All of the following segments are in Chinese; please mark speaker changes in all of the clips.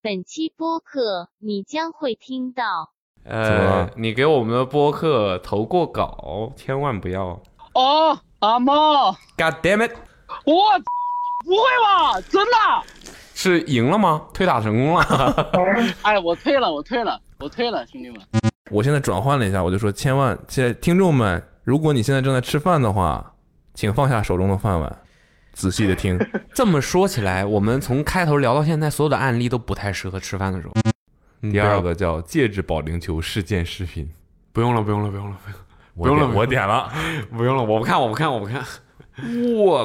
Speaker 1: 本期播客你将会听到
Speaker 2: 怎么
Speaker 3: 呃
Speaker 2: 了，
Speaker 3: 你给我们的播客投过稿，千万不要。
Speaker 4: 哦，阿猫，
Speaker 3: God damn it！
Speaker 4: 我不会吧？真的？
Speaker 3: 是赢了吗？推打成功了。
Speaker 4: 哎，我退了，我退了，我退了，兄弟们。
Speaker 2: 我现在转换了一下，我就说千万，现在听众们，如果你现在正在吃饭的话，请放下手中的饭碗，仔细 的听。
Speaker 3: 这么说起来，我们从开头聊到现在，所有的案例都不太适合吃饭的时候。
Speaker 2: 第
Speaker 3: 第二
Speaker 2: 二个叫戒指保龄球事件视频，
Speaker 3: 不用了，不用了，不用了，不用了
Speaker 2: 我
Speaker 3: 用了
Speaker 2: 点我点了，
Speaker 3: 不用了，我不看，我不看，我不看。我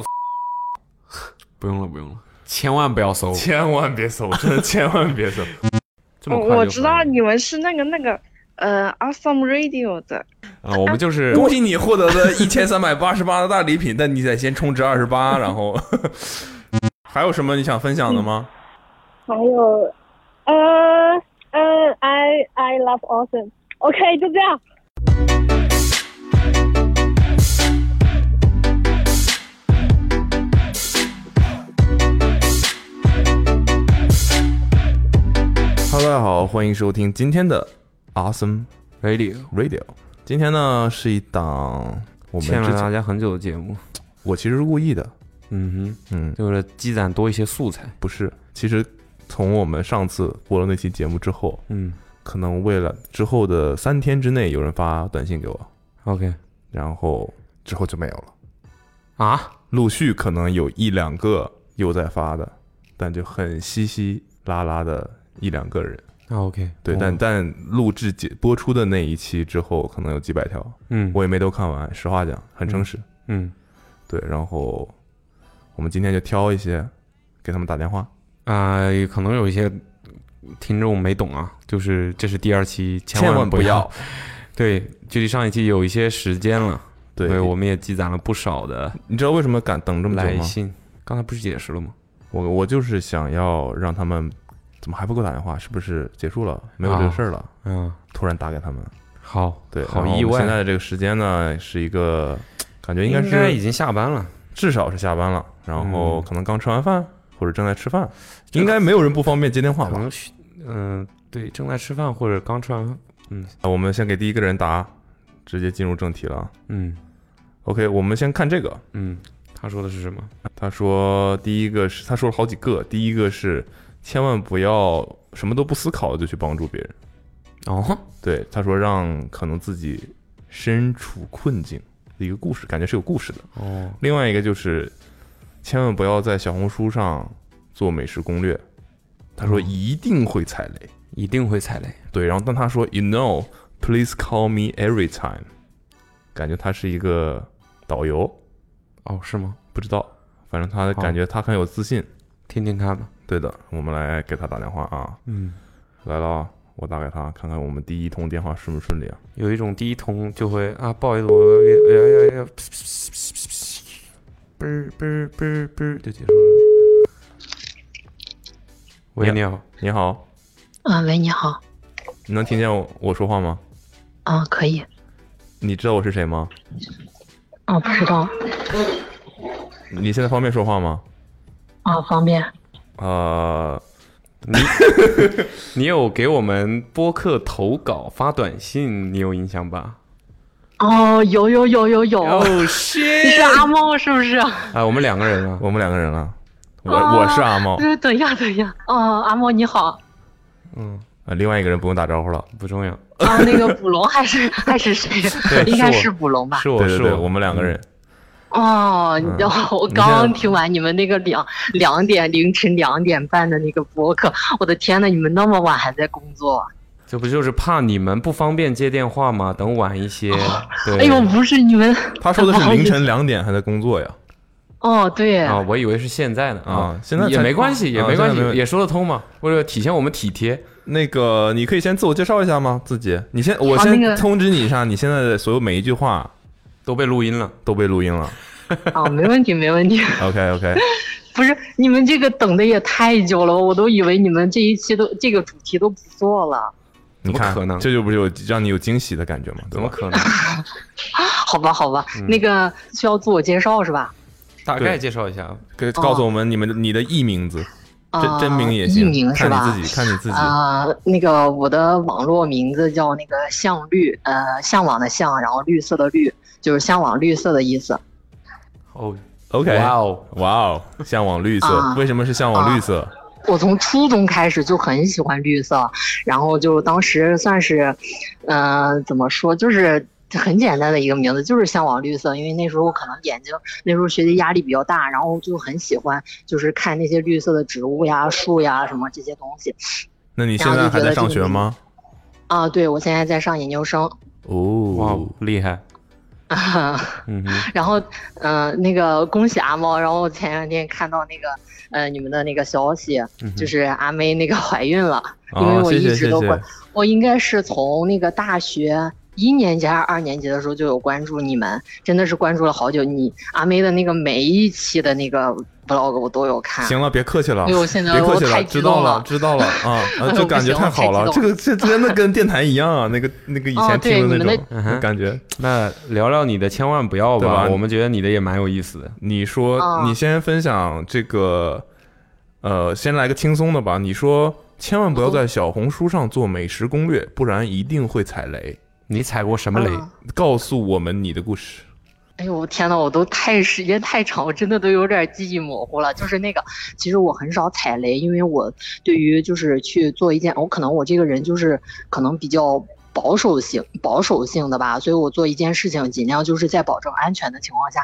Speaker 5: 不用了，不用了。
Speaker 3: 千万不要搜，
Speaker 2: 千万别搜，真的千万别搜。
Speaker 3: 这么
Speaker 6: 我
Speaker 3: 快就
Speaker 6: 我知道
Speaker 3: 回来了
Speaker 6: 你们是那个那个呃 Awesome Radio 的，
Speaker 3: 啊，我们就是
Speaker 2: 恭喜你获得了一千三百八十八的大礼品，但你得先充值二十八，然后 还有什么你想分享的吗？
Speaker 7: 还有，呃呃，I I love awesome。OK，就这样。
Speaker 2: 哈喽，大家好，欢迎收听今天的 Awesome
Speaker 3: radio
Speaker 2: Radio。今天呢是一档我们
Speaker 3: 欠了
Speaker 2: 之前
Speaker 3: 大家很久的节目。
Speaker 2: 我其实是故意的，
Speaker 3: 嗯哼，
Speaker 2: 嗯，
Speaker 3: 为了积攒多一些素材。
Speaker 2: 不是，其实从我们上次播了那期节目之后，
Speaker 3: 嗯
Speaker 2: 可能为了之后的三天之内有人发短信给我，
Speaker 3: ，OK
Speaker 2: 然后之后就没有了。
Speaker 3: 啊，
Speaker 2: 陆续可能有一两个又在发的，但就很稀稀拉拉的一两个人。
Speaker 3: 那啊 OK，
Speaker 2: 对，
Speaker 3: 我
Speaker 2: 但但录制节播出的那一期之后，可能有几百条，
Speaker 3: 嗯
Speaker 2: 我也没都看完。实话讲，很诚实。
Speaker 3: 嗯
Speaker 2: 对，然后我们今天就挑一些，给他们打电话。
Speaker 3: 啊、可能有一些听众没懂啊，就是这是第二期，千
Speaker 2: 千
Speaker 3: 万
Speaker 2: 万不
Speaker 3: 要
Speaker 2: 要。
Speaker 3: 对，距离上一期有一些时间了，
Speaker 2: 对，
Speaker 3: 我们也积攒了不少的
Speaker 2: 你知道为什么敢等这么久
Speaker 3: 来
Speaker 2: 吗？
Speaker 3: 信。刚才不是解释了吗？
Speaker 2: 我我就是想要让他们怎么还不给我打电话？是不是结束了？没有这个事儿了？
Speaker 3: 嗯，
Speaker 2: 突然打给他们，
Speaker 3: 好，
Speaker 2: 对，
Speaker 3: 好
Speaker 2: 然后
Speaker 3: 意
Speaker 2: 我
Speaker 3: 外，
Speaker 2: 们现在的这个时间呢，是一个感觉应
Speaker 3: 应
Speaker 2: 该
Speaker 3: 该
Speaker 2: 是
Speaker 3: 已经下班了，
Speaker 2: 至少是下班了，然后
Speaker 3: 嗯
Speaker 2: 可能刚吃完饭或者正在吃饭，应该没有人不方便接电话
Speaker 3: 可
Speaker 2: 吧？
Speaker 3: 能是嗯、对，正在吃饭或者刚吃完饭，
Speaker 2: 啊我们先给第一个人答，直接进入正题了啊。
Speaker 3: 嗯
Speaker 2: OK，我们先看这个，
Speaker 3: 嗯，他说的是什么？
Speaker 2: 他说第一个是他说了好几个，第一个是千万不要什么都不思考就去帮助别人，
Speaker 3: 哦，
Speaker 2: 对，他说让可能自己身处困境的一个故事，感觉是有故事的。
Speaker 3: 哦，
Speaker 2: 另外一个就是，千万不要在小红书上做美食攻略，他说
Speaker 3: 嗯
Speaker 2: 一定会踩雷。
Speaker 3: 一定会踩雷。
Speaker 2: 对，然后但他说 “You know, please call me every time”，感觉他是一个导游，
Speaker 3: 哦，是吗？
Speaker 2: 不知道，反正他
Speaker 3: 好
Speaker 2: 感觉他很有自信。
Speaker 3: 听听看吧。
Speaker 2: 对的，我们来给他打电话啊，
Speaker 3: 嗯，
Speaker 2: 来了啊，我打给他，看看我们第一通电话顺不顺利啊？
Speaker 3: 有一种第一通就会啊，不好意思，我要要要，嘣儿嘣儿嘣儿嘣儿就结束了。喂，
Speaker 2: 呀
Speaker 3: 你好，
Speaker 2: 你好，
Speaker 8: 啊，喂，你好，
Speaker 2: 你能听见我我说话吗？
Speaker 8: 啊，可以，
Speaker 2: 你知道我是谁吗？
Speaker 8: 啊，不知道，
Speaker 2: 你现在方便说话吗？
Speaker 8: 啊，方便，
Speaker 2: 呃，
Speaker 3: 你有给我们播客投稿发短信，你有印象吧？
Speaker 8: 哦，有有有有有，你是
Speaker 3: shit！
Speaker 8: 阿猫是不是？
Speaker 3: 啊，我们两个人啊，
Speaker 2: 我们两个人了，我
Speaker 8: 啊
Speaker 2: 我是阿 茂，
Speaker 8: 对，等一下，等一下，哦，阿猫你好，
Speaker 3: 嗯，
Speaker 2: 呃，另外一个人不用打招呼了。
Speaker 3: 不重要，
Speaker 8: 啊，那个捕龙还是还是谁？应该是捕龙吧？
Speaker 3: 是我
Speaker 2: 对对
Speaker 3: 是
Speaker 2: 对，
Speaker 3: 我，嗯
Speaker 2: 我们两个人，
Speaker 8: 哦，你知道我刚
Speaker 2: 你现
Speaker 8: 刚
Speaker 2: 在
Speaker 8: 听完你们那个两两点凌晨两点半的那个播客，我的天呐，你们那么晚还在工作啊？
Speaker 3: 这不就是怕你们不方便接电话吗？等晚一些，对，
Speaker 8: 哎呦，不是你们，
Speaker 2: 他说的是
Speaker 8: 不好意
Speaker 2: 凌
Speaker 8: 思
Speaker 2: 晨两点还在工作呀，
Speaker 8: 哦，对，
Speaker 3: 啊，我以为是现在呢
Speaker 2: 啊现在
Speaker 3: 也
Speaker 2: 才
Speaker 3: 没关系，也
Speaker 2: 啊
Speaker 3: 没
Speaker 2: 现在
Speaker 3: 关系
Speaker 2: 没，问
Speaker 3: 也说得通嘛。为了体现我们体贴，
Speaker 2: 那个，你可以先自我介绍一下吗？自己，你先，我
Speaker 8: 好哦那
Speaker 2: 先
Speaker 8: 个
Speaker 2: 通知你一下，你现在的所有每一句话
Speaker 3: 都被录音了。
Speaker 2: 都被录音了。
Speaker 8: 啊，没问题，没问题。
Speaker 2: OK OK，
Speaker 8: 不是你们这个等的也太久了，我都以为你们这一期都这个主题都不做了，
Speaker 2: 你看，
Speaker 3: 可能
Speaker 2: 这就不是有让你有惊喜的感觉吗？
Speaker 3: 怎
Speaker 2: 对
Speaker 3: 么
Speaker 2: 吧？
Speaker 3: 可能？
Speaker 8: 好吧，好吧，
Speaker 2: 嗯
Speaker 8: 那个需要自我介绍是吧？
Speaker 3: 大概介绍一下，
Speaker 2: 可以告诉我们你们的你的艺名字，
Speaker 3: 哦
Speaker 2: 真真名也
Speaker 8: 艺
Speaker 2: 行，
Speaker 8: 名是
Speaker 2: 看
Speaker 8: 吧？
Speaker 2: 你自己，看你自己。
Speaker 8: 啊、那个我的网络名字叫那个向绿，呃，向往的向，然后绿色的绿，就是向往绿色的意思。
Speaker 3: 哦，
Speaker 2: OK，
Speaker 3: 哇哦，
Speaker 2: 哇哦，向往绿色
Speaker 8: 啊，
Speaker 2: 为什么是向往绿色？
Speaker 8: 我从初中开始就很喜欢绿色，然后就当时算是，呃，怎么说，就是很简单的一个名字，就是向往绿色。因为那时候可能眼睛那时候学习压力比较大，然后就很喜欢就是看那些绿色的植物呀、树呀什么这些东西。
Speaker 2: 那你现在还在上学吗？
Speaker 8: 啊，对我现在在上研究生，
Speaker 3: 哇
Speaker 2: 哦
Speaker 3: 哦，，厉害，
Speaker 8: 啊、
Speaker 3: 嗯哼，
Speaker 8: 然后，嗯、那个恭喜阿猫。然后我前两天看到那个，呃，你们的那个消息，
Speaker 3: 嗯哼
Speaker 8: 就是阿妹那个怀孕了，因为
Speaker 2: 哦，
Speaker 8: 我
Speaker 2: 谢
Speaker 8: 一
Speaker 2: 谢
Speaker 8: 直
Speaker 2: 谢
Speaker 8: 都关，
Speaker 2: 谢，
Speaker 8: 我应该是从那个大学一年级还是二年级的时候就有关注你们，真的是关注了好久。你阿妹的那个每一期的那个 vlog 我都有看。
Speaker 2: 行了，别客气了，
Speaker 8: 哎呦，现在
Speaker 2: 别客
Speaker 8: 啊我
Speaker 2: 气
Speaker 8: 太
Speaker 2: 了，
Speaker 8: 激
Speaker 2: 知
Speaker 8: 动
Speaker 2: 道了，知道了啊， 啊这
Speaker 8: 不
Speaker 2: 感觉
Speaker 8: 行我
Speaker 2: 太好
Speaker 8: 太激
Speaker 2: 了，
Speaker 8: 动
Speaker 2: 这个这真的跟电台一样啊，那个那个以
Speaker 8: 哦
Speaker 2: 前
Speaker 8: 对
Speaker 2: 听的
Speaker 8: 你们
Speaker 2: 那
Speaker 8: 的
Speaker 2: 种
Speaker 3: 嗯哼
Speaker 2: 感觉。
Speaker 3: 那聊聊你的，千万不要
Speaker 2: 对
Speaker 3: 吧，
Speaker 2: 吧
Speaker 3: 我们觉得你的也蛮有意思的。
Speaker 2: 你说，
Speaker 8: 啊
Speaker 2: 你先分享这个，呃，先来个轻松的吧。你说，千万不要在小红书上做美食攻略，不然一定会踩雷。
Speaker 3: 你踩过什么雷？
Speaker 8: 嗯
Speaker 2: 告诉我们你的 故事。
Speaker 8: 哎呦，我天呐，我都太时间太长，我真的都有点记忆模糊了。就是那个，其实我很少踩雷，因为我对于就是去做一件，我可能我这个人就是可能比较保守型保守性的吧，所以我做一件事情尽量就是在保证安全的情况下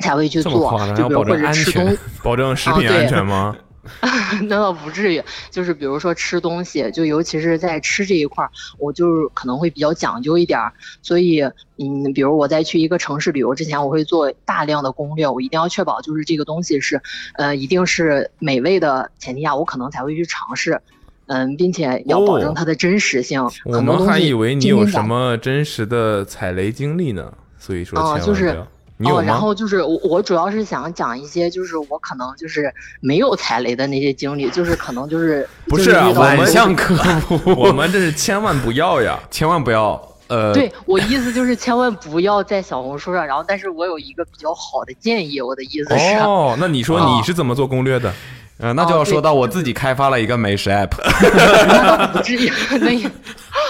Speaker 8: 才会去
Speaker 3: 这么
Speaker 8: 做
Speaker 3: 夸张，
Speaker 8: 就
Speaker 3: 要
Speaker 8: 比如
Speaker 3: 保
Speaker 8: 或
Speaker 3: 证
Speaker 8: 者
Speaker 3: 安
Speaker 8: 吃
Speaker 3: 全
Speaker 8: 东
Speaker 2: 保证食
Speaker 8: 哦
Speaker 2: 品
Speaker 8: 对
Speaker 2: 安全吗？
Speaker 8: 那倒不至于，就是比如说吃东西，就尤其是在吃这一块儿，我就是可能会比较讲究一点儿。所以，嗯，比如我在去一个城市旅游之前，我会做大量的攻略，我一定要确保就是这个东西是，呃，一定是美味的前提下，我可能才会去尝试，嗯，并且要保
Speaker 2: 哦
Speaker 8: 证它的真实性。
Speaker 2: 我
Speaker 8: 很多
Speaker 2: 们
Speaker 8: 东
Speaker 2: 还
Speaker 8: 西
Speaker 2: 以为你
Speaker 8: 真
Speaker 2: 有
Speaker 8: 真
Speaker 2: 什
Speaker 8: 假
Speaker 2: 么真实的踩雷经历呢，所以说
Speaker 8: 哦
Speaker 2: 千万
Speaker 8: 就
Speaker 2: 不
Speaker 8: 是
Speaker 2: 要。你有
Speaker 8: 哦，然
Speaker 2: 吗？
Speaker 8: 后就是我，我主要是想讲一些，就是我可能就是没有踩雷的那些经历，就是可能就是
Speaker 2: 不
Speaker 8: 就是
Speaker 2: 啊
Speaker 8: 遇到
Speaker 2: 我们
Speaker 8: 一些
Speaker 2: 像
Speaker 3: 科普
Speaker 2: 我们这是千万不要呀！
Speaker 3: 千万不要，呃，
Speaker 8: 对我意思就是千万不要在小红书上，然后但是我有一个比较好的建议，我的意思 是，啊
Speaker 2: 哦，那你说你是怎么做 攻略的？
Speaker 3: 呃，那就
Speaker 8: 哦
Speaker 3: 要说到我自己开发了一个美食 app，
Speaker 8: 那倒不至于，那也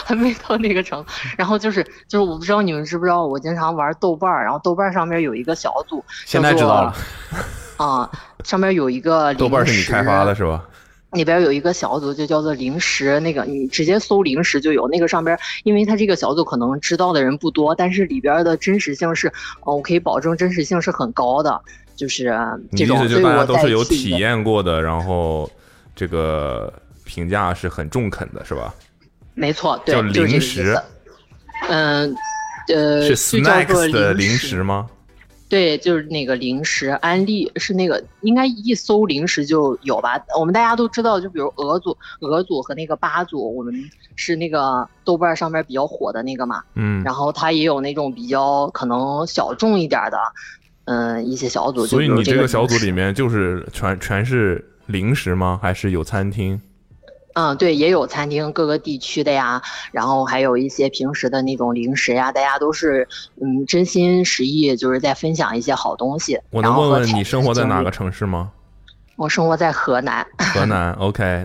Speaker 8: 还没到那个程度。然后就是就是我不知道你们知不知道，我经常玩豆瓣儿，然后豆瓣儿上面有一个小组，
Speaker 3: 现在知道了，
Speaker 8: 啊、上面有一个
Speaker 2: 豆瓣是你
Speaker 8: 零食
Speaker 2: 开发的是吧？
Speaker 8: 里边有一个小组，就叫做零食，那个你直接搜零食就有。那个上边，因为它这个小组可能知道的人不多，但是里边的真实性是，呃我可以保证真实性是很高的，就是这
Speaker 2: 你的意
Speaker 8: 种。
Speaker 2: 思就
Speaker 8: 所
Speaker 2: 是
Speaker 8: 以
Speaker 2: 大家
Speaker 8: 我
Speaker 2: 都是有
Speaker 8: 在去
Speaker 2: 体验过的，然后这个评价是很中肯的，是吧？
Speaker 8: 没错，对
Speaker 2: 叫，
Speaker 8: 就是这个
Speaker 2: 零
Speaker 8: 意
Speaker 2: 食
Speaker 8: 思。嗯，呃，
Speaker 2: 是
Speaker 8: 就叫做
Speaker 2: snacks 的零
Speaker 8: 食
Speaker 2: 食吗？
Speaker 8: 对，就是那个零食安利是那个，应该一搜零食就有吧？我们大家都知道，就比如俄组、俄组和那个八组，我们是那个豆瓣上面比较火的那个嘛。
Speaker 2: 嗯，
Speaker 8: 然后它也有那种比较可能小众一点儿的，嗯、一些小组。
Speaker 2: 所以
Speaker 8: 就比
Speaker 2: 你
Speaker 8: 如
Speaker 2: 这
Speaker 8: 这
Speaker 2: 个小组里面就是全全是零食吗？还是有餐厅？
Speaker 8: 嗯，对，也有餐厅各个地区的呀，然后还有一些平时的那种零食呀，大家都是嗯真心实意，就是在分享一些好东西。
Speaker 2: 我
Speaker 8: 然
Speaker 2: 能
Speaker 8: 后
Speaker 2: 问
Speaker 8: 和
Speaker 2: 问
Speaker 8: 采
Speaker 2: 你
Speaker 8: 集
Speaker 2: 生活在
Speaker 8: 经
Speaker 2: 哪
Speaker 8: 历
Speaker 2: 个？城市吗？
Speaker 8: 我生活在河南
Speaker 2: 河南。OK，
Speaker 8: 啊、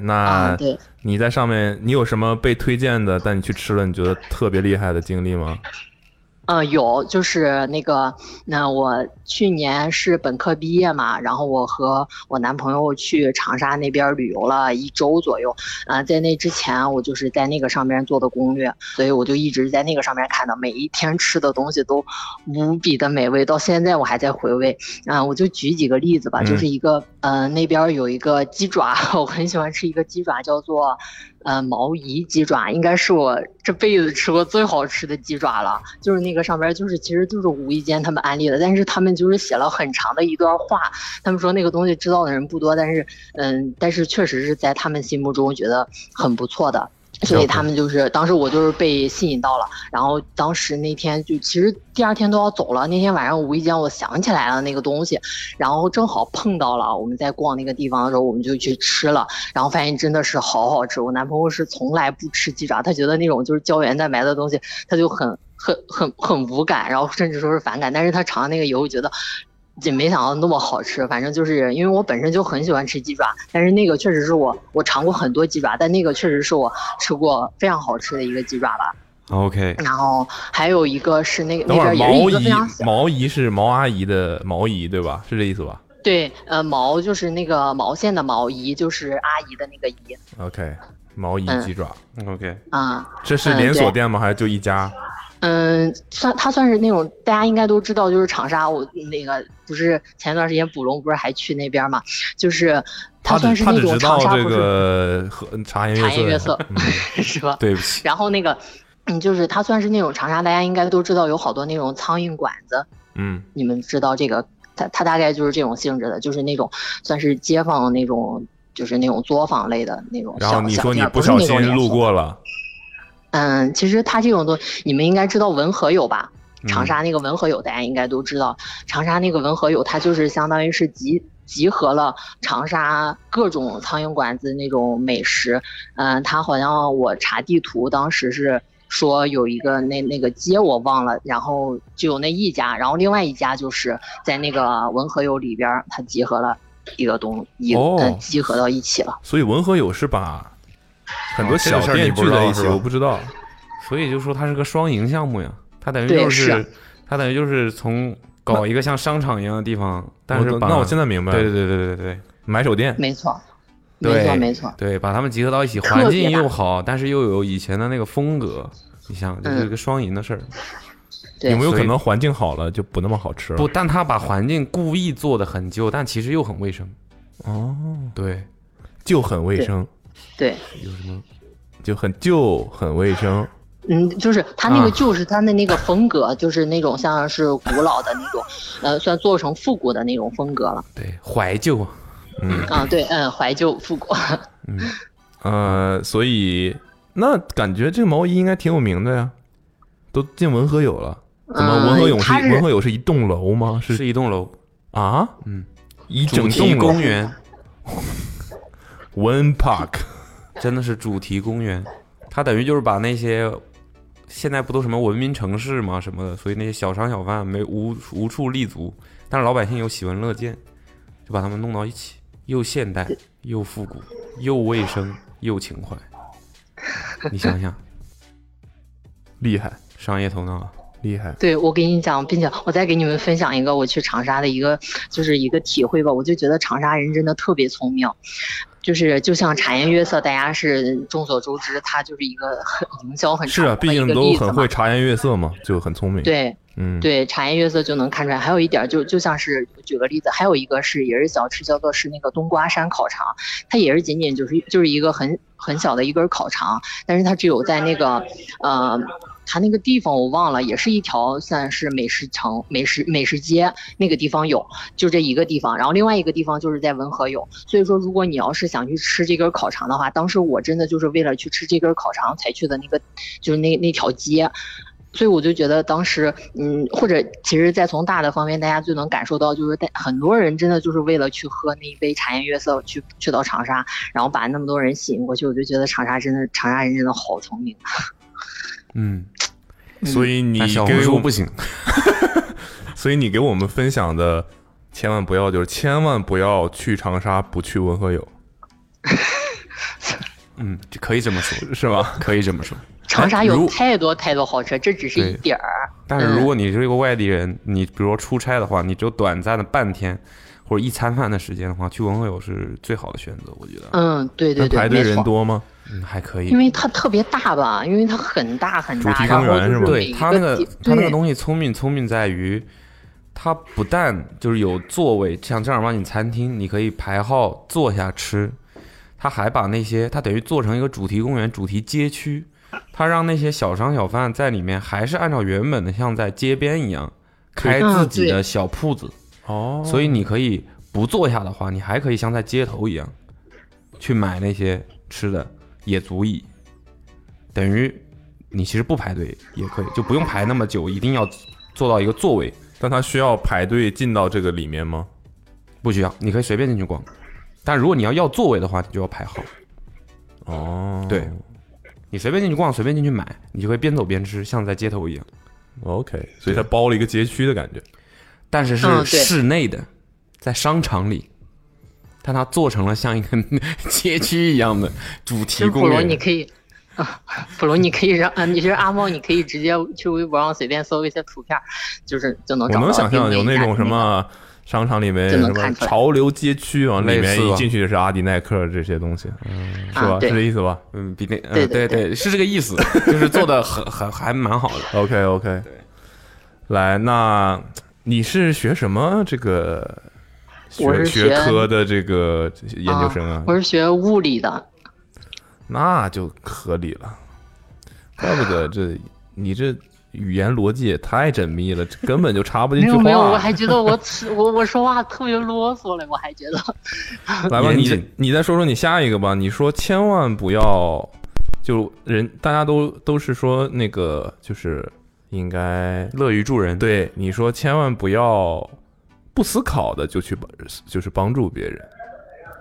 Speaker 2: 那
Speaker 8: 对，
Speaker 2: 你在上面你有什么被推荐的，但你去吃了你觉得特别厉害的经历吗？
Speaker 8: 嗯，有，就是那个，那我去年是本科毕业嘛，然后我和我男朋友去长沙那边旅游了一周左右，啊、在那之前我就是在那个上面做的攻略，所以我就一直在那个上面看的，每一天吃的东西都无比的美味，到现在我还在回味。啊、我就举几个例子吧，
Speaker 2: 嗯
Speaker 8: 就是一个，呃，那边有一个鸡爪， 我很喜欢吃一个鸡爪，叫做。呃，毛姨鸡爪应该是我这辈子吃过最好吃的鸡爪了。就是那个上边就是其实就是无意间他们安利的，但是他们就是写了很长的一段话，他们说那个东西知道的人不多，但是嗯，但是确实是在他们心目中觉得很不错的。所以他们就是当时我就是被吸引到了，然后当时那天就其实第二天都要走了，那天晚上无意间我想起来了那个东西，然后正好碰到了，我们在逛那个地方的时候，我们就去吃了，然后发现真的是好好吃。我男朋友是从来不吃鸡爪，他觉得那种就是胶原蛋白的东西，他就很很很很无感，然后甚至说是反感。但是他尝那个以后觉得。也没想到那么好吃。反正就是因为我本身就很喜欢吃鸡爪，但是那个确实是我我尝过很多鸡爪，但那个确实是我吃过非常好吃的一个鸡爪吧。
Speaker 5: OK，
Speaker 8: 然后还有一个是那个
Speaker 2: 嗯等
Speaker 8: 那
Speaker 2: 会儿
Speaker 8: 边也是
Speaker 2: 毛
Speaker 8: 一个非
Speaker 2: 姨
Speaker 8: 常小，
Speaker 2: 毛姨是毛阿姨的毛姨对吧？是这意思吧
Speaker 8: 对，呃，毛就是那个毛线的毛姨，就是阿姨的那个姨，
Speaker 2: ？OK，毛姨
Speaker 8: 嗯
Speaker 2: 鸡爪，
Speaker 3: OK，
Speaker 8: 啊、
Speaker 2: 这是
Speaker 8: 嗯
Speaker 2: 连锁
Speaker 8: 对
Speaker 2: 店吗？还是就一家？
Speaker 8: 嗯，算它算是那种大家应该都知道，就是长沙，我那个不是前段时间卜龙不是还去那边嘛，就是它
Speaker 2: 只
Speaker 8: 算是
Speaker 2: 他
Speaker 8: 那
Speaker 2: 只
Speaker 8: 种
Speaker 2: 知
Speaker 8: 长
Speaker 2: 道
Speaker 8: 沙
Speaker 2: 这
Speaker 8: 不是、
Speaker 2: 个呃和茶
Speaker 3: 哎
Speaker 2: 颜悦
Speaker 8: 茶颜悦
Speaker 2: 色
Speaker 8: 色
Speaker 2: 嗯，
Speaker 8: 是吧？
Speaker 5: 对不起，
Speaker 8: 然后那个，嗯，就是它算是那种长沙，大家应该都知道有好多那种苍蝇馆子，
Speaker 2: 嗯
Speaker 8: 你们知道这个，它它大概就是这种性质的，就是那种算是街坊那种，就是那种作坊类的那种小。
Speaker 2: 然后你
Speaker 8: 小
Speaker 2: 说你
Speaker 8: 店儿
Speaker 2: 不
Speaker 8: 是
Speaker 2: 小
Speaker 8: 那种
Speaker 2: 心
Speaker 8: 连
Speaker 2: 路
Speaker 8: 锁
Speaker 2: 过了，
Speaker 8: 嗯，其实它这种东，你们应该知道文和友吧？
Speaker 3: 嗯
Speaker 8: 长沙那个文和友大家应该都知道，长沙那个文和友它就是相当于是集集合了长沙各种苍蝇馆子那种美食。嗯，它好像我查地图当时是。说有一个那那个街我忘了，然后就有那一家，然后另外一家就是在那个文和友里边儿，它集合了一个东一、
Speaker 2: 哦
Speaker 8: 呃集合到一起了。
Speaker 2: 所以文和友是把很多
Speaker 5: 哦这
Speaker 2: 小
Speaker 5: 个事儿
Speaker 2: 店
Speaker 5: 你不
Speaker 2: 聚
Speaker 5: 知
Speaker 2: 在
Speaker 5: 道
Speaker 2: 一起，
Speaker 5: 是吧
Speaker 2: 我不知道。
Speaker 3: 所以就说它是个双赢项目呀，它等于
Speaker 8: 对
Speaker 3: 就是它等于就是从搞一个像商场一样的地方，但是
Speaker 2: 我
Speaker 3: 把
Speaker 2: 那我现在明白了，
Speaker 3: 对对对对对对
Speaker 2: 买手店，
Speaker 8: 没错，
Speaker 3: 对，
Speaker 8: 没错，没错。
Speaker 3: 对，把它们集合到一起，
Speaker 8: 啊特别
Speaker 3: 环境又
Speaker 8: 大
Speaker 3: 好，但是又有以前的那个风格，你想，这是一个双赢的事儿。
Speaker 8: 对
Speaker 2: 有没有
Speaker 3: 所以
Speaker 2: 可能环境好了就不那么好吃了？
Speaker 3: 不，但他把环境故意做的很旧，但其实又很卫生。
Speaker 2: 哦，
Speaker 3: 对，
Speaker 2: 就很卫生，
Speaker 8: 对，
Speaker 3: 有什么？
Speaker 2: 就很旧，很卫生。
Speaker 8: 嗯，就是它那
Speaker 3: 啊
Speaker 8: 个就是它的那个风格，就是那种像是古老的那种，呃，算做成复古的那种风格了。
Speaker 3: 对，怀旧啊。
Speaker 2: 嗯
Speaker 8: 啊，对，嗯，怀旧复古。
Speaker 3: 嗯，
Speaker 2: 呃，所以那感觉这毛衣应该挺有名的呀，都进文和友了。怎么
Speaker 8: 嗯
Speaker 2: 文和友是
Speaker 8: 它是
Speaker 2: 文和友是一栋楼吗？是
Speaker 3: 是一栋楼，
Speaker 2: 啊，
Speaker 3: 嗯，
Speaker 2: 一
Speaker 3: 主
Speaker 2: 整
Speaker 3: 题
Speaker 2: 栋楼
Speaker 3: 公园，
Speaker 2: One Park。
Speaker 3: 真的是主题公园。它等于就是把那些现在不都什么文明城市嘛什么的，所以那些小商小贩没无无处立足，但是老百姓又喜闻乐见，就把他们弄到一起，又现代又复古，又卫生又情怀。你想想，
Speaker 2: 厉害
Speaker 3: 商业头脑啊。
Speaker 2: 厉害，
Speaker 8: 对，我给你讲，并且我再给你们分享一个我去长沙的一个就是一个体会吧，我就觉得长沙人真的特别聪明。就是就像茶颜悦色，大家是众所周知，它就是一个很营销很
Speaker 2: 是
Speaker 8: 成
Speaker 2: 啊，
Speaker 8: 功
Speaker 2: 毕
Speaker 8: 的
Speaker 2: 竟
Speaker 8: 一个
Speaker 2: 都
Speaker 8: 例子
Speaker 2: 很
Speaker 8: 嘛
Speaker 2: 会茶颜悦色嘛，就很聪明。，
Speaker 8: 对，
Speaker 2: 嗯，，
Speaker 8: 对，茶颜悦色就能看出来。还有一点儿就就像是举个例子，还有一个是也是小吃，叫做是那个冬瓜山烤肠，它也是仅仅就是就是一个很很小的一根烤肠，但是它只有在那个呃。它那个地方我忘了，也是一条算是美食城、美食美食街那个地方有，就这一个地方。然后另外一个地方就是在文和有，所以说如果你要是想去吃这根烤肠的话，当时我真的就是为了去吃这根烤肠才去的那个，就是那那条街。所以我就觉得当时，嗯，或者其实再从大的方面，大家就能感受到，就是在很多人真的就是为了去喝那一杯茶颜悦色去去到长沙，然后把那么多人吸引过去，我就觉得长沙真的长沙人真的好聪明。
Speaker 3: 嗯，
Speaker 2: 所以你
Speaker 3: 但小红
Speaker 2: 给
Speaker 3: 书
Speaker 2: 我
Speaker 3: 不行。
Speaker 2: 所以你给我们分享的，千万不要就是千万不要去长沙，不去文和友，
Speaker 3: 嗯，就可以这么说，
Speaker 2: 是吧？
Speaker 3: 可以这么说。
Speaker 2: 哎
Speaker 8: 长沙
Speaker 3: 如
Speaker 8: 有太多太多好吃，这只是
Speaker 3: 对
Speaker 8: 一点儿。
Speaker 3: 但是
Speaker 8: 嗯
Speaker 3: 如果你是一个外地人，你比如说出差的话，你只有短暂的半天或者一餐饭的时间的话，去文和友是最好的选择，我觉得。
Speaker 8: 嗯，对对
Speaker 2: 那
Speaker 8: 对，
Speaker 2: 排队
Speaker 8: 没
Speaker 2: 人
Speaker 8: 错。
Speaker 2: 多吗？
Speaker 3: 嗯，还可以
Speaker 8: 因。为它特别大吧，因为它很大很
Speaker 2: 主
Speaker 8: 大，
Speaker 2: 题
Speaker 8: 然
Speaker 2: 公
Speaker 8: 后
Speaker 2: 园
Speaker 8: 就是
Speaker 2: 吧
Speaker 8: 每
Speaker 3: 对
Speaker 8: 一
Speaker 3: 他那个
Speaker 8: 地
Speaker 3: 他那个
Speaker 8: 对
Speaker 3: 东西聪明，聪明在于，它不但就是有座位，像正儿八经餐厅，你可以排号坐下吃，他还把那些他等于做成一个主题公园、主题街区，他让那些小商小贩在里面还是按照原本的像在街边一样开
Speaker 8: 嗯
Speaker 3: 自己
Speaker 8: 对
Speaker 3: 的小铺子，
Speaker 2: 哦
Speaker 3: 所以你可以不坐下的话，你还可以像在街头一样去买那些吃的，也足以等于你其实不排队也可以，就不用排那么久，一定要坐到一个座位，
Speaker 2: 但他需要排队进到这个里面吗？
Speaker 3: 不需要，你可以随便进去逛。但如果你要要座位的话，你就要排号。
Speaker 2: 哦，
Speaker 3: 对你随便进去逛，随便进去买，你就会边走边吃，像在街头一样。
Speaker 2: ，OK，所以他包了一个街区的感觉。
Speaker 3: 但是
Speaker 8: 嗯
Speaker 3: 是
Speaker 8: 对
Speaker 3: 室内的，在商场里，但它做成了像一个 街区一样的主
Speaker 8: 其
Speaker 3: 题
Speaker 8: 实普
Speaker 3: 公
Speaker 8: 龙你
Speaker 3: 园。
Speaker 8: 可以，啊， 普龙你可以让，啊，你是阿茂，你可以直接去微博上随便搜一些图片儿，就是就能
Speaker 2: 我
Speaker 8: 找到。
Speaker 2: 能想象
Speaker 8: 定位
Speaker 2: 有
Speaker 8: 一
Speaker 2: 那
Speaker 8: 下
Speaker 2: 种什么商场里面
Speaker 8: 就
Speaker 2: 什
Speaker 8: 能
Speaker 2: 么
Speaker 8: 看出来嗯
Speaker 2: 潮流街区，往里
Speaker 3: 类
Speaker 2: 面
Speaker 3: 似吧
Speaker 2: 啊一进去是阿迪耐克这些东西，嗯是
Speaker 8: 啊
Speaker 2: 吧？
Speaker 8: 对
Speaker 2: 是这意思吧
Speaker 3: 嗯，比那嗯、
Speaker 8: 对对
Speaker 3: 对
Speaker 8: 对
Speaker 3: 是这个 意思，就是做的很很还蛮好的。
Speaker 2: ？OK OK，来，那你是学什么这个
Speaker 8: 我
Speaker 2: 学
Speaker 8: 是
Speaker 2: 学
Speaker 8: 学
Speaker 2: 科的这个研究生啊
Speaker 8: 啊？我是学物理的，
Speaker 2: 那就合理了，怪不得这你这语言逻辑也太缜密了，这根本就插不进
Speaker 8: 没
Speaker 2: 去
Speaker 8: 有没有，我
Speaker 2: 话。
Speaker 8: 还觉得我吃我我说话特别啰嗦嘞，我还觉得
Speaker 2: 来吧，
Speaker 3: 严
Speaker 2: 你
Speaker 3: 谨
Speaker 2: 再你再说说你下一个吧。你说千万不要，就人大家都都是说那个就是应该
Speaker 3: 乐于助人，，
Speaker 2: 对你说千万不要不思考的就去帮就是帮助别人，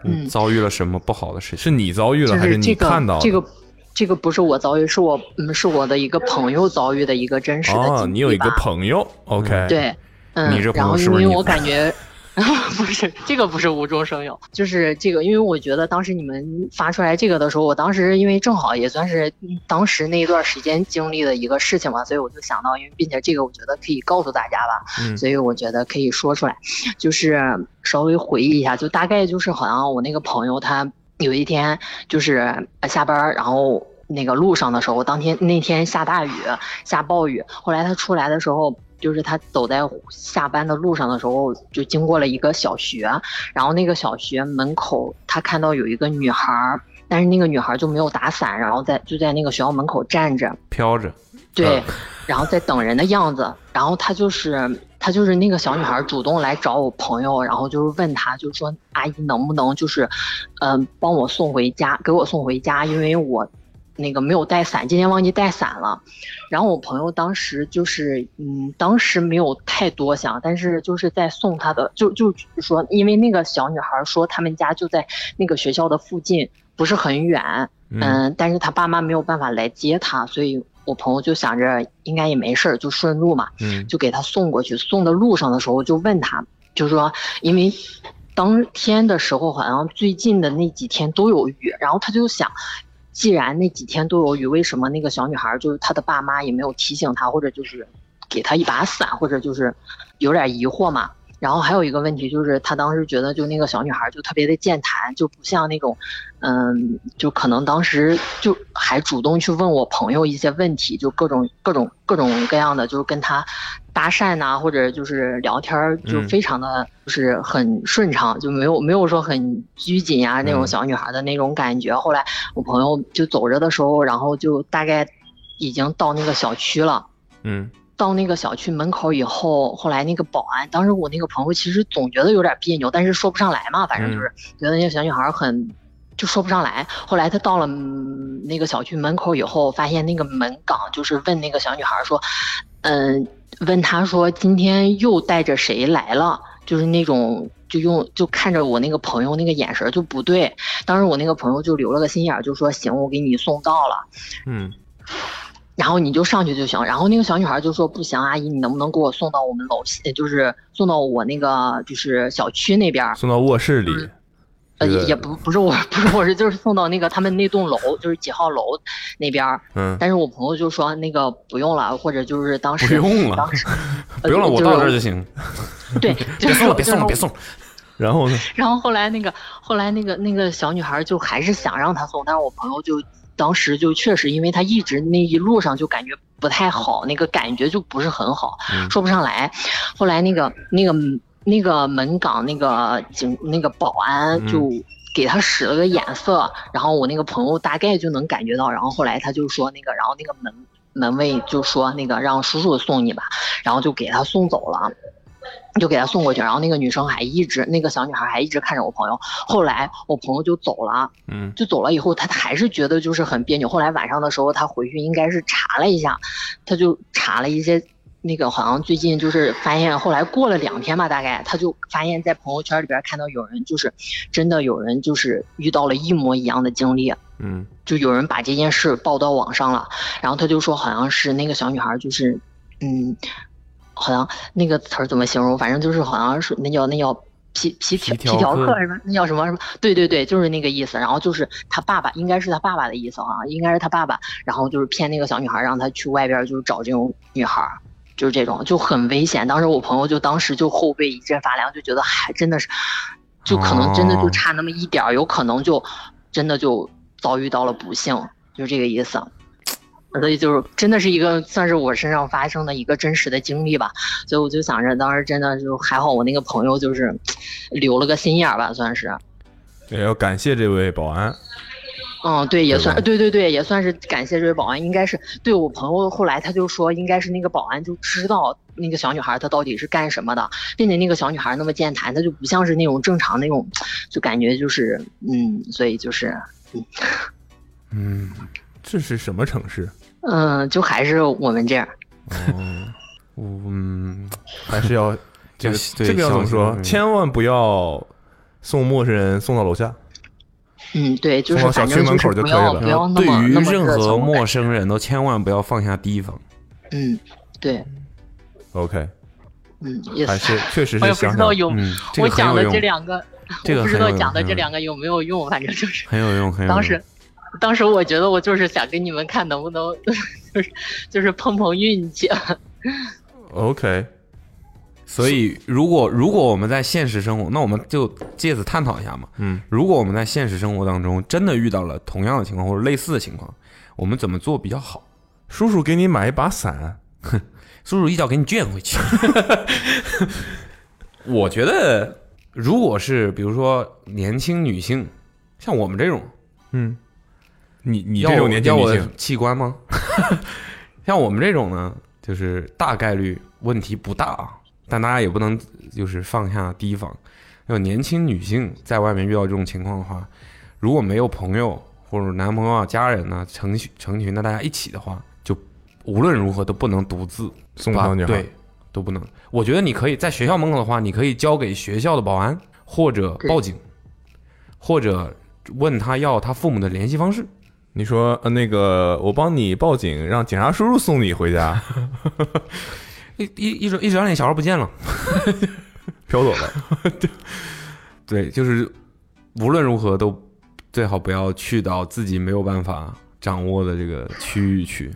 Speaker 3: 你
Speaker 8: 嗯
Speaker 3: 遭遇了什么不好的事情？
Speaker 2: 是你遭遇了
Speaker 8: 就
Speaker 2: 还你
Speaker 8: 这个
Speaker 2: 看到的？
Speaker 8: 这个这个不是我遭遇，是我嗯是我的一个朋友遭遇的一个真实的经历吧。
Speaker 2: 哦，你有一个朋友，OK，，
Speaker 8: 对，嗯，
Speaker 3: 你这朋
Speaker 8: 然
Speaker 3: 友
Speaker 8: 后
Speaker 3: 是
Speaker 8: 因
Speaker 3: 不是
Speaker 8: 为
Speaker 3: 你
Speaker 8: 我 感觉。 不是这个，不是无中生有，就是这个，因为我觉得当时你们发出来这个的时候，我当时因为正好也算是嗯当时那一段时间经历的一个事情嘛，所以我就想到，因为并且这个我觉得可以告诉大家吧，
Speaker 2: 嗯
Speaker 8: 所以我觉得可以说出来，就是稍微回忆一下，就大概就是好像我那个朋友他有一天就是呃下班儿，然后那个路上的时候，当天那天下大雨，下暴雨，后来他出来的时候。就是他走在下班的路上的时候，就经过了一个小学，然后那个小学门口，他看到有一个女孩儿，但是那个女孩儿就没有打伞，然后在就在那个学校门口站着，
Speaker 3: 飘着，
Speaker 8: 对，然后在等人的样子。然后她就是她就是那个小女孩主动来找我朋友，然后就是问她，就是说阿姨能不能就是，嗯、帮我送回家，给我送回家，因为我那个没有带伞，今天忘记带伞了。然后我朋友当时就是，嗯，当时没有太多想，但是就是在送她的，就就说，因为那个小女孩说他们家就在那个学校的附近，不是很远，
Speaker 2: 嗯
Speaker 8: 嗯，但是他爸妈没有办法来接他，所以我朋友就想着应该也没事儿，就顺路嘛，
Speaker 2: 嗯
Speaker 8: 就给他送过去。送的路上的时候，就问他，就说因为当天的时候好像最近的那几天都有雨，然后他就想，既然那几天都有雨，为什么那个小女孩儿就是她的爸妈也没有提醒她，或者就是给她一把伞，或者就是有点疑惑嘛。然后还有一个问题就是，他当时觉得就那个小女孩就特别的健谈，就不像那种，嗯，就可能当时就还主动去问我朋友一些问题，就各种各种各种各样的，就是跟他搭讪呐、或者就是聊天儿，就
Speaker 2: 嗯
Speaker 8: 非常的就是很顺畅，就没有没有说很拘谨呀、那种小女孩的那种感觉。后来我朋友就走着的时候，然后就大概已经到那个小区了。
Speaker 2: 嗯
Speaker 8: 到那个小区门口以后，后来那个保安，当时我那个朋友其实总觉得有点别扭，但是说不上来嘛，反正就是觉得那个小女孩很。就说不上来。后来他到了嗯那个小区门口以后，发现那个门岗就是问那个小女孩说，嗯，问她说今天又带着谁来了，就是那种就用就看着我那个朋友那个眼神儿就不对。当时我那个朋友就留了个心眼儿，就说行，我给你送到了。
Speaker 2: 嗯
Speaker 8: 然后你就上去就行。然后那个小女孩就说：“不行，阿姨，你能不能给我送到我们楼下，就是送到我那个就是小区那边儿？
Speaker 2: 送到卧室里，
Speaker 8: 呃，
Speaker 2: 这
Speaker 8: 也
Speaker 2: 个
Speaker 8: 也不不是我，不是我是就是送到那个他们那栋楼，就是几号楼那边儿。
Speaker 2: 嗯
Speaker 8: 但是我朋友就说那个不用了，或者就是当时
Speaker 3: 不用了
Speaker 8: 当时
Speaker 3: 不用了，我到这儿就行。
Speaker 8: 呃 对，就
Speaker 3: 别
Speaker 8: 是
Speaker 3: 送
Speaker 8: 我
Speaker 3: 了，
Speaker 8: 就
Speaker 3: 别送了，
Speaker 8: 是
Speaker 3: 别送了。
Speaker 2: 然后呢？
Speaker 8: 然后后来那个后来那个那个小女孩就还是想让他送，但是我朋友就当时就确实因为他一直那一路上就感觉不太好，那个感觉就不是很好，说不上来。后来那个那个那个门岗那个警那个保安就。给他使了个眼色，然后我那个朋友大概就能感觉到，然后后来他就说那个，然后那个门门卫就说那个让叔叔送你吧，然后就给他送走了。就给她送过去，然后那个女生还一直，那个小女孩还一直看着我朋友。后来我朋友就走了，
Speaker 2: 嗯
Speaker 8: 就走了以后，她还是觉得就是很别扭。后来晚上的时候，她回去应该是查了一下，她就查了一些那个好像最近就是发现，后来过了两天吧，大概她就发现，在朋友圈里边看到有人就是真的有人就是遇到了一模一样的经历，
Speaker 2: 嗯
Speaker 8: 就有人把这件事报到网上了，然后他就说好像是那个小女孩就是，嗯，好像那个词儿怎么形容，反正就是好像是那叫那叫皮皮条
Speaker 3: 皮条
Speaker 8: 条
Speaker 3: 客
Speaker 8: 客什么，那叫什么什么，对对对，就是那个意思。然后就是他爸爸，应该是他爸爸的意思哈，应该是他爸爸，然后就是骗那个小女孩，让她去外边就是找这种女孩儿。就是这种就很危险，当时我朋友就当时就后背一阵发凉，就觉得嗨，真的是，就可能真的就
Speaker 3: 哦
Speaker 8: 差那么一点儿，有可能就真的就遭遇到了不幸，就是这个意思。所以就是真的是一个算是我身上发生的一个真实的经历吧，所以我就想着当时真的就还好，我那个朋友就是留了个心眼儿吧，算是，
Speaker 2: 也要感谢这位保安，
Speaker 8: 嗯，对，也
Speaker 2: 对
Speaker 8: 算
Speaker 2: 吧
Speaker 8: 对对对，也算是感谢这位保安，应该是对我朋友后来他就说，应该是那个保安就知道那个小女孩她到底是干什么的，并且那个小女孩那么健谈，她就不像是那种正常那种，就感觉就是嗯，所以就是
Speaker 3: 嗯，
Speaker 2: 这是什么城市？
Speaker 8: 嗯，就还是我们这样，
Speaker 3: 哦，嗯，
Speaker 2: 还是要 这
Speaker 3: 要
Speaker 2: 个
Speaker 3: 对
Speaker 2: 这个要怎么
Speaker 3: 小
Speaker 2: 说？
Speaker 3: 心
Speaker 2: 千万不要送陌生人送到楼下。
Speaker 8: 嗯，对，就
Speaker 2: 送
Speaker 8: 是
Speaker 2: 到小
Speaker 8: 反
Speaker 2: 区
Speaker 8: 正
Speaker 2: 门
Speaker 8: 就是
Speaker 2: 口就
Speaker 8: 不
Speaker 2: 可以
Speaker 8: 要
Speaker 2: 了
Speaker 8: 不要那
Speaker 3: 对
Speaker 8: 么
Speaker 3: 于
Speaker 8: 那么
Speaker 3: 任
Speaker 8: 热
Speaker 3: 何
Speaker 8: 情
Speaker 3: 陌生人都千万不要放下提防。
Speaker 8: 嗯，对，
Speaker 2: OK，
Speaker 8: 嗯，也
Speaker 2: 还是确实
Speaker 8: 我也不
Speaker 2: 是想
Speaker 8: 知
Speaker 2: 想
Speaker 8: 道，有，
Speaker 3: 嗯，这
Speaker 8: 哦我
Speaker 3: 个很
Speaker 8: 讲
Speaker 3: 有
Speaker 8: 的
Speaker 3: 用
Speaker 8: 这两个，
Speaker 3: 这个
Speaker 8: 我不知
Speaker 3: 很有
Speaker 8: 道
Speaker 3: 用
Speaker 8: 讲的
Speaker 3: 很有
Speaker 2: 嗯
Speaker 8: 这两个有没有用，反正就是
Speaker 3: 很有用，很有用。
Speaker 8: 当时，当时我觉得我就是想跟你们看能不能 就是就是碰碰运气，
Speaker 2: OK，
Speaker 3: 所以如果如果我们在现实生活，那我们就借此探讨一下嘛。
Speaker 2: 嗯，
Speaker 3: 如果我们在现实生活当中真的遇到了同样的情况或者类似的情况，我们怎么做比较好？
Speaker 2: 叔叔给你买一把伞，
Speaker 3: 叔叔一脚给你撅回去。 我觉得，如果是比如说年轻女性，像我们这种，
Speaker 2: 嗯，你你
Speaker 3: 要
Speaker 2: 这
Speaker 3: 我
Speaker 2: 种年轻
Speaker 3: 要
Speaker 2: 女
Speaker 3: 我的
Speaker 2: 性，
Speaker 3: 器官吗？ 像我们这种呢，就是大概率问题不大，啊，但大家也不能就是放下提防。要年轻女性在外面遇到这种情况的话，如果没有朋友或者男朋友啊、家人呢、成群成群的大家一起的话，就无论如何都不能独自
Speaker 2: 送
Speaker 3: 把
Speaker 2: 到女孩
Speaker 3: 对，都不能。我觉得你可以在学校门口的话，你可以交给学校的保安或者
Speaker 8: 对
Speaker 3: 报警，或者问他要他父母的联系方式。
Speaker 2: 你说呃那个我帮你报警，让警察叔叔送你回 家，
Speaker 3: 一一一转一转脸，小孩不见了。
Speaker 2: 飘走了。
Speaker 3: 对，就是无论如何都最好不要去到自己没有办法掌握的这个区域去。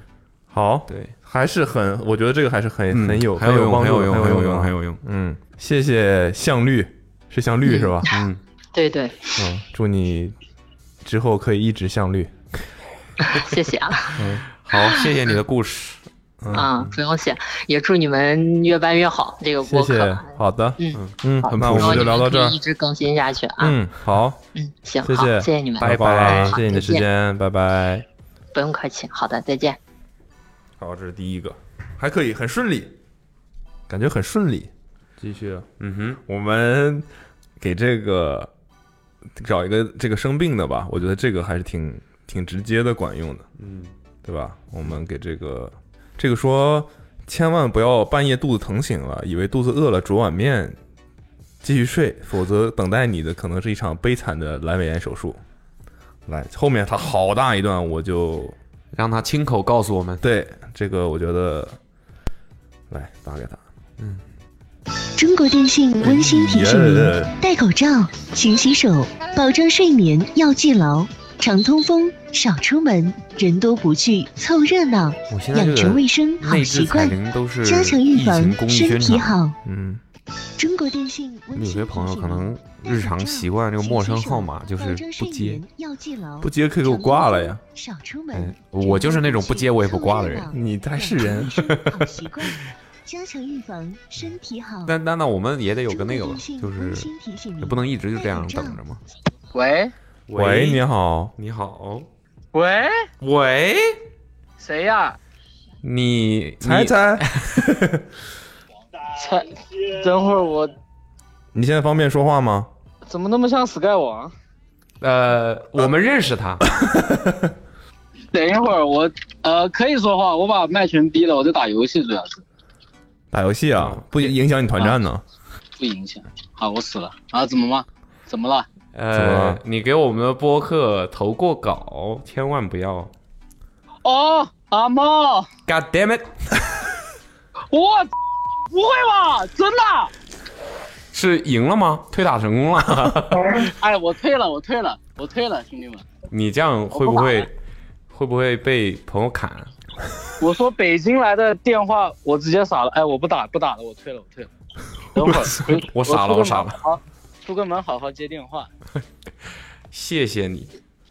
Speaker 2: 好，
Speaker 3: 对，
Speaker 2: 还是很，我觉得这嗯个还是很、很有
Speaker 3: 很
Speaker 2: 有
Speaker 3: 用，
Speaker 2: 帮
Speaker 3: 很嗯
Speaker 2: 助
Speaker 3: 有
Speaker 2: 的，
Speaker 3: 用，
Speaker 2: 很
Speaker 3: 很有
Speaker 2: 用
Speaker 3: 用，
Speaker 2: 的
Speaker 3: 很有用。
Speaker 2: 嗯，谢谢向绿，是向绿是吧？
Speaker 3: 嗯，
Speaker 8: 对对，
Speaker 2: 嗯，祝你之后可以一直向绿。
Speaker 8: 谢谢 啊
Speaker 3: 好，谢谢你的故事。
Speaker 8: 啊、不用谢，也祝你们越办越好这个
Speaker 2: 谢
Speaker 8: 播客，
Speaker 2: 谢，好的，
Speaker 8: 嗯
Speaker 2: 嗯，
Speaker 8: 好
Speaker 2: 那我
Speaker 8: 然后
Speaker 2: 们就
Speaker 8: 你
Speaker 2: 聊到
Speaker 8: 们
Speaker 2: 这
Speaker 8: 可
Speaker 2: 儿
Speaker 8: 以一，直更新下去啊，
Speaker 2: 嗯，好，
Speaker 8: 嗯行，
Speaker 2: 谢
Speaker 8: 好，
Speaker 2: 谢，啊
Speaker 8: 谢谢你们，
Speaker 3: 拜拜
Speaker 2: 谢谢你的时间，拜拜。
Speaker 8: 不用客气，好的，再见。
Speaker 2: 好，这是第一个，还可以，很顺利，感觉很顺利。继续，啊
Speaker 3: 嗯哼，
Speaker 2: 我们给这个找一个这个生病的吧，我觉得这个还是挺挺直接的，管用的，
Speaker 3: 嗯，
Speaker 2: 对吧？我们给这个这个说，千万不要半夜肚子疼醒了，以为肚子饿了煮碗面继续睡，否则等待你的可能是一场悲惨的阑尾炎手术。来，后面他好大一段，我就
Speaker 3: 让他亲口告诉我们。
Speaker 2: 对这个我觉得，来打给他。
Speaker 9: 中国电信温馨提示
Speaker 2: 嗯
Speaker 9: 您：戴口罩，勤洗手，保证睡眠要记牢，常通风，少出门，人多不聚，凑热闹，
Speaker 3: 我现在这
Speaker 9: 养成卫
Speaker 3: 个
Speaker 9: 生好
Speaker 3: 内置
Speaker 9: 习
Speaker 3: 彩
Speaker 9: 惯，
Speaker 3: 铃都是
Speaker 9: 加强
Speaker 3: 疫
Speaker 9: 预
Speaker 3: 情
Speaker 9: 防
Speaker 3: 公益宣
Speaker 9: 身体
Speaker 3: 传。
Speaker 9: 好。
Speaker 2: 嗯，
Speaker 9: 中国电信温
Speaker 3: 有
Speaker 9: 馨
Speaker 3: 些朋友
Speaker 9: 提
Speaker 3: 可
Speaker 9: 醒您
Speaker 3: 能日常习惯这个陌生号码就
Speaker 9: 保
Speaker 3: 是
Speaker 9: 证
Speaker 3: 不
Speaker 9: 睡
Speaker 3: 接
Speaker 9: 眠。要记牢，
Speaker 2: 不接可以给我挂了呀。
Speaker 9: 少出
Speaker 3: 嗯
Speaker 9: 门，
Speaker 3: 我就是那种不接我也不挂的人
Speaker 9: 人
Speaker 2: 你才是人。
Speaker 9: 好习 惯，加强预防身体好。
Speaker 3: 但但那我们也得有个那个吧，
Speaker 9: 中
Speaker 3: 就
Speaker 9: 国电信温
Speaker 3: 是
Speaker 9: 馨提醒
Speaker 3: 也
Speaker 9: 您
Speaker 3: 不能一直就这样等着嘛。
Speaker 4: 喂
Speaker 2: 喂，你好，
Speaker 3: 你好，
Speaker 4: 喂，
Speaker 3: 喂，
Speaker 4: 谁呀？
Speaker 3: 你
Speaker 2: 猜
Speaker 3: 你
Speaker 2: 猜，
Speaker 4: 猜，等会儿我
Speaker 2: 你现在方便说话吗？
Speaker 4: 怎么那么像 Sky 王？
Speaker 3: 呃，我们认识 他，
Speaker 4: 等一会儿我呃可以说话，我把麦全逼了，我在打游戏，主要是
Speaker 2: 打游戏啊，
Speaker 4: 嗯
Speaker 2: 不影响你团战呢。
Speaker 4: 不影响。好，我死了啊？怎么吗？怎么了？
Speaker 2: 怎么
Speaker 3: 呃
Speaker 2: 了，
Speaker 3: 你给我们的播客投过稿，千万不要。
Speaker 4: 哦，阿茂，
Speaker 3: God damn it！
Speaker 4: 我不会吧？真的？
Speaker 3: 是赢了吗？推打成功 了？
Speaker 4: 哎，我退了，我退了，我退了，兄弟们。
Speaker 3: 你这样会不会会不会被朋友砍？
Speaker 4: 我说北京来的电话，我直接傻了。哎，我不打，不打了，我退了，我退了。等会儿回
Speaker 3: 我傻了
Speaker 4: 出个
Speaker 3: 我傻
Speaker 4: 门
Speaker 3: 了
Speaker 4: 好，出个门好好接电话。
Speaker 3: 谢谢你，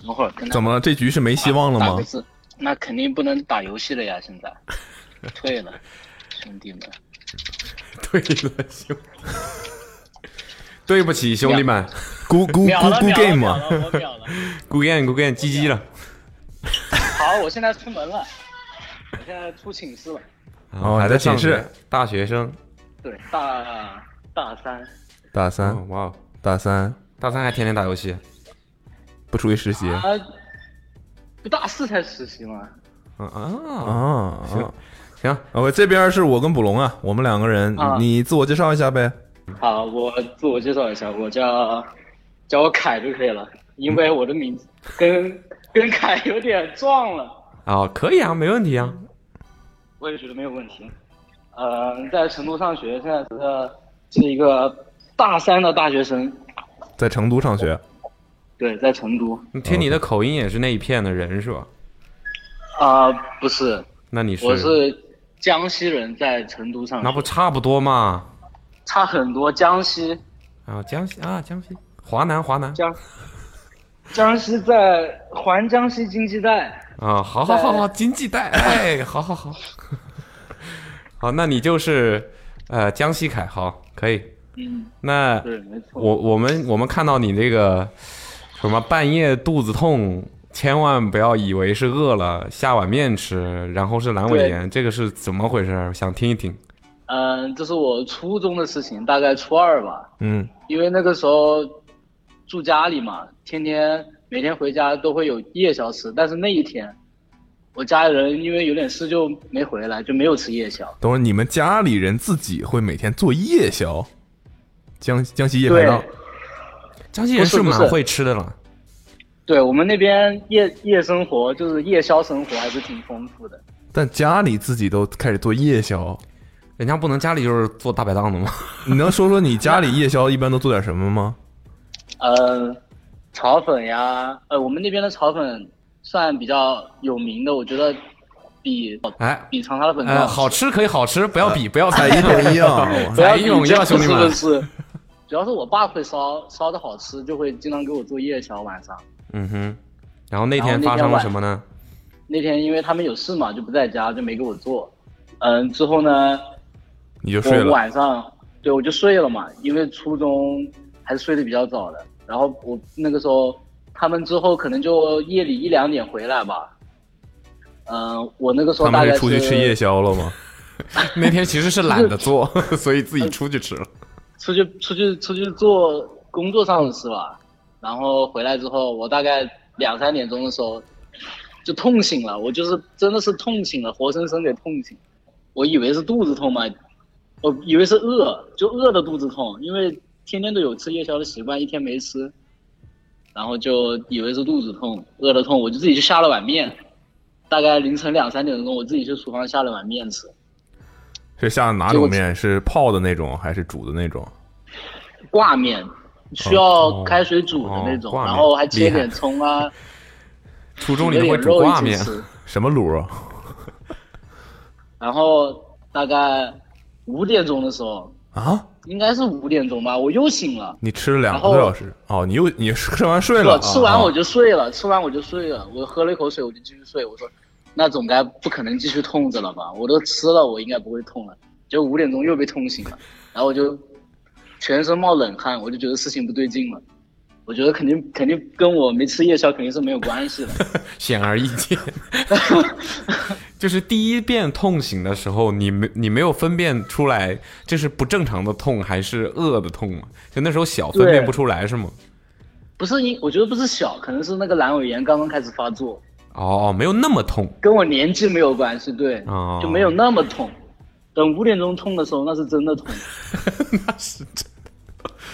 Speaker 4: 等会儿跟他
Speaker 2: 怎么了？这局是没希望了
Speaker 4: 打
Speaker 2: 吗
Speaker 4: 个？字？那肯定不能打游戏了呀，现在 退了，兄弟们。
Speaker 3: 对了兄弟， 对不起兄弟 们
Speaker 2: 咕咕
Speaker 4: 秒
Speaker 2: 咕
Speaker 4: 了，
Speaker 2: 咕
Speaker 4: 秒
Speaker 2: game
Speaker 4: 了，
Speaker 2: 嘛
Speaker 4: 秒，了，我秒了。
Speaker 3: ，good game，good game，鸡鸡了。
Speaker 4: 好，我现在出门了，我现在出寝室了。
Speaker 2: 哦
Speaker 3: 啊还
Speaker 2: 你在
Speaker 3: 上
Speaker 2: 寝室
Speaker 3: 学，大学生。
Speaker 4: 对，大大三，
Speaker 2: 大三
Speaker 3: 嗯，哇哦，
Speaker 2: 大三
Speaker 3: 大三还天天打游戏。
Speaker 2: 不出去实习啊
Speaker 4: 啊，不大四才实习吗？
Speaker 3: 嗯啊，
Speaker 2: 啊！
Speaker 3: 行行，
Speaker 2: OK，这边是我跟卜龙啊，我们两个人
Speaker 4: 啊，
Speaker 2: 你自我介绍一下呗。
Speaker 4: 好，我自我介绍一下，我叫叫我凯就可以了，因为我的名字跟 跟凯有点撞了，
Speaker 3: 哦，可以啊，没问题啊。
Speaker 4: 我也觉得没有问题。呃，在成都上学，现在是个是一个大三的大学生，
Speaker 2: 在成都上学，
Speaker 4: 对，在成都。
Speaker 3: 听你的口音也是那一片的人是吧？
Speaker 4: 啊、不是，
Speaker 3: 那你是
Speaker 4: 我是江西人，在成都上学，
Speaker 3: 那不差不多嘛？
Speaker 4: 差很多。江西，
Speaker 3: 啊，江西啊，江西，华南，华南
Speaker 4: 江江西在环江西经济带。
Speaker 3: 啊，好好好好，经济 带，哎，好好 好，好，那你就是呃江西凯，好，可以。
Speaker 4: 嗯，
Speaker 3: 那
Speaker 4: 对，没错。
Speaker 3: 我我们我们看到你这个什么半夜肚子痛，千万不要以为是饿了下碗面吃，然后是阑尾炎，这个是怎么回事？想听一听。
Speaker 4: 嗯，这是我初中的事情，大概初二吧。
Speaker 2: 嗯，
Speaker 4: 因为那个时候住家里嘛，天天每天回家都会有夜宵吃，但是那一天我家里人因为有点事就没回来，就没有吃夜宵。
Speaker 2: 等会儿你们家里人自己会每天做夜宵，江江西夜排
Speaker 4: 对，
Speaker 2: 档
Speaker 3: 江西人
Speaker 4: 不是不是
Speaker 3: 蛮会吃的了，
Speaker 4: 对我们那边夜夜生活就是夜宵生活还是挺丰富的。
Speaker 2: 但家里自己都开始做夜宵，
Speaker 3: 人家不能家里就是做大排档 的吗？
Speaker 2: 你能说说你家里夜宵一般都做点什么吗？
Speaker 4: 呃，炒粉呀，呃，我们那边的炒粉算比较有名的，我觉得比
Speaker 3: 哎，
Speaker 4: 比长沙的粉更
Speaker 3: 呃，好吃可以好吃，不要比，不要
Speaker 2: 哎，
Speaker 3: 猜
Speaker 2: 一模一样，
Speaker 4: 不要
Speaker 3: 才艺荣耀兄弟们
Speaker 4: 是不是？主要是我爸会烧烧的好吃，就会经常给我做夜宵。晚上
Speaker 3: 嗯哼，然后那
Speaker 4: 然后
Speaker 3: 天
Speaker 4: 那
Speaker 3: 发
Speaker 4: 天
Speaker 3: 生了
Speaker 4: 晚
Speaker 3: 什么呢？
Speaker 4: 那天因为他们有事嘛，就不在家，就没给我做。嗯，之后呢，
Speaker 2: 你就睡
Speaker 4: 我
Speaker 2: 了。
Speaker 4: 晚上对我就睡了嘛，因为初中还是睡得比较早的。然后我那个时候他们之后可能就夜里一两点回来吧。嗯，我那个时候
Speaker 2: 他
Speaker 4: 大
Speaker 2: 们
Speaker 4: 概
Speaker 2: 是出去吃夜宵了吗？
Speaker 3: 那天其实是懒得做， 所以自己出去 吃了。
Speaker 4: 出去出去出去做工作上的事吧，然后回来之后，我大概两三点钟的时候就痛醒了，我就是真的是痛醒了，活生生给痛醒。我以为是肚子痛嘛，我以为是饿，就饿的肚子痛，因为天天都有吃夜宵的习惯，一天没吃，然后就以为是肚子痛，饿的痛，我就自己去下了碗面。大概凌晨两三点钟，我自己去厨房下了碗面吃，
Speaker 2: 是下的哪种面？是泡的那种还是煮的那种？
Speaker 4: 挂面，需要开水煮的那
Speaker 3: 哦
Speaker 4: 种，
Speaker 3: 挂面
Speaker 4: 然后还切
Speaker 3: 厉
Speaker 4: 点
Speaker 3: 害
Speaker 4: 葱啊，
Speaker 3: 初
Speaker 4: 有
Speaker 3: 中你都
Speaker 4: 点
Speaker 3: 会煮
Speaker 4: 肉一
Speaker 3: 挂
Speaker 4: 起
Speaker 3: 面，
Speaker 4: 吃。
Speaker 2: 什么卤啊？
Speaker 4: 然后大概五点钟的时候，
Speaker 2: 啊？
Speaker 4: 应该是五点钟吧，我又醒了。
Speaker 2: 你吃了两个多小时？哦，你又你吃完睡了？
Speaker 4: 我吃
Speaker 3: 哦
Speaker 4: 完我
Speaker 2: 啊
Speaker 4: 就睡了，吃完我就睡了。我喝了一口水，我就继续睡。我说，那总该不可能继续痛着了吧？我都吃了，我应该不会痛了。结果五点钟又被痛醒了，然后我就全身冒冷汗，我就觉得事情不对劲了。我觉得肯定肯定跟我没吃夜宵肯定是没有关系的。
Speaker 3: 显而易 见。就是第一遍痛醒的时候，你没你没有分辨出来这是不正常的痛还是饿的痛嘛？就那时候小分
Speaker 4: 对
Speaker 3: 辨不出来是吗？
Speaker 4: 不是因，我觉得不是小，可能是那个阑尾炎刚刚开始发作，
Speaker 3: 哦，没有那么痛
Speaker 4: 跟我年纪没有关系，对，
Speaker 3: 哦
Speaker 4: 就没有那么痛。等五点钟痛的时候，那是真的痛，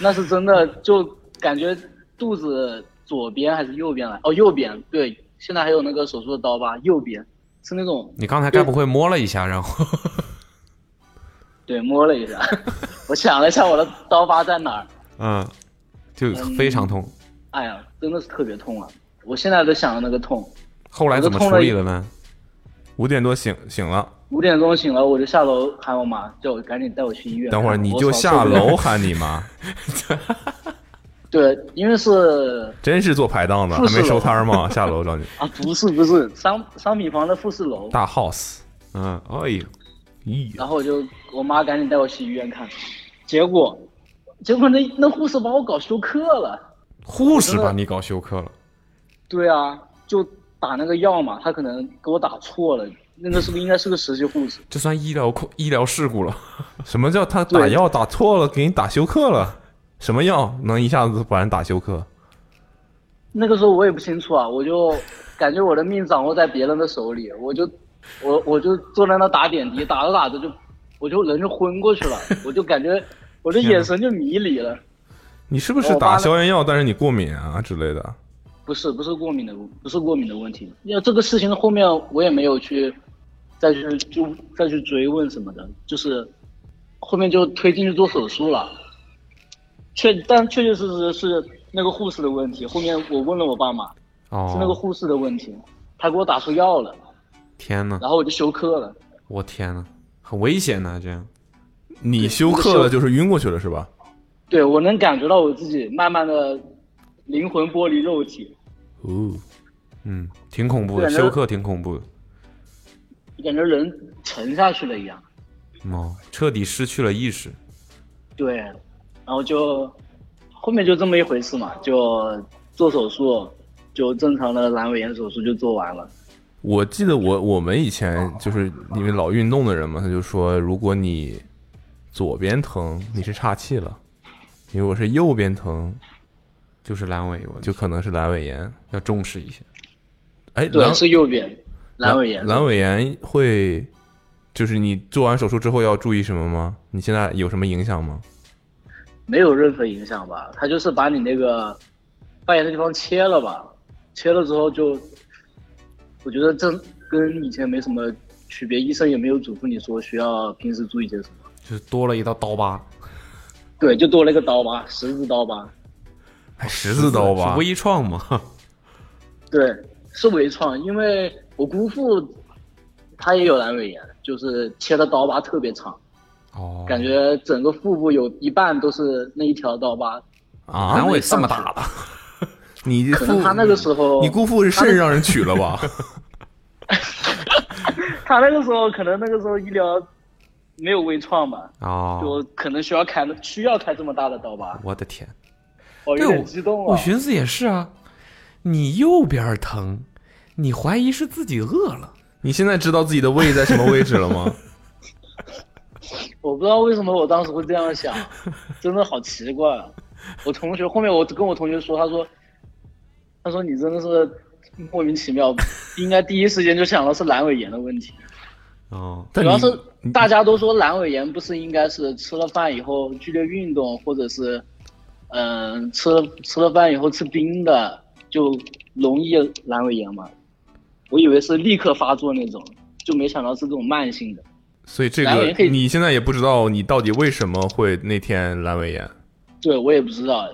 Speaker 4: 那是真的，就感觉肚子左边还是右边来？哦，右边，对，现在还有那个手术的刀疤，右边是那种，
Speaker 3: 你刚才该不会摸了一下，然后
Speaker 4: 对，摸了一下，我想了一下我的刀疤在哪儿，
Speaker 3: 嗯， 就非常痛。
Speaker 4: 哎呀，真的是特别痛啊！我现在都想着那个痛。
Speaker 3: 后来怎么处理的呢？
Speaker 2: 五点多醒醒了，
Speaker 4: 五点钟醒了，我就下楼喊我妈，叫我赶紧带我去医院。
Speaker 2: 等会儿你就下 楼喊你妈，
Speaker 4: 对，因为是
Speaker 2: 真是做排 档的，还没收摊儿吗？下楼找你
Speaker 4: 啊，不是不是，商商品房的复式楼，
Speaker 2: 大 house，
Speaker 3: 嗯，哎呦，
Speaker 2: 咦，
Speaker 4: 然后我就我妈赶紧带我去医院看，结果结果那那护士把我搞休克了。
Speaker 3: 护士
Speaker 4: 嗯
Speaker 3: 把你搞休克了，
Speaker 4: 对啊，就打那个药嘛，她可能给我打错了，那个是不应该是个实习护士？
Speaker 3: 这算医疗恐医疗事故了。
Speaker 2: 什么叫他打药打错了，给你打休克了？什么药能一下子把人打休克？
Speaker 4: 那个时候我也不清楚啊，我就感觉我的命掌握在别人的手里，我就我我就坐在那打点滴，打着打着就我就人就昏过去了，我就感觉我的眼神就迷离了。
Speaker 2: 你是不是打消炎药，但是你过敏啊之类的？
Speaker 4: 不是不是过敏的，不是过敏的问题。因为这个事情后面我也没有去再去就再去追问什么的，就是后面就推进去做手术了。确，但确确实实是那个护士的问题。后面我问了我爸妈，
Speaker 3: 哦，
Speaker 4: 是那个护士的问题，他给我打错药了，
Speaker 3: 天哪，
Speaker 4: 然后我就休克了。
Speaker 3: 我天哪，很危险啊呐、这样。
Speaker 2: 你休克了就是晕过去了是吧？
Speaker 4: 对我能感觉到我自己慢慢的灵魂剥离肉体，
Speaker 2: 哦，
Speaker 3: 嗯，挺恐怖的，
Speaker 4: 对那
Speaker 3: 休克挺恐怖的，
Speaker 4: 感觉人沉下去了一样。
Speaker 3: 哦，彻底失去了意识。
Speaker 4: 对，然后就后面就这么一回事嘛，就做手术，就正常的阑尾炎手术就做完了。
Speaker 2: 我记得我我们以前就是因为老运动的人嘛，他就说，如果你左边疼，你是岔气了；你如果是右边疼，
Speaker 3: 就是阑尾，我
Speaker 2: 就可能是阑尾炎。
Speaker 3: 要重视一下。
Speaker 2: 哎，
Speaker 4: 对，
Speaker 2: 阑
Speaker 4: 是右边阑尾炎。
Speaker 2: 阑尾炎会，就是你做完手术之后要注意什么吗？你现在有什么影响吗？
Speaker 4: 没有任何影响吧？他就是把你那个发炎的地方切了吧，切了之后就，我觉得这跟以前没什么区别，医生也没有嘱咐你说需要平时注意些什么。
Speaker 3: 就是多了一道刀疤，
Speaker 4: 对，就多了一个刀疤，十字刀疤。
Speaker 2: 哎，十字刀
Speaker 3: 是
Speaker 2: 吧，
Speaker 3: 微创嘛？
Speaker 4: 对，是微创，因为我姑父他也有阑尾炎，就是切的刀疤特别长，
Speaker 3: 哦，
Speaker 4: 感觉整个腹部有一半都是那一条刀疤。
Speaker 2: 啊
Speaker 3: 阑！尾这么大的，
Speaker 2: 你
Speaker 4: 可能
Speaker 2: 父
Speaker 4: 他那个时候，
Speaker 3: 嗯
Speaker 2: 你姑父是肾让人取了 吧？
Speaker 4: 他那个时候可能那个时候医疗没有微创吧。
Speaker 3: 哦，
Speaker 4: 就可能需要开需要开这么大的刀吧，
Speaker 3: 我的天！
Speaker 4: 我有
Speaker 3: 对，我
Speaker 4: 点激动
Speaker 3: 我
Speaker 4: 啊！
Speaker 3: 寻思也是啊，你右边疼，你怀疑是自己饿了。
Speaker 2: 你现在知道自己的胃在什么位置了吗？
Speaker 4: 我不知道为什么我当时会这样想，真的好奇怪啊。我同学后面我跟我同学说，他说，他说你真的是莫名其妙，应该第一时间就想到是阑尾炎的问题。
Speaker 3: 哦，
Speaker 2: 但
Speaker 4: 主要
Speaker 2: 你
Speaker 4: 是大家都说阑尾炎不是应该是吃了饭以后剧烈运动，或者是，嗯、吃了吃了饭以后吃冰的就容易阑尾炎嘛？我以为是立刻发作那种，就没想到是这种慢性的。
Speaker 2: 所以这
Speaker 4: 阑尾
Speaker 2: 个
Speaker 4: 炎可以
Speaker 2: 你现在也不知道你到底为什么会那天阑尾炎。
Speaker 4: 对我也不知道，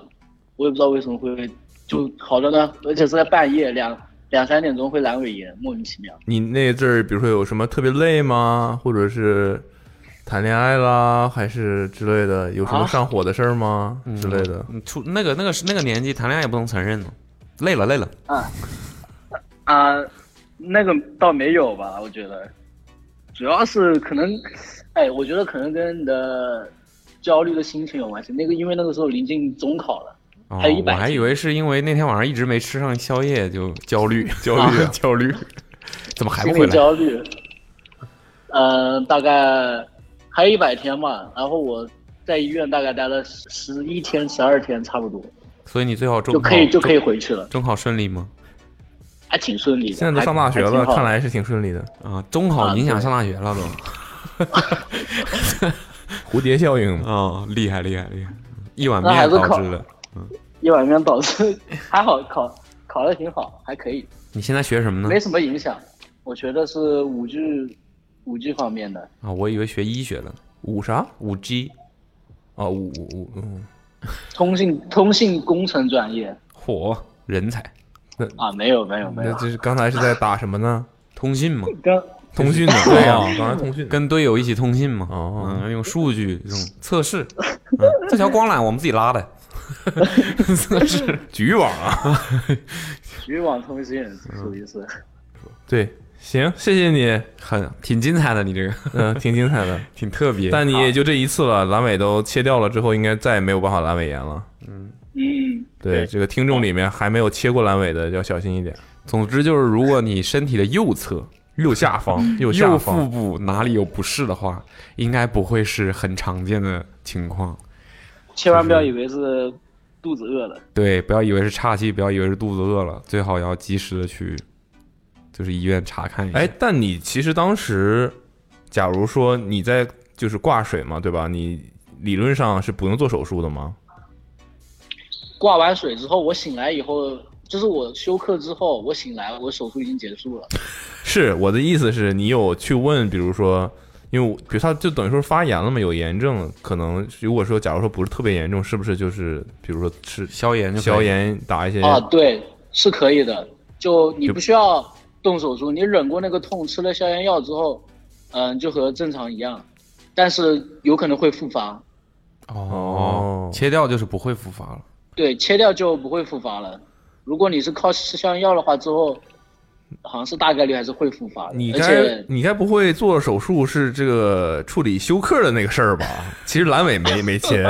Speaker 4: 我也不知道为什么会就好着呢，而且是在半夜两两三点钟会阑尾炎，莫名其妙。
Speaker 2: 你那阵儿，比如说有什么特别累吗？或者是谈恋爱啦，还是之类的，有什么
Speaker 4: 啊
Speaker 2: 上火的事儿吗？之类的。
Speaker 3: 嗯出那个那个是那个年纪谈恋爱也不能承认呢，累了累了。
Speaker 4: 啊、那个倒没有吧，我觉得，主要是可能，哎，我觉得可能跟你的焦虑的心情有关系。那个因为那个时候临近中考了，
Speaker 3: 哦
Speaker 4: 还有一，
Speaker 3: 我
Speaker 4: 百
Speaker 3: 还以为是因为那天晚上一直没吃上宵夜就焦 虑焦
Speaker 2: 虑
Speaker 3: 焦 虑，怎么还不
Speaker 4: 心
Speaker 3: 回
Speaker 4: 理
Speaker 3: 来？
Speaker 4: 焦虑。呃，大概还有一百天嘛，然后我在医院大概待了十一天、十二天差不多，
Speaker 3: 所以你最好中
Speaker 4: 就
Speaker 3: 考
Speaker 4: 可以就可以
Speaker 3: 中
Speaker 4: 回去了，
Speaker 3: 中考顺利吗？
Speaker 4: 还挺顺利的。
Speaker 2: 现在都上大学
Speaker 4: 还挺
Speaker 2: 了，
Speaker 4: 好的
Speaker 2: 看来是挺顺利的。
Speaker 3: 啊，中考
Speaker 4: 啊
Speaker 3: 影响
Speaker 4: 对
Speaker 3: 上大学了都。
Speaker 2: 蝴蝶效应嘛，
Speaker 3: 哦，厉害厉害厉害！一碗
Speaker 4: 那还是
Speaker 3: 面导
Speaker 4: 考
Speaker 3: 致了。
Speaker 4: 一晚上导致 还好考考的挺好，还可以。
Speaker 3: 你现在学什
Speaker 2: 嗯
Speaker 3: 么
Speaker 4: 没
Speaker 3: 呢？
Speaker 4: 什么影响。我学的是舞剧，舞剧方面的。
Speaker 3: 啊，我以为学医学的呢。
Speaker 2: 五啥？
Speaker 3: 五 G，
Speaker 2: 啊，五五五，嗯，
Speaker 4: 通信通信工程专业
Speaker 3: 嚯，人才，
Speaker 4: 啊，没有没有没
Speaker 2: 那
Speaker 4: 有，
Speaker 2: 这是刚才是在打什么呢？
Speaker 3: 通信嘛，
Speaker 4: 跟
Speaker 2: 通讯呢？
Speaker 3: 对呀
Speaker 2: 哦刚才 通讯。
Speaker 3: 跟队友一起通信嘛，
Speaker 2: 哦
Speaker 3: 嗯，用数据这种测试，嗯，这条光缆我们自己拉的， 测试
Speaker 2: 局域网啊。
Speaker 4: 局域网通信属于是。
Speaker 2: 嗯对，行，谢谢你，
Speaker 3: 很挺精彩的，你这个
Speaker 2: 嗯，挺精彩的。
Speaker 3: 挺特别，
Speaker 2: 但你也就这一次了，阑尾都切掉了之后，应该再也没有办法阑尾炎了。
Speaker 4: 嗯，
Speaker 2: 对，这个听众里面还没有切过阑尾的，要小心一点。
Speaker 3: 总之就是，如果你身体的右侧、
Speaker 2: 右下方，右下
Speaker 3: 右
Speaker 2: 方
Speaker 3: 腹，部哪里有不适的话，应该不会是很常见的情况。
Speaker 4: 千万不要以为是肚子饿了，
Speaker 3: 对，不要以为是岔气，不要以为是肚子饿了，最好要及时的去，就是医院查看一下。
Speaker 2: 哎，，但你其实当时，假如说你在就是挂水嘛，对吧？你理论上是不用做手术的吗？
Speaker 4: 挂完水之后，我醒来以后，就是我休克之后，我醒来，我手术已经结束了。
Speaker 2: 是我的意思是你有去问，比如说，因为我比如他就等于说发炎了嘛，有炎症，可能如果说假如说不是特别严重，是不是就是比如说吃
Speaker 3: 消炎就可以
Speaker 2: 消，炎打一些
Speaker 4: 啊，对，是可以的，就你不需要动手术，你忍过那个痛，吃了消炎药之后，嗯，就和正常一样，但是有可能会复发。
Speaker 2: 哦
Speaker 3: 切掉就是不会复发了。
Speaker 4: 对，切掉就不会复发了。如果你是靠吃消炎药的话，之后好像是大概率还是会复发的。
Speaker 2: 你
Speaker 4: 而
Speaker 2: 该
Speaker 4: 且
Speaker 2: 你该不会做手术是这个处理休克的那个 事儿吧？其实阑尾没没切，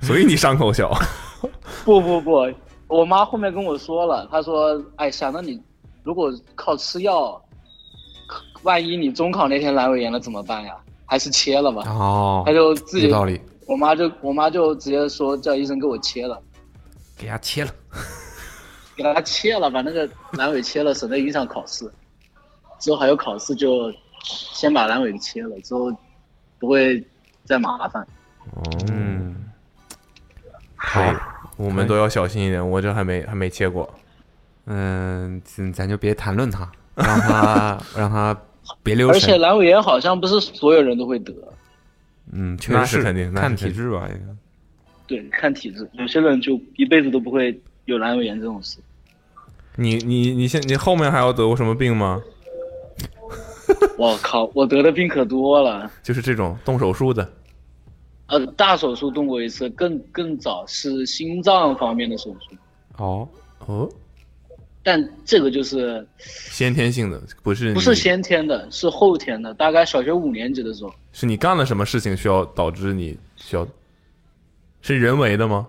Speaker 2: 所以你伤口小。
Speaker 4: 不不不，我妈后面跟我说了，她说：“哎，想到你如果靠吃药，可万一你中考那天阑尾炎了怎么办呀？还是切了吧。
Speaker 3: 哦
Speaker 4: 她，就自
Speaker 3: 有
Speaker 4: 己，
Speaker 3: 道理，
Speaker 4: 我妈就我妈就直接说叫医生给我切了，
Speaker 3: 给它切了。
Speaker 4: 给她切了，把那个阑尾切了，省得影响考试。之后还有考试就先把阑尾切了，之后不会再麻烦。
Speaker 3: 嗯，
Speaker 2: 可以，我们都要小心一点。我这还没还没切过。
Speaker 3: 嗯，咱咱就别谈论它，让它让它别留
Speaker 4: 而且
Speaker 3: 神。
Speaker 4: 阑尾炎好像不是所有人都会得，
Speaker 3: 嗯，确
Speaker 2: 那
Speaker 3: 实
Speaker 2: 是肯定那
Speaker 3: 看
Speaker 2: 是
Speaker 3: 体
Speaker 2: 肯定
Speaker 3: 质吧，应该。
Speaker 4: 对，看体质，有些人就一辈子都不会有阑尾炎这种事。
Speaker 2: 你你你现你后面还要得过什么病吗？
Speaker 4: 我靠，我得的病可多了。
Speaker 2: 就是这种动手术的。
Speaker 4: 呃，大手术动过一次，更更早是心脏方面的手术，
Speaker 3: 哦，
Speaker 2: 哦，
Speaker 4: 但这个就是
Speaker 2: 先天性的不是
Speaker 4: 不
Speaker 2: 你
Speaker 4: 是先天的，是后天的。大概小学五年级的时候，
Speaker 2: 是你干了什么事情需要导致你需要是人为的吗？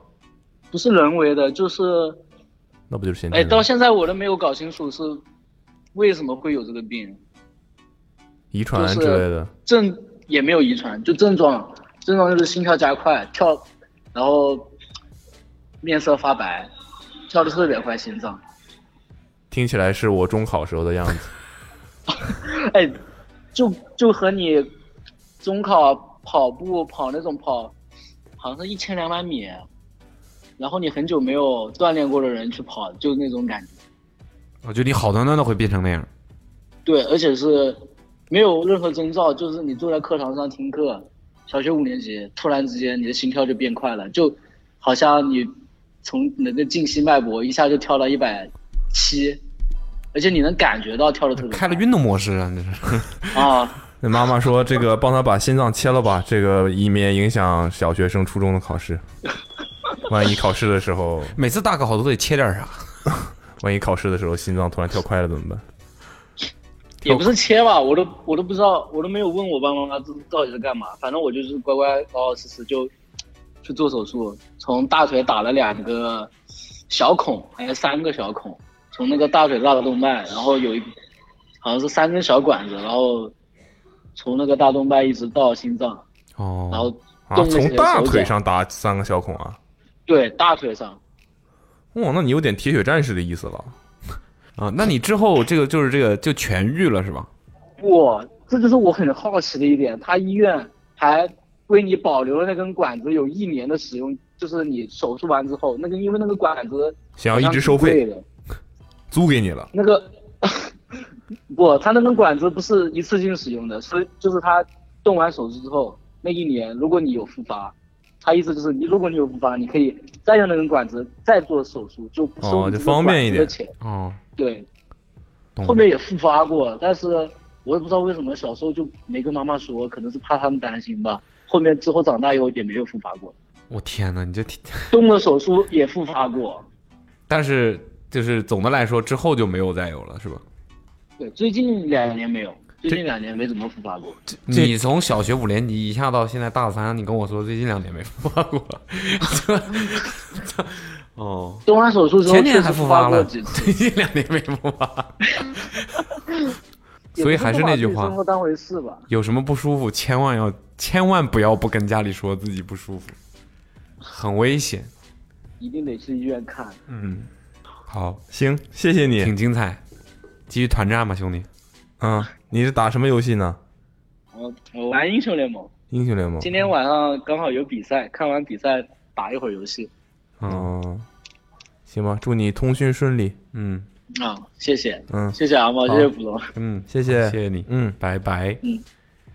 Speaker 4: 不是人为的，就是
Speaker 2: 那不就是先
Speaker 4: 哎，
Speaker 2: 天的
Speaker 4: 到
Speaker 2: 吗？
Speaker 4: 现在我都没有搞清楚是为什么会有这个病，
Speaker 2: 遗传
Speaker 4: 就
Speaker 2: 之
Speaker 4: 是
Speaker 2: 类的。
Speaker 4: 症也没有遗传，就症状，症状就是心跳加快，跳，然后面色发白，跳的特别快，心脏。
Speaker 2: 听起来是我中考时候的样子。
Speaker 4: 哎，就就和你中考跑步跑那种跑，好像是一千两百米，然后你很久没有锻炼过的人去跑，就那种感觉。
Speaker 3: 我觉得你好端端的会变成那样。
Speaker 4: 对，而且是没有任何征兆，就是你坐在课堂上听课，小学五年级，突然之间你的心跳就变快了，就好像你从你的那静息脉搏一下就跳到一百七，而且你能感觉到跳的特别快
Speaker 3: 开了运动模式啊，你 这是。
Speaker 4: 啊。
Speaker 2: 那妈妈说：“这个帮他把心脏切了吧，这个以免影响小学生、初中的考试。 万一考试的时候，
Speaker 3: 每次大考都得切点啥。
Speaker 2: 万一考试的时候心脏突然跳快了怎么办？
Speaker 4: 也不是切吧，我都我都不知道，我都没有问我爸爸妈妈这到底是干嘛。反正我就是乖乖老老实实就去做手术，从大腿打了两个小孔，还有三个小孔，从那个大腿大动脉，然后有一好像是三根小管子，然后从那个大动脉一直到心脏，然后
Speaker 3: 哦，
Speaker 2: 啊，
Speaker 4: 动那些
Speaker 2: 从大
Speaker 4: 手脚
Speaker 2: 腿上打三个小孔啊！
Speaker 4: 对大腿上，
Speaker 2: 哇、那你有点铁血战士的意思了。
Speaker 3: 啊，那你之后这个就是这个就痊愈了是吧？
Speaker 4: 哇，这就是我很好奇的一点，他医院还为你保留了那根管子有一年的使用，就是你手术完之后，那个因为那个管子
Speaker 2: 想啊要一直收费，
Speaker 4: 的，
Speaker 2: 租给你了。
Speaker 4: 那个 不，他那根管子不是一次性使用的，所以就是他动完手术之后，那一年，如果你有复发，他意思就是你如果你有复发，你可以再用那根管子再做手术，就不收
Speaker 2: 哦，
Speaker 4: 你
Speaker 2: 就
Speaker 4: 这个
Speaker 2: 方便一
Speaker 4: 管子的
Speaker 2: 点
Speaker 4: 钱。
Speaker 3: 哦，
Speaker 4: 对，
Speaker 3: 懂
Speaker 4: 后
Speaker 3: 了。
Speaker 4: 面也复发过，但是我也不知道为什么小时候就没跟妈妈说，可能是怕他们担心吧。后面之后长大以后也没有复发过，
Speaker 3: 我天哪，你这，
Speaker 4: 动了手术也复发过。
Speaker 3: 但是就是总的来说，之后就没有再有了，是吧？
Speaker 4: 对，最近两年没有，最近两年没怎么复发过。
Speaker 2: 这
Speaker 3: 你从小学五年级一下到现在大三，你跟我说最近两年没复发 过，哦，
Speaker 4: 动完手术之后
Speaker 3: 前
Speaker 4: 确
Speaker 3: 年
Speaker 4: 实
Speaker 3: 还复
Speaker 4: 发
Speaker 3: 发
Speaker 4: 过
Speaker 3: 了，
Speaker 4: 几次，
Speaker 3: 最近两年没复 发， 所以还是那句
Speaker 4: 也不把自己
Speaker 3: 话
Speaker 4: 生，活当回事吧。
Speaker 3: 有什么不舒服，千万要千万不要不跟家里说自己不舒服，很危险。
Speaker 4: 一定得去医院看。
Speaker 2: 嗯，
Speaker 3: 好，
Speaker 2: 行，谢谢你。
Speaker 3: 挺精彩，继续团战吧，兄弟。
Speaker 2: 嗯，你是打什么游戏呢？
Speaker 4: 我我嗯玩英雄联盟，
Speaker 3: 嗯
Speaker 2: 英雄联盟。
Speaker 4: 今天晚上刚好有比赛，看完比赛打一会儿游戏。
Speaker 2: 哦，行吧，祝你通讯顺利。
Speaker 3: 嗯
Speaker 4: 啊，谢谢，
Speaker 2: 嗯
Speaker 4: 谢谢阿茂，
Speaker 2: 好
Speaker 4: 谢谢捕龙，
Speaker 3: 嗯，
Speaker 2: 谢谢
Speaker 3: 谢谢你，
Speaker 2: 嗯，
Speaker 3: 拜拜。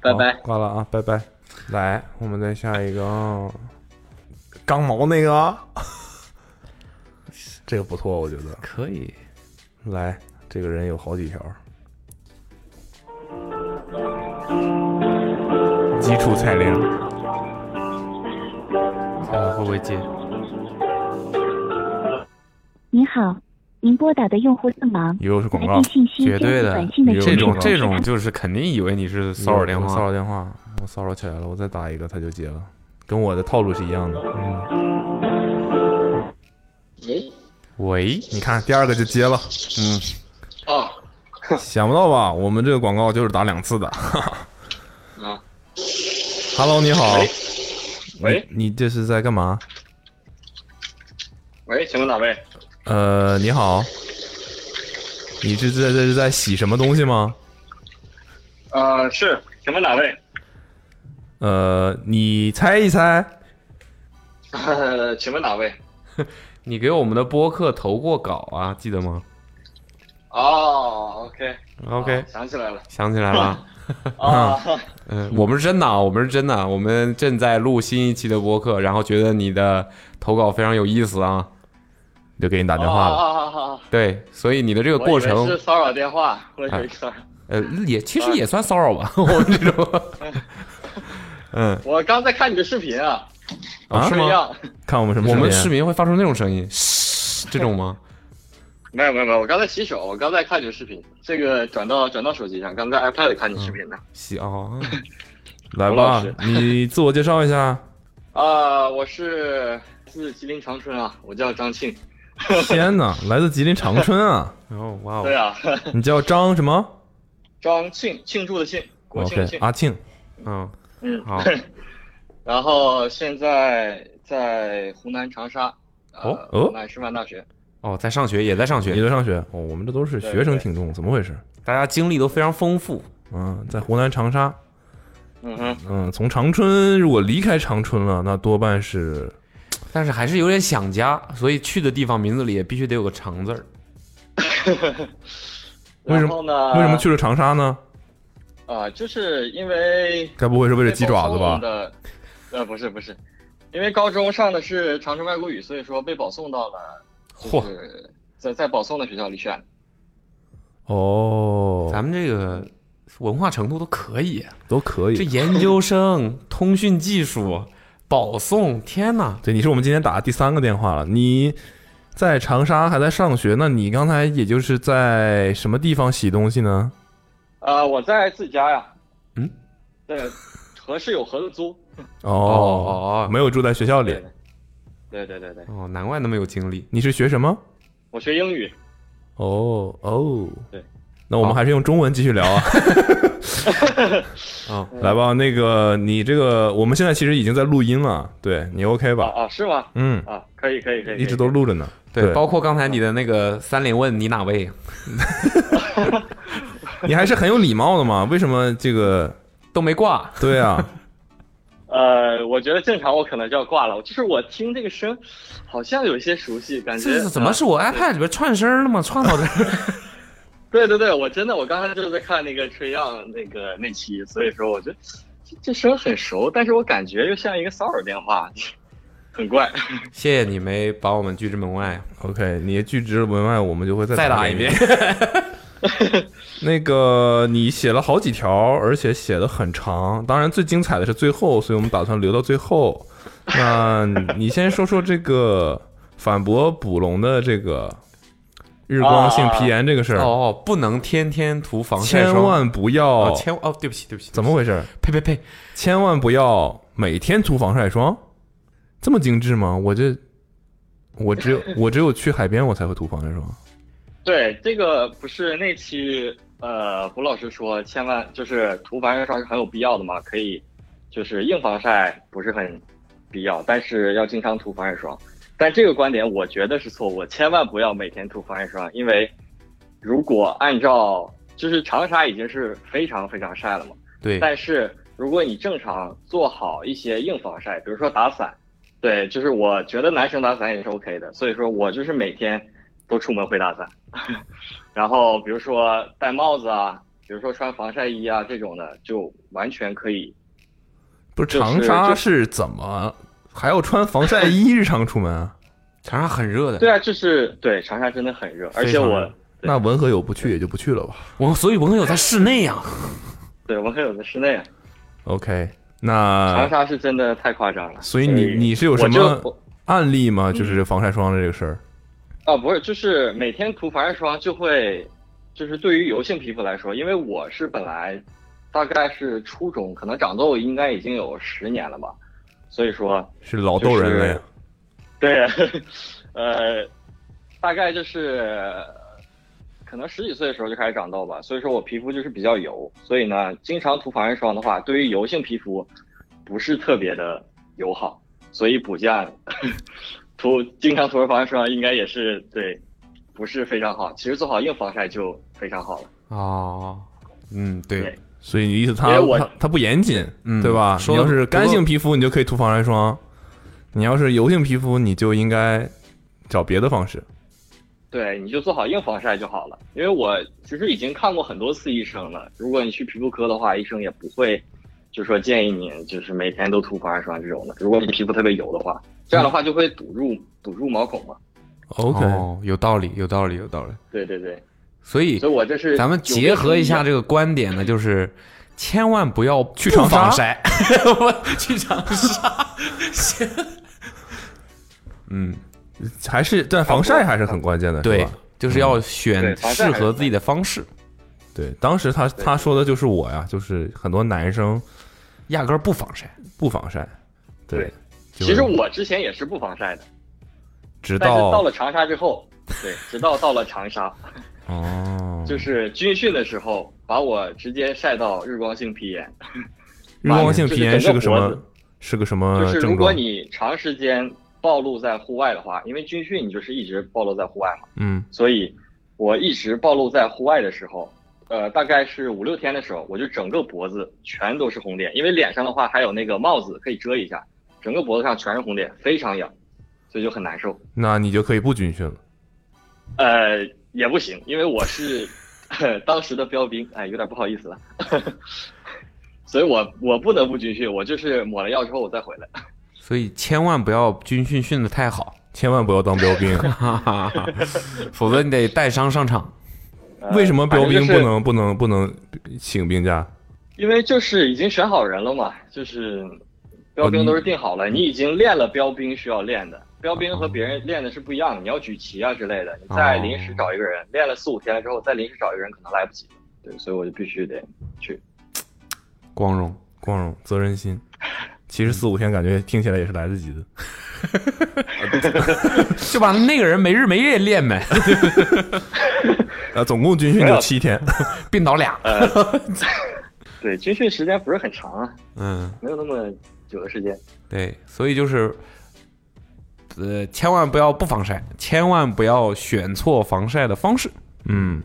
Speaker 4: 拜
Speaker 2: 好
Speaker 4: 拜。
Speaker 2: 挂了啊，拜拜。来，我们再下一个啊，刚毛那个啊， 这个不错，我觉得。
Speaker 3: 可以，
Speaker 2: 来，这个人有好几条。基础彩铃，
Speaker 3: 看看会不会接。
Speaker 9: 您好，您拨打的用户正忙，
Speaker 2: 又是广
Speaker 9: 来
Speaker 2: 告
Speaker 9: 电，信息
Speaker 3: 绝
Speaker 9: 将
Speaker 3: 对
Speaker 9: 于
Speaker 3: 的
Speaker 9: 短信的
Speaker 2: 有
Speaker 3: 这
Speaker 9: 结
Speaker 3: 种
Speaker 9: 果
Speaker 3: 这种就是肯定以为你是骚扰电话，
Speaker 2: 骚扰电话，我骚扰起来了，我再打一个他就接了，跟我的套路是一样的。嗯，
Speaker 4: 喂，
Speaker 3: 喂，
Speaker 2: 你看第二个就接了，
Speaker 10: 哎
Speaker 4: 哦，
Speaker 2: 想不到吧？我们这个广告就是打两次的。
Speaker 4: 啊
Speaker 2: ，Hello，你好。
Speaker 10: 喂
Speaker 2: 你，你这是在干嘛？
Speaker 10: 喂，请问哪位？
Speaker 2: 呃，你好，你是在这是在洗什么东西吗？
Speaker 10: 呃，是，请问哪位？
Speaker 2: 呃，你猜一猜，
Speaker 10: 呃，请问哪位？
Speaker 3: 你给我们的播客投过稿啊，记得吗
Speaker 10: 哦，OK
Speaker 3: ？OK，
Speaker 10: 啊想起来了
Speaker 3: 想起来 了。
Speaker 10: 啊，
Speaker 3: 嗯，我们是真的啊，我们是真的，我们正在录新一期的播客，然后觉得你的投稿非常有意思啊，
Speaker 2: 就给你打
Speaker 10: 打
Speaker 2: 电话了。
Speaker 10: 啊啊啊！
Speaker 3: 对，所以你的这个
Speaker 10: 我以为
Speaker 3: 过程
Speaker 10: 是，啊骚扰电话，我以为是。
Speaker 3: 呃，也其实也算骚扰吧， 我们这种，
Speaker 10: 啊
Speaker 3: 嗯，
Speaker 10: 我刚在看你的视频啊，
Speaker 2: 啊
Speaker 10: 不一样。
Speaker 2: 看我们什么？
Speaker 3: 我们市。民会发出那种声音，嘶这种吗？
Speaker 10: 没有没有没有，我刚才洗手，我刚在看你的视频，这个转到转到手机上，刚在 iPad 里看你视频呢。
Speaker 3: 西哦，
Speaker 2: 来
Speaker 10: 吴老
Speaker 2: 吧
Speaker 10: 师，
Speaker 2: 啊你自我介绍一下。
Speaker 10: 啊，我是自吉林长春啊，我叫张庆。
Speaker 2: 天哪，来自吉林长春啊！
Speaker 3: 哦，哇
Speaker 10: 对
Speaker 3: 哦，
Speaker 10: 啊，
Speaker 2: 你叫张什么
Speaker 10: 张庆，庆祝的庆，国庆的
Speaker 2: ？OK，
Speaker 10: 庆。
Speaker 2: 阿庆。
Speaker 3: 嗯，
Speaker 10: 嗯
Speaker 3: 好，
Speaker 10: 然后现在在湖南长沙，呃
Speaker 2: 哦哦
Speaker 10: 湖南师范大学。
Speaker 3: 哦，在上学，也在上
Speaker 2: 也
Speaker 3: 学，
Speaker 2: 在上学哦，我们这都是学生听众，怎么回事？
Speaker 3: 大家经历都非常丰富，
Speaker 2: 嗯，在湖南长沙，
Speaker 10: 嗯哼，
Speaker 2: 嗯，从长春如果离开长春了，那多半是
Speaker 3: 但是还是有点想家，所以去的地方名字里也必须得有个长字儿。
Speaker 2: 为什
Speaker 10: 然
Speaker 2: 么
Speaker 10: 后呢？
Speaker 2: 为什么去了长沙呢？
Speaker 10: 啊、就是因为
Speaker 2: 该不会是为了鸡爪子
Speaker 10: 被
Speaker 2: 吧
Speaker 10: 保送？的呃，不是不是，因为高中上的是长春外国语，所以说被保送到了，就
Speaker 3: 嚯
Speaker 10: 是在在保送的学校里选。
Speaker 2: 哦，
Speaker 3: 咱们这个文化程度都可以啊，
Speaker 2: 都可
Speaker 3: 这
Speaker 2: 以。
Speaker 3: 研究生、 通讯技术、保送，天哪！
Speaker 2: 对，你是我们今天打的第三个电话了。你在长沙还在上学，那你刚才也就是在什么地方洗东西呢？
Speaker 10: 啊，我在自己家呀。
Speaker 3: 嗯。
Speaker 10: 对，和室友合租。
Speaker 2: 哦，
Speaker 3: 哦
Speaker 2: 没有住在学校里
Speaker 10: 对。对对对对，
Speaker 3: 哦，难怪那么有精力。
Speaker 2: 你是学什么？
Speaker 10: 我学英语。
Speaker 2: 哦哦，
Speaker 10: 对，
Speaker 2: 那我们还是用中文继续聊 啊。
Speaker 3: 啊，
Speaker 2: 来吧，那个你这个，我们现在其实已经在录音了，对你 OK
Speaker 10: 啊
Speaker 2: 吧？
Speaker 10: 啊，是吗？
Speaker 2: 嗯，
Speaker 10: 啊，可以可以可以。
Speaker 2: 一直都录着呢。
Speaker 3: 对，包括刚才你的那个三连问，你哪位？
Speaker 2: 你还是很有礼貌的嘛？为什么 这个？
Speaker 3: 都没挂。
Speaker 2: 对啊，
Speaker 10: 呃，我觉得正常我可能就要挂了，就是我听这个声，好像有些熟悉，感
Speaker 3: 这
Speaker 10: 觉
Speaker 3: 是怎么是
Speaker 10: 啊
Speaker 3: 我 iPad 里边串声了吗？串到这儿。
Speaker 10: 对对对，我真的我刚才就是在看那个吹样那个那期，所以说我觉得这这声很熟，但是我感觉又像一个骚扰电话，很怪。
Speaker 3: 谢谢你没把我们拒之门外。啊
Speaker 2: OK，你拒之门外，我们就会再
Speaker 3: 再打
Speaker 2: 打
Speaker 3: 一
Speaker 2: 遍。 那个你写了好几条，而且写的很长。当然，最精彩的是最后，所以我们打算留到最后。那你先说说这个反驳捕龙的这个日光性皮炎这个事儿。
Speaker 3: 哦，不能天天涂防晒霜，
Speaker 2: 千万不要，
Speaker 3: 哦千哦，对不起对不起，
Speaker 2: 怎么回事？
Speaker 3: 呸呸呸！
Speaker 2: 千万不要每天涂防晒霜，这么精致吗？我这，我 只有我只有去海边我才会涂防晒霜。
Speaker 10: 对，这个不是那期呃胡老师说，千万就是涂防晒霜是很有必要的嘛，可以就是硬防晒不是很必要，但是要经常涂防晒霜。但这个观点我觉得是错误，千万不要每天涂防晒霜，因为如果按照就是长沙已经是非常非常晒了嘛，
Speaker 3: 对
Speaker 10: 但是如果你正常做好一些硬防晒，比如说打伞，对，就是我觉得男生打伞也是 OK 的，所以说我就是每天都出门会打伞， 然后比如说戴帽子啊，比如说穿防晒衣啊这种的，就完全可以。
Speaker 2: 不是
Speaker 10: 就是
Speaker 2: 长沙是怎么还要穿防晒衣日常出门 啊？
Speaker 3: 长沙很热的
Speaker 10: 对啊，就是对长沙真的很热，而且我
Speaker 2: 那文和友不去也就不去了吧。
Speaker 3: 我所以文和友在室内啊呀、
Speaker 10: 对我还有的室内啊，
Speaker 2: OK，
Speaker 10: 长
Speaker 2: 那
Speaker 10: 沙是真的太夸张了。
Speaker 2: 啊所以你你是有什
Speaker 10: 我嗯就
Speaker 2: 么案例吗？就是防晒霜的这个事儿。
Speaker 10: 啊，不是，就是每天涂防晒霜就会，就是对于油性皮肤来说，因为我是本来大概是初中，可能长痘应该已经有十年了吧，所以说
Speaker 2: 是老逗人了呀。
Speaker 10: 对，呃，大概就是可能十几岁的时候就开始长痘吧，所以说我皮肤就是比较油，所以呢，经常涂防晒霜的话，对于油性皮肤不是特别的友好，所以补价 涂经常涂防晒霜应该也是对，不是非常好。其实做好硬防晒就非常好了。
Speaker 3: 哦，嗯，对，
Speaker 2: 所以你意思
Speaker 10: 因
Speaker 2: 他
Speaker 10: 为我
Speaker 2: 他他不严谨，
Speaker 3: 嗯
Speaker 2: 对吧？
Speaker 3: 说得
Speaker 2: 你要
Speaker 3: 不
Speaker 2: 是
Speaker 3: 够
Speaker 2: 干性皮肤，你就可以涂防晒霜；你要是油性皮肤，你就应该找别的方式。
Speaker 10: 对，你就做好硬防晒就好了。因为我其实已经看过很多次医生了，如果你去皮肤科的话，医生也不会就说建议你就是每天都涂防晒霜这种的。如果你皮肤特别油的话，这样的话就会堵住堵住毛孔嘛。
Speaker 2: OK
Speaker 3: 哦，有道理，有道理，有道理。
Speaker 10: 对对对，
Speaker 3: 所以，
Speaker 10: 所以我这是
Speaker 3: 咱们结合一下这
Speaker 10: 个
Speaker 3: 个观点呢，就是千万不要去
Speaker 2: 长沙
Speaker 3: 防晒，我去长沙，嗯，
Speaker 2: 还是但
Speaker 10: 啊
Speaker 2: 防晒还是很关键的，
Speaker 3: 对
Speaker 2: 吧，
Speaker 3: 就是要
Speaker 2: 对
Speaker 3: 选
Speaker 2: 防晒还
Speaker 3: 适
Speaker 2: 是
Speaker 3: 合自己的方式，
Speaker 2: 对，当时他他说的就是我呀，就是很多男生
Speaker 3: 压根儿不防晒，
Speaker 2: 不防晒，对，就
Speaker 10: 其实我之前也是不防晒的，
Speaker 2: 直
Speaker 10: 但是到
Speaker 2: 到
Speaker 10: 了长沙之后，对，直到到了长沙，
Speaker 2: 哦，
Speaker 10: 就是军训的时候，把我直接晒到日光性皮炎。
Speaker 2: 日光性皮炎是个什
Speaker 10: 就是整个脖
Speaker 2: 么
Speaker 10: 子？
Speaker 2: 是个什么
Speaker 10: 就是如
Speaker 2: 呃症
Speaker 10: 果
Speaker 2: 状？
Speaker 10: 你长时间暴露在户外的话，因为军训你就是一直暴露在户外嘛，
Speaker 2: 嗯，
Speaker 10: 所以我一直暴露在户外的时候，呃，大概是五六天的时候，我就整个脖子全都是红点，因为脸上的话还有那个帽子可以遮一下，整个脖子上全是红点，非常痒，所以就很难受。
Speaker 2: 那你就可以不军训了。
Speaker 10: 呃，也不行，因为我是 当时的标兵，哎，有点不好意思了， 所以我我不得不军训，我就是抹了药之后我再回来。
Speaker 3: 所以千万不要军训训的太好，
Speaker 2: 千万不要当标 兵，
Speaker 3: 否则你得带伤上场。
Speaker 2: 为什么标兵
Speaker 10: 呃反正就
Speaker 2: 不
Speaker 10: 是
Speaker 2: 能不能不能请病假？
Speaker 10: 因为就是已经选好人了嘛，就是标兵都是定好了，你已经练了标兵需要练的，标兵和别人练的是不一样的，你要举旗啊之类的，你再临时找一个人，练了四五天了之后再临时找一个人可能来不及，对，所以我就必须得去。
Speaker 3: 光荣，
Speaker 2: 光荣，责任心。其实四五天感觉听起来也是来得及的。
Speaker 3: 就把那个人没日没夜练呗，
Speaker 2: 呃，总共军训就七 天，
Speaker 3: 病倒俩。
Speaker 10: 呃，对，军训时间不是很长啊，
Speaker 3: 嗯，
Speaker 10: 没有那么久的时间。
Speaker 3: 对，所以就是，呃，千万不要不防晒，千万不要选错防晒的方式。
Speaker 2: 嗯，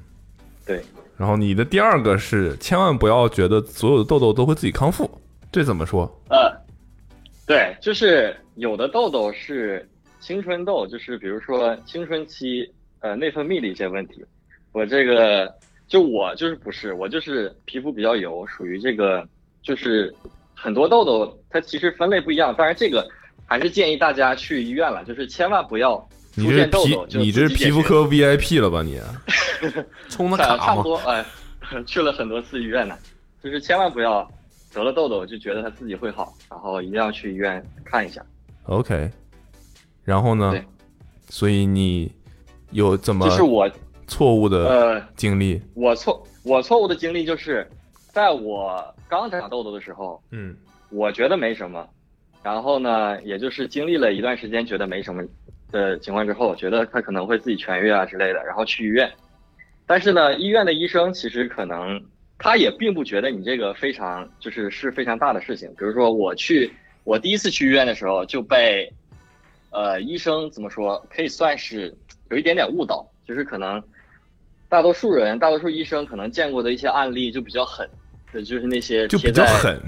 Speaker 10: 对。
Speaker 2: 然后你的第二个是，千万不要觉得所有的痘痘都会自己康复，这怎么说？
Speaker 10: 呃，对，就是有的痘痘是青春痘，就是比如说青春期呃内分泌的一些问题。我这个就我就是不是我就是皮肤比较油，属于这个就是很多痘痘它其实分类不一样，但是这个还是建议大家去医院了，就是千万不要
Speaker 2: 你
Speaker 10: 出
Speaker 2: 这
Speaker 10: 现痘
Speaker 2: 皮
Speaker 10: 痘就
Speaker 2: 你
Speaker 10: 自
Speaker 2: 这
Speaker 10: 己解
Speaker 2: 皮肤
Speaker 10: 决
Speaker 2: 科 VIP 了吧你？
Speaker 3: 充
Speaker 10: 了卡差不多哎， 去了很多次医院呢，就是千万不要得了痘痘就觉得它自己会好，然后一定要去医院看一下。
Speaker 2: OK，然后呢？所以你有怎么
Speaker 10: 就是我
Speaker 2: 错误的
Speaker 10: 呃
Speaker 2: 经历？
Speaker 10: 我错我错误的经历就是，在我刚长痘痘的时候，
Speaker 2: 嗯，
Speaker 10: 我觉得没什么，然后呢，也就是经历了一段时间觉得没什么的情况之后，觉得它可能会自己痊愈啊之类的，然后去医院。但是呢，医院的医生其实可能他也并不觉得你这个非常就是是非常大的事情。比如说我去我第一次去医院的时候就被，呃，医生怎么说可以算是有一点点误导，就是可能大多数人大多数医生可能见过的一些案例就比较狠，对，就是那些
Speaker 2: 就
Speaker 10: 贴
Speaker 2: 比较
Speaker 10: 在
Speaker 2: 狠，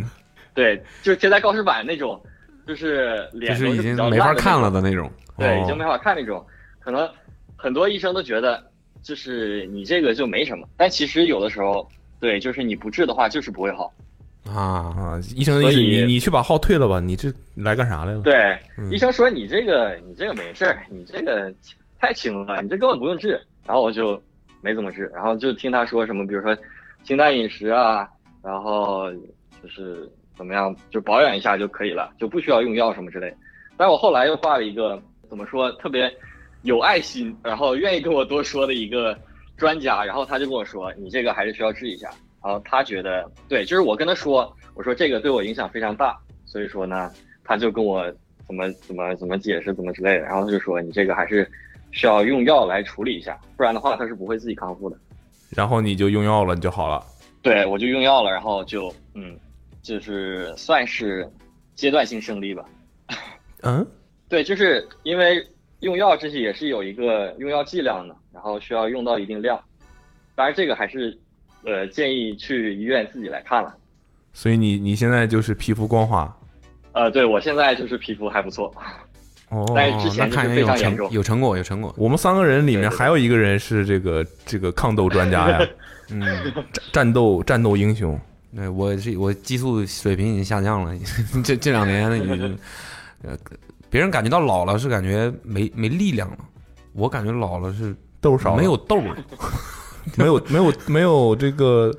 Speaker 10: 对，就是贴在告示板那种，就是
Speaker 3: 就
Speaker 10: 脸
Speaker 3: 是
Speaker 10: 都
Speaker 3: 已
Speaker 10: 比
Speaker 3: 经
Speaker 10: 较
Speaker 3: 没
Speaker 10: 烂
Speaker 3: 法
Speaker 10: 的那
Speaker 3: 看
Speaker 10: 种
Speaker 3: 了的那种。
Speaker 10: 对，
Speaker 3: 哦
Speaker 10: 已经没法看那种。可能很多医生都觉得，就是你这个就没什么，但其实有的时候，对，就是你不治的话，就是不会好。
Speaker 3: 啊
Speaker 2: 啊！医生的意
Speaker 10: 所
Speaker 2: 思，
Speaker 10: 以
Speaker 2: 你你去把号退了吧，你这来干啥来了？
Speaker 10: 对，
Speaker 2: 嗯
Speaker 10: 医生说你这个你这个没事儿，你这个太轻了，你这根本不用治。然后我就没怎么治，然后就听他说什么，比如说清淡饮食啊，然后就是怎么样，就保养一下就可以了，就不需要用药什么之类的。但我后来又挂了一个怎么说特别有爱心，然后愿意跟我多说的一个专家，然后他就跟我说，你这个还是需要治一下。然后他觉得对，就是我跟他说，我说这个对我影响非常大，所以说呢，他就跟我怎么怎么怎么解释怎么之类的，然后他就说你这个还是需要用药来处理一下，不然的话他是不会自己康复的。
Speaker 2: 然后你就用药了，你就好了。
Speaker 10: 对我就用药了，然后就嗯，就是算是阶段性胜利吧。
Speaker 2: 嗯，
Speaker 10: 对，就是因为用药这些也是有一个用药剂量的，然后需要用到一定量。当然，这个还是呃建议去医院自己来看了。
Speaker 2: 所以你你现在就是皮肤光滑
Speaker 10: 呃，对我现在就是皮肤还不错，
Speaker 2: 哦，
Speaker 10: 但是之前
Speaker 3: 那
Speaker 10: 就是
Speaker 3: 看来
Speaker 10: 非
Speaker 3: 有
Speaker 10: 常严
Speaker 3: 成
Speaker 10: 重。
Speaker 3: 有成果有成果。
Speaker 2: 我们三个人里面还有一个人是这个这个抗痘专 家呀，嗯，战战斗战斗英雄。
Speaker 3: 对我是我激素水平已经下降了， 这这两年已经，呃，别人感觉到老了是感觉没没力量了，我感觉老了是
Speaker 2: 痘少了
Speaker 3: 没有痘 了，
Speaker 2: 没有没有没有这个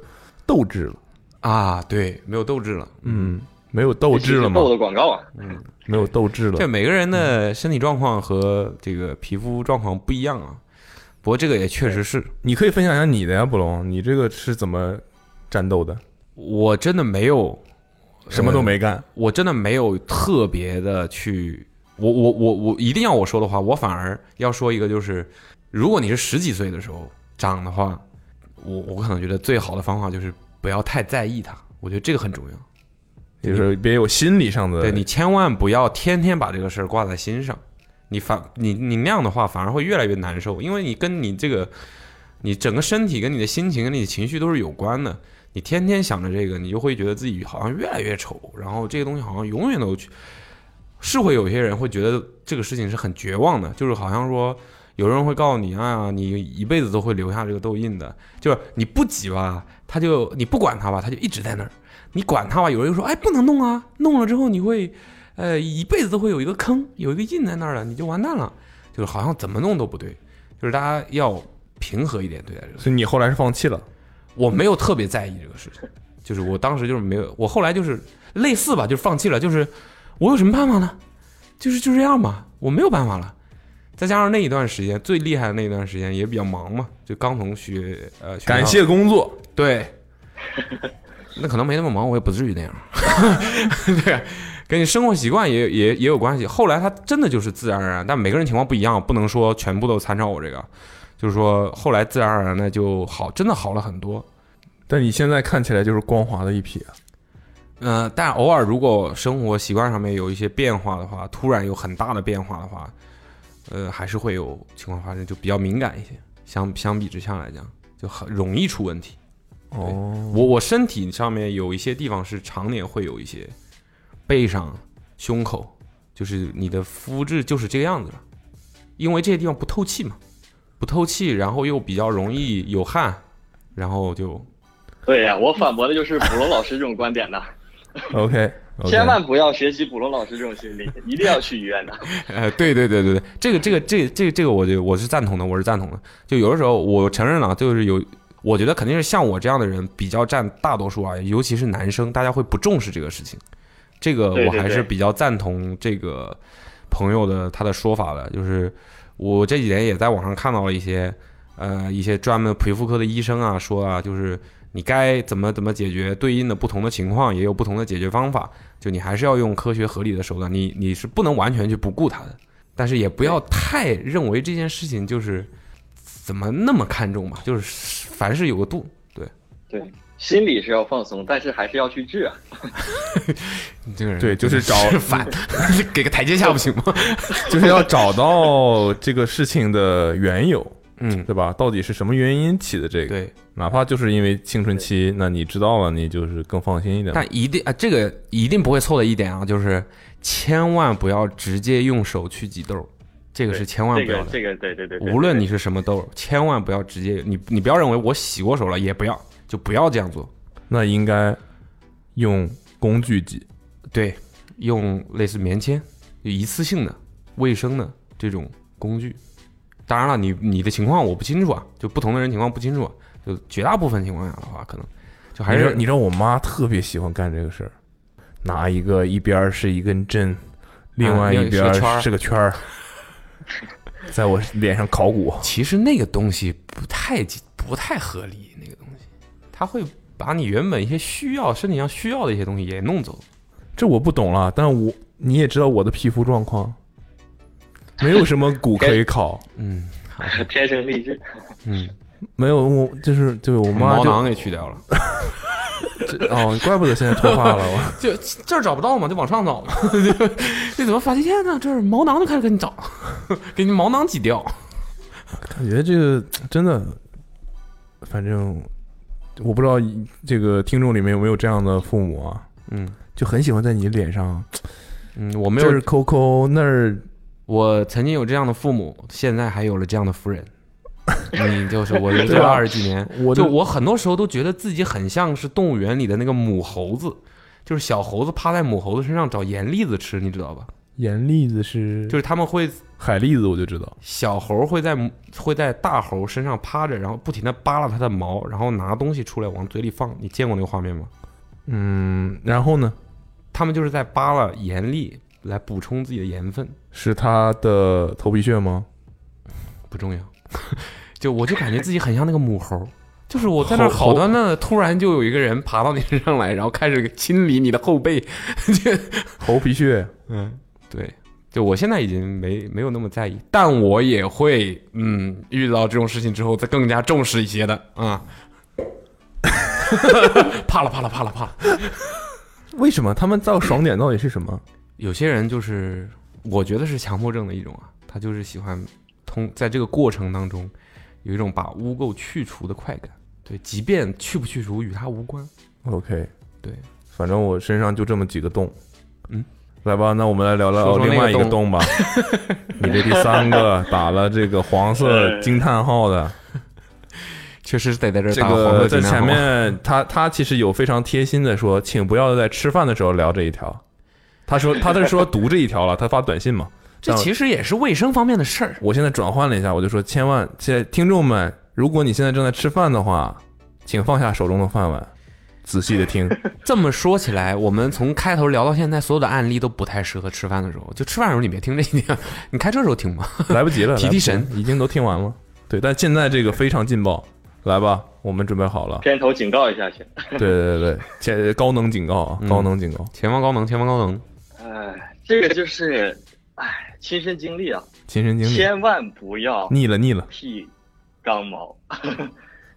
Speaker 2: 斗志了
Speaker 3: 啊，对，没有斗志了，
Speaker 2: 嗯，没有斗志了 吗？
Speaker 10: 广告啊，
Speaker 3: 嗯，
Speaker 2: 没有斗志了。
Speaker 3: 对，每个人的身体状况和这个皮肤状况不一样啊，不过这个也确实是，
Speaker 2: 你可以分享一下你的呀，布隆，你这个是怎么战斗的？
Speaker 3: 我真的没有
Speaker 2: 什么都没干，
Speaker 3: 我真的没有特别的去，我我我我一定要我说的话，我反而要说一个，就是如果你是十几岁的时候长的话，我我可能觉得最好的方法就是不要太在意它，我觉得这个很重要。
Speaker 2: 就是别有心理上的。
Speaker 3: 对你千万不要天天把这个事儿挂在心上，你反你你那样的话反而会越来越难受，因为你跟你这个你整个身体跟你的心情跟你的情绪都是有关的。你天天想着这个，你就会觉得自己好像越来越丑，然后这个东西好像永远都去，是会有些人会觉得这个事情是很绝望的，就是好像说有人会告诉你啊，你一辈子都会留下这个痘印的，就是你不挤吧，它就你不管它吧，它就一直在那儿，你管它吧，有人就说哎不能弄啊，弄了之后你会，呃一辈子都会有一个坑，有一个印在那儿了，你就完蛋了，就是好像怎么弄都不对，就是大家要平和一点对待这个。
Speaker 2: 所以你后来是放弃了？
Speaker 3: 我没有特别在意这个事情，就是我当时就是没有，我后来就是类似吧，就是放弃了，就是我有什么办法呢？就是就这样吧，我没有办法了。再加上那一段时间最厉害的那一段时间也比较忙嘛，就刚从学呃，学校
Speaker 2: 感谢工作，
Speaker 3: 对，那可能没那么忙，我也不至于那样。 对，跟你生活习惯也也也有关系。后来他真的就是自然而然，但每个人情况不一样，不能说全部都参照我这个。就是说，后来自然而然的就好，真的好了很多。
Speaker 2: 但你现在看起来就是光滑的一匹啊。
Speaker 3: 嗯、但偶尔如果生活习惯上面有一些变化的话，突然有很大的变化的话，呃，还是会有情况发生，就比较敏感一些。相相比之下来讲，就很容易出问题。
Speaker 2: 哦，
Speaker 3: 我我身体上面有一些地方是常年会有一些，背上、胸口，就是你的肤质就是这个样子了，因为这些地方不透气嘛，不透气，然后又比较容易有汗，然后就
Speaker 10: 对呀、我反驳的就是普龙老师这种观点呢。
Speaker 2: OK，
Speaker 10: 千万不要学习捕龙老师这种心理，一定要去医 院的。
Speaker 3: 呃，对对对对对，这个这个这个、这个、这个，我就我是赞同的，我是赞同的。就有的时候，我承认了，就是有，我觉得肯定是像我这样的人比较占大多数啊，尤其是男生，大家会不重视这个事情。这个
Speaker 5: 对
Speaker 3: 我
Speaker 5: 对
Speaker 3: 还是
Speaker 5: 对
Speaker 3: 比较赞同这个朋友的他的说法的，就是我这几年也在网上看到了一些呃一些专门皮肤科的医生啊说啊，就是你该怎么怎么解决对应的不同的情况，也有不同的解决方法，就你还是要用科学合理的手段，你你是不能完全去不顾它的，但是也不要太认为这件事情就是怎么那么看重吧，就是凡事有个度，对。
Speaker 10: 对，心理是要放松，但是还是要去治啊。
Speaker 3: 你这个人
Speaker 2: 对，就是找
Speaker 3: 烦，给个台阶下不行吗？
Speaker 2: 就是要找到这个事情的缘由，
Speaker 3: 嗯，
Speaker 2: 对吧？到底是什么原因起的这个？
Speaker 3: 对，
Speaker 2: 哪怕就是因为青春期，那你知道了，你就是更放心一点嘛。
Speaker 3: 但一定啊，这个一定不会错的一点啊，就是千万不要直接用手去挤痘，这个是千万不要的。
Speaker 10: 这个对对对对
Speaker 3: 无论你是什么痘，千万不要直接你你不要认为我洗过手了，也不要就不要这样做。
Speaker 2: 那应该用工具挤，
Speaker 3: 对，用类似棉签，就一次性的、卫生的这种工具。当然了，你你的情况我不清楚啊，就不同的人情况不清楚、啊，就绝大部分情况下的话，可能就还
Speaker 2: 你知道
Speaker 3: 是
Speaker 2: 你知道我妈特别喜欢干这个事儿，拿一个一边儿是一根针，另外一边
Speaker 3: 啊那个是个圈
Speaker 2: 儿
Speaker 3: 儿
Speaker 2: 是个圈儿， 在我脸上考古。
Speaker 3: 其实那个东西不太不太合理，那个东西，它会把你原本一些需要身体上需要的一些东西也弄走。
Speaker 2: 这我不懂了，但我你也知道我的皮肤状况，没有什么骨可以烤，
Speaker 3: 嗯
Speaker 10: 天生丽质。
Speaker 3: 嗯，
Speaker 2: 没有我就是就是我妈
Speaker 3: 毛
Speaker 2: 就
Speaker 3: 囊给去掉了，
Speaker 2: 这哦，怪不得现在脱发 了我。
Speaker 3: 就这儿找不到嘛，就往上找嘛。 你怎么发现呢？这儿毛囊都开始给你找， 给你毛囊挤掉。
Speaker 2: 感觉这个真的，反正我不知道这个听众里面有没有这样的父母啊，
Speaker 3: 嗯，
Speaker 2: 就很喜欢在你脸上，
Speaker 3: 嗯，我没有
Speaker 2: 这儿抠抠那儿，
Speaker 3: 我曾经有这样的父母，现在还有了这样的夫人。你就是我留
Speaker 2: 对
Speaker 3: 这
Speaker 2: 吧
Speaker 3: 二十几年，
Speaker 2: 我的
Speaker 3: 就我很多时候都觉得自己很像是动物园里的那个母猴子，就是小猴子趴在母猴子身上找盐栗子吃，你知道吧？
Speaker 2: 盐栗子是
Speaker 3: 就是他们会
Speaker 2: 海栗子，我就知道。
Speaker 3: 小猴会在母会在大猴身上趴着，然后不停的扒拉它的毛，然后拿东西出来往嘴里放。你见过那个画面吗？
Speaker 2: 嗯，然后呢，
Speaker 3: 他们就是在扒拉盐粒来补充自己的盐分，
Speaker 2: 是他的头皮屑吗？
Speaker 3: 不重要。 就我就感觉自己很像那个母猴，就是我在那儿
Speaker 2: 猴
Speaker 3: 好端端的，突然就有一个人爬到你身上来，然后开始清理你的后背，就
Speaker 2: 猴皮屑。
Speaker 3: 嗯，对，就我现在已经没没有那么在意，但我也会嗯遇到这种事情之后再更加重视一些的啊。 怕了怕了怕了怕了！
Speaker 2: 为什么他们到爽点到底是什么？
Speaker 3: 有些人就是我觉得是强迫症的一种啊，他就是喜欢通在这个过程当中有一种把污垢去除的快感。对，即便去不去除与他无关。
Speaker 2: OK，
Speaker 3: 对，
Speaker 2: 反正我身上就这么几个洞。
Speaker 3: 嗯，
Speaker 2: 来吧，那我们来聊聊
Speaker 3: 说说
Speaker 2: 另外一个
Speaker 3: 那个洞
Speaker 2: 洞吧。 你这第三个打了这个黄色惊叹号的，
Speaker 3: 确实得在这儿
Speaker 2: 这
Speaker 3: 打黄色
Speaker 2: 个
Speaker 3: 惊
Speaker 2: 在
Speaker 3: 叹
Speaker 2: 前
Speaker 3: 号
Speaker 2: 面他他其实有非常贴心的说，请不要在吃饭的时候聊这一条。他说他是说读这一条了，他发短信嘛。
Speaker 3: 这其实也是卫生方面的事儿。
Speaker 2: 我现在转换了一下，我就说千万，现在听众们，如果你现在正在吃饭的话，请放下手中的饭碗，仔细的听。
Speaker 3: 这么说起来，我们从开头聊到现在，所有的案例都不太适合吃饭的时候。就吃饭的时候你别听这些， 你开车的时候听吧，
Speaker 2: 来不及了，
Speaker 3: 提提神
Speaker 2: 来。不及了，已经都听完了。对，但现在这个非常劲爆，来吧，我们准备好了。
Speaker 10: 片头警告一下去。
Speaker 2: 对对对，前高能警告啊，高能警告，
Speaker 3: 前方高能，前方高能。
Speaker 10: 哎，这个就是，哎，亲身经历啊，
Speaker 2: 亲身经历，
Speaker 10: 千万不要
Speaker 2: 腻了腻了。
Speaker 10: 剃刚毛。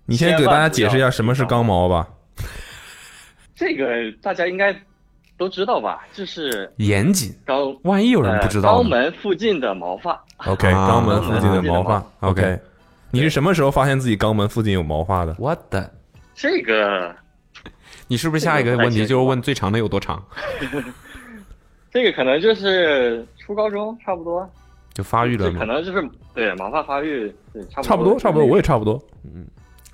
Speaker 2: 你先给大家解释一下什么是刚毛吧。
Speaker 10: 这个大家应该都知道吧？就是
Speaker 3: 严谨，
Speaker 10: 肛，
Speaker 3: 万一有人不知道
Speaker 10: 呃
Speaker 3: 呢
Speaker 10: 肛门附近的毛发。
Speaker 2: OK，
Speaker 3: 啊
Speaker 2: 肛门附近的毛发
Speaker 3: 啊。啊
Speaker 2: OK，
Speaker 3: OK
Speaker 2: 你是什么时候发现自己肛门附近有毛发的？
Speaker 3: 我的，
Speaker 10: 这个
Speaker 3: 你是不是下一个问题就是问最长的有多长？
Speaker 10: 这个可能就是初高中差不多，
Speaker 3: 就发育
Speaker 10: 这
Speaker 3: 了
Speaker 10: 可
Speaker 3: 吗？
Speaker 10: 能就是对毛发发育对差不
Speaker 2: 差不多，差不多，我也差不多。
Speaker 3: 嗯，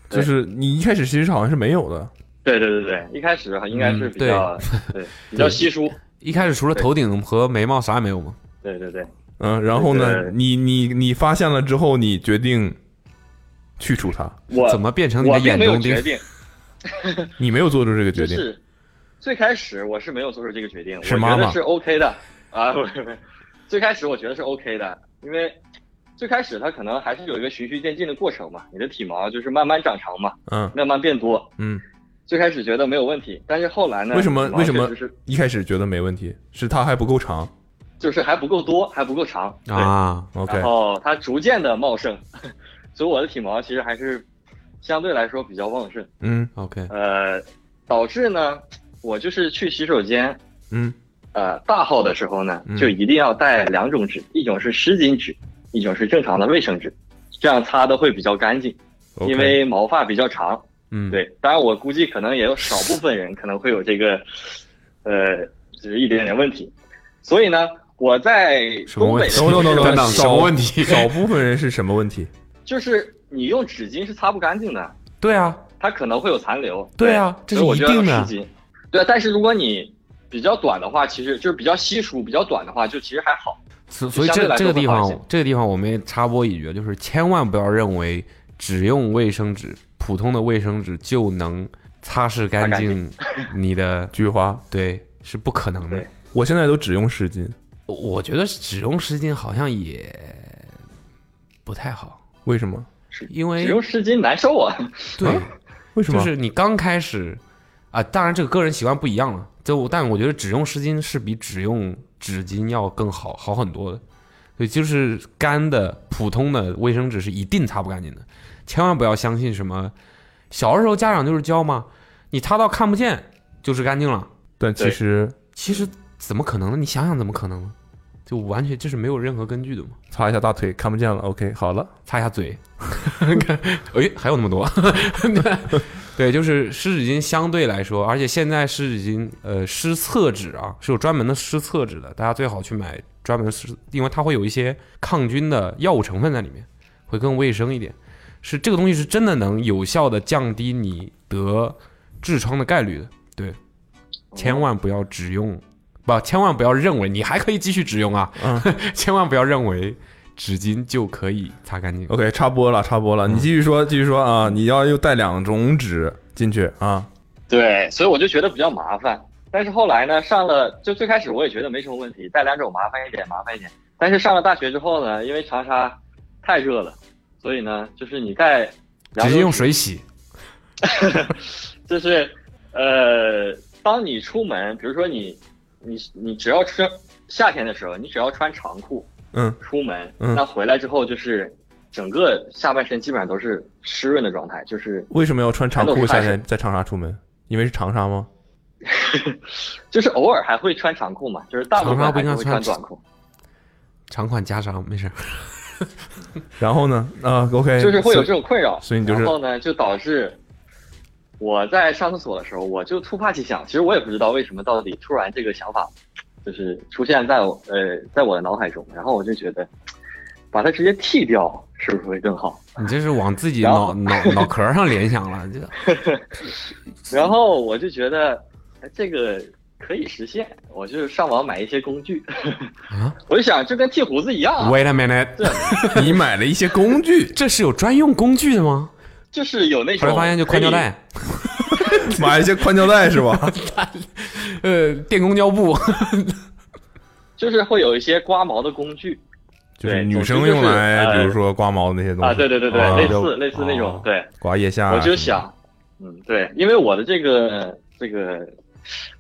Speaker 2: 就是你一开始其实好像是没有的，
Speaker 10: 对对对对，一开始应该
Speaker 2: 嗯
Speaker 10: 是比较、 对比较稀疏。
Speaker 3: 一开始除了头顶和眉毛啥也没有吗？
Speaker 10: 对对 对，
Speaker 2: 嗯，然后
Speaker 10: 这
Speaker 2: 呢，
Speaker 10: 个
Speaker 2: 你你你发现了之后，你决定去除它，
Speaker 10: 我
Speaker 3: 怎么变成你的眼
Speaker 10: 我
Speaker 3: 中
Speaker 10: 并没
Speaker 3: 钉
Speaker 10: 有决？定，
Speaker 2: 你没有做出这 个决
Speaker 10: 就
Speaker 2: 定，
Speaker 10: 是最开始我是没有做出这个决定，
Speaker 2: 是
Speaker 10: 我
Speaker 2: 妈
Speaker 10: 觉
Speaker 2: 妈
Speaker 10: 得是 OK 的啊，不是不是，最开始我觉得是 OK 的，因为最开始它可能还是有一个循序渐进的过程嘛，你的体毛就是慢慢长长嘛，
Speaker 2: 嗯
Speaker 10: 慢慢变多。
Speaker 2: 嗯，
Speaker 10: 最开始觉得没有问题，但是后来呢？
Speaker 2: 为什么
Speaker 10: 体毛
Speaker 2: 为什么
Speaker 10: 确实是
Speaker 2: 一开始觉得没问题？是它还不够长
Speaker 10: 就是还不够多，还不够长？
Speaker 2: 啊？OK，
Speaker 10: 然后哦它逐渐的茂盛， 所以我的体毛其实还是相对来说比较旺盛。
Speaker 2: 嗯，OK，
Speaker 10: 呃，导致呢，我就是去洗手间，
Speaker 2: 嗯，
Speaker 10: 呃，大号的时候呢
Speaker 2: 嗯，
Speaker 10: 就一定要带两种纸，一种是湿巾纸，一种是正常的卫生纸，这样擦的会比较干净，
Speaker 2: OK
Speaker 10: 因为毛发比较长。
Speaker 3: 嗯，
Speaker 10: 对，当然我估计可能也有少部分人可能会有这个，呃，就是一点点问题，所以呢，我在东北的时候
Speaker 2: 等等，
Speaker 10: 洗手
Speaker 2: 少
Speaker 10: 间
Speaker 2: 少部分人是什么问题？
Speaker 10: 就是你用纸巾是擦不干净的，
Speaker 3: 对啊，
Speaker 10: 它可能会有残留。
Speaker 3: 对啊这是
Speaker 10: 所以我觉得
Speaker 3: 一定的
Speaker 10: 要湿巾。对，但是如果你比较短的话，其实就是比较稀疏、比较短的话，就其实还好。
Speaker 3: 所所以
Speaker 10: 相对
Speaker 3: 这
Speaker 10: 来
Speaker 3: 这
Speaker 10: 说
Speaker 3: 个地
Speaker 10: 会好一
Speaker 3: 方
Speaker 10: 些，
Speaker 3: 这个地方我们也插播一句，啊就是千万不要认为只用卫生纸，普通的卫生纸就能擦拭干
Speaker 2: 擦干
Speaker 3: 净 你的
Speaker 2: 菊花，
Speaker 3: 对，是不可能的。
Speaker 2: 我现在都只用湿巾，
Speaker 3: 我觉得只用湿巾好像也不太好，
Speaker 2: 为什么？
Speaker 3: 因为
Speaker 10: 只用湿巾难受啊。
Speaker 3: 对，
Speaker 2: 为什么
Speaker 3: 就是你刚开始啊，当然这个个人习惯不一样了。就我，但我觉得只用湿巾是比只用纸巾要更好好很多的。对，就是干的普通的卫生纸是一定擦不干净的，千万不要相信什么。小的时候家长就是教嘛，你擦到看不见就是干净了。
Speaker 2: 但其实
Speaker 3: 其实怎么可能呢？你想想怎么可能呢？就完全这是没有任何根据的嘛。
Speaker 2: 擦一下大腿，看不见了，OK，好了，
Speaker 3: 擦一下嘴，哎，还有那么多， 对，就是湿纸巾相对来说，而且现在湿纸巾，呃，湿厕纸啊是有专门的湿厕纸的，大家最好去买专门的湿，因为它会有一些抗菌的药物成分在里面，会更卫生一点。是这个东西是真的能有效的降低你得痔疮的概率的，对，千万不要只用，不，千万不要认为你还可以继续只用啊， 千万不要认为纸巾就可以擦干净。
Speaker 2: OK，插播了，插播
Speaker 3: 嗯
Speaker 2: 了，你继续说，继续说啊！你要又带两种纸进去啊，
Speaker 10: 对，所以我就觉得比较麻烦。但是后来呢，上了就最开始我也觉得没什么问题，带两种麻烦一点，麻烦一点。但是上了大学之后呢，因为长沙太热了，所以呢，就是你带
Speaker 3: 直接用水洗。
Speaker 10: 就是呃，当你出门，比如说你你你只要穿夏天的时候，你只要穿长裤
Speaker 2: 嗯
Speaker 10: 出门，
Speaker 2: 嗯
Speaker 10: 那回来之后就是整个下半身基本上都是湿润的状态，就是
Speaker 2: 为什么要穿长
Speaker 10: 全
Speaker 2: 裤
Speaker 10: 都是
Speaker 2: 夏
Speaker 10: 汗
Speaker 2: 天
Speaker 10: 水
Speaker 2: 在长沙出门？因为是长沙吗？
Speaker 10: 就是偶尔还会穿长裤嘛，就是大部分
Speaker 3: 长沙不
Speaker 10: 还
Speaker 3: 应该
Speaker 10: 是会
Speaker 3: 穿
Speaker 10: 穿短裤，
Speaker 3: 长款加长，没事儿。
Speaker 2: 然后呢？啊，OK，
Speaker 3: 哎
Speaker 10: 就是会有这种困扰。
Speaker 2: 所以你就是
Speaker 10: 然后呢，就导致我在上厕所的时候，我就突发奇想，其实我也不知道为什么到底突然这个想法就是出现在我呃在我的脑海中，然后我就觉得把它直接剃掉是不是会更好？
Speaker 3: 你这是往自己
Speaker 10: 然
Speaker 3: 脑
Speaker 10: 后
Speaker 3: 脑脑壳上联想了，这
Speaker 10: 然后我就觉得哎这个可以实现，我就上网买一些工具，
Speaker 3: 啊
Speaker 10: 我就想这跟剃胡子一样、啊。
Speaker 3: Wait a minute，你买了一些工具， 这是有专用工具的吗？
Speaker 10: 就是有那
Speaker 3: 后
Speaker 10: 种
Speaker 3: 来发现就宽胶带，
Speaker 2: 买一些宽胶带是吧？
Speaker 3: 呃，电工胶布，
Speaker 10: 就是会有一些刮毛的工具，
Speaker 2: 就是女
Speaker 10: 总
Speaker 2: 生
Speaker 10: 之就
Speaker 2: 用
Speaker 10: 是
Speaker 2: 来，
Speaker 10: 呃
Speaker 2: 比如说刮毛那些东西
Speaker 10: 啊对对对对
Speaker 2: 啊
Speaker 10: 类似类似那种
Speaker 2: 啊
Speaker 10: 对
Speaker 2: 刮腋下啊什
Speaker 10: 我
Speaker 2: 么的。
Speaker 10: 就想，嗯，对，因为我的这个这个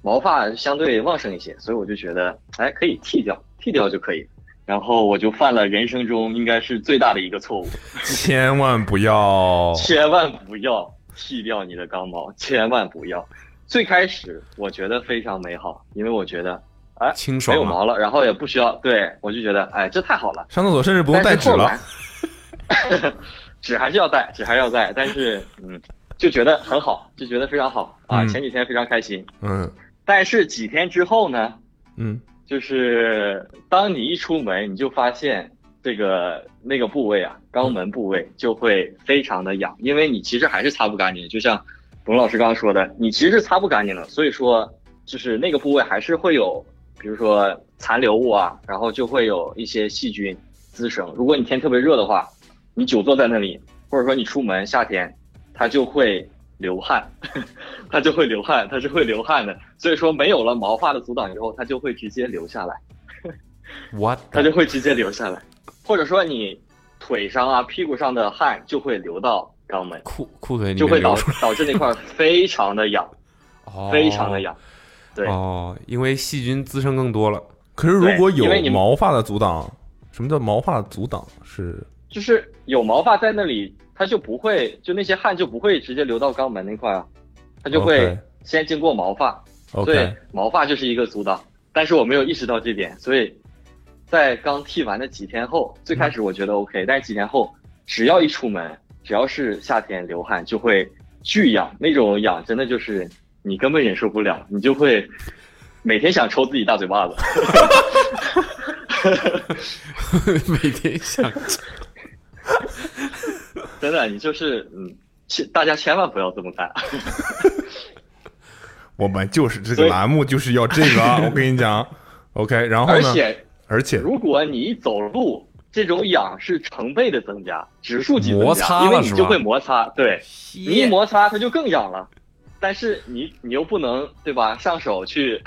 Speaker 10: 毛发相对旺盛一些，所以我就觉得，哎，可以剃掉，剃掉就可以。然后我就犯了人生中应该是最大的一个错误，
Speaker 2: 千万 不要，
Speaker 10: 千万不要剃掉你的钢毛，千万不要。最开始我觉得非常美好，因为我觉得，哎，
Speaker 3: 清爽啊
Speaker 10: 没有毛了，然后也不需要，对我就觉得，哎，这太好了。
Speaker 2: 上厕所甚至不用带纸了。
Speaker 10: 纸还是要带，纸还是要带，但是嗯，就觉得很好，就觉得非常好啊。
Speaker 2: 嗯
Speaker 10: 前几天非常开心，
Speaker 2: 嗯
Speaker 10: 但是几天之后呢，
Speaker 2: 嗯，
Speaker 10: 就是当你一出门，你就发现这个那个部位啊，肛门部位就会非常的痒，因为你其实还是擦不干净，就像董老师刚刚说的，你其实是擦不干净的，所以说就是那个部位还是会有，比如说残留物啊，然后就会有一些细菌滋生。如果你天特别热的话，你久坐在那里，或者说你出门夏天，它就会流汗， 它就会流汗，它是会流汗的。所以说没有了毛发的阻挡之后，它就会直接流下来，
Speaker 3: 嗯我
Speaker 10: 它就会直接流下来，或者说你腿上啊、屁股上的汗就会流到肛门。
Speaker 3: 裤裤腿里
Speaker 10: 就
Speaker 3: 面
Speaker 10: 会
Speaker 3: 流
Speaker 10: 导
Speaker 3: 出来，
Speaker 10: 导致那块儿非常的痒，
Speaker 3: 哦
Speaker 10: 非常的痒。对
Speaker 3: 哦，因为细菌滋生更多了。
Speaker 2: 可是如果有
Speaker 10: 因为你们
Speaker 2: 毛发的阻挡，什么叫毛发阻挡？是
Speaker 10: 就是有毛发在那里，它就不会，就那些汗就不会直接流到肛门那块啊，它就会
Speaker 2: OK
Speaker 10: 先经过毛发。
Speaker 2: OK
Speaker 10: 对，毛发就是一个阻挡，但是我没有意识到这点，所以在刚剃完的几天后，最
Speaker 2: 嗯
Speaker 10: 开始我觉得 OK，、但是几天后，只要一出门，只要是夏天流汗，就会巨痒，那种痒真的就是你根本忍受不了，你就会每天想抽自己大嘴巴子。
Speaker 5: 每天想，
Speaker 10: 真的，你就是嗯，千大家千万不要这么干。
Speaker 2: 我们就是这
Speaker 10: 所
Speaker 2: 个
Speaker 10: 以
Speaker 2: 栏目就是要这个啊，我跟你讲，OK，然后呢？
Speaker 10: 而且
Speaker 2: 而且
Speaker 10: 如果你一走路，这种痒是成倍的增加，指数级增加，
Speaker 2: 摩擦了
Speaker 10: 因为你
Speaker 2: 是吧
Speaker 10: 就会摩擦，对，你一摩擦它就更痒了。但是你你又不能对吧，上手去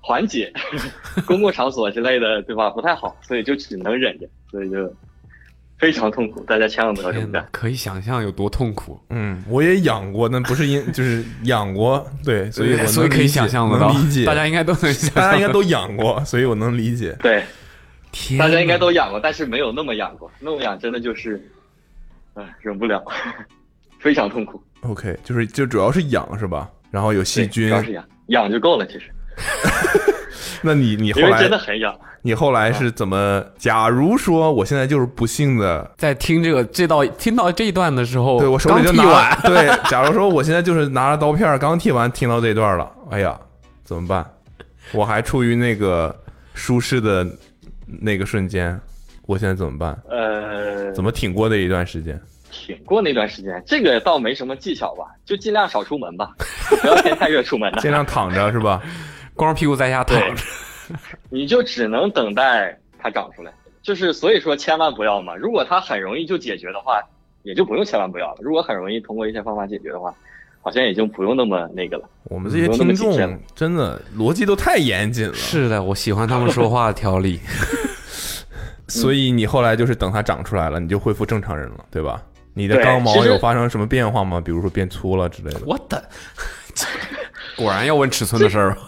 Speaker 10: 缓 解，公共场所之类的对吧，不太好，所以就只能忍着，所以就非常痛苦，大家千万不要这么干。
Speaker 2: 可以想象有多痛苦。嗯，我也养过，那不是因就是养过，对，所以我能
Speaker 5: 所以可以
Speaker 2: 理解
Speaker 5: 想象得
Speaker 2: 能
Speaker 5: 到
Speaker 2: 理解，
Speaker 5: 大家应该都能想象
Speaker 2: 大家应该都养过，所以我能理解。
Speaker 10: 对，
Speaker 5: 天
Speaker 10: 大家应该都痒过，但是没有那么痒过，那么痒真的就是，唉，忍不了， 非常痛苦，
Speaker 2: OK，就是就主要是痒是吧？然后有细菌
Speaker 10: 主，要是痒，痒就够了，其实，
Speaker 2: 那你你后
Speaker 10: 因为
Speaker 2: 来
Speaker 10: 真的啊很痒。
Speaker 2: 你后来是怎么？假如说我现在就是不幸的，
Speaker 5: 在听这个这道听到这一段的时
Speaker 10: 哦
Speaker 5: 候，
Speaker 2: 对我手里就
Speaker 5: 刚
Speaker 2: 拿
Speaker 5: 剃完
Speaker 2: 对，假如说我现在就是拿着刀片儿刚剃完，听到这段了，哎呀，怎么办？我还处于那个舒适的那个瞬间，我现在怎么办？
Speaker 10: 呃，
Speaker 2: 怎么挺过这一段 时间？
Speaker 10: 挺过那段时间？这个倒没什么技巧吧，就尽量少出门吧，不要天太热出门了。
Speaker 2: 尽量躺着是吧？
Speaker 5: 光屁股在家躺着，
Speaker 10: 你就只能等待它长出来。就是所以说，千万不要嘛。如果它很容易就解决的话，也就不用千万不要了。如果很容易通过一些方法解决的话，好像也就不用那么那个了。
Speaker 2: 我们这些
Speaker 10: 不用那
Speaker 2: 听
Speaker 10: 么谨慎了
Speaker 2: 众真的逻辑都太 严谨了。
Speaker 5: 是的，我喜欢他们说话的条理。
Speaker 2: 所
Speaker 5: 嗯
Speaker 2: 以你后来就是等它长出来了，你就恢复正常人了，对吧？你的
Speaker 5: 对
Speaker 2: 肛
Speaker 5: 其
Speaker 2: 毛
Speaker 5: 实
Speaker 2: 有发生什么变化吗？比如说变粗了之类的？
Speaker 5: 我的， 果然要问尺寸的事儿 吧。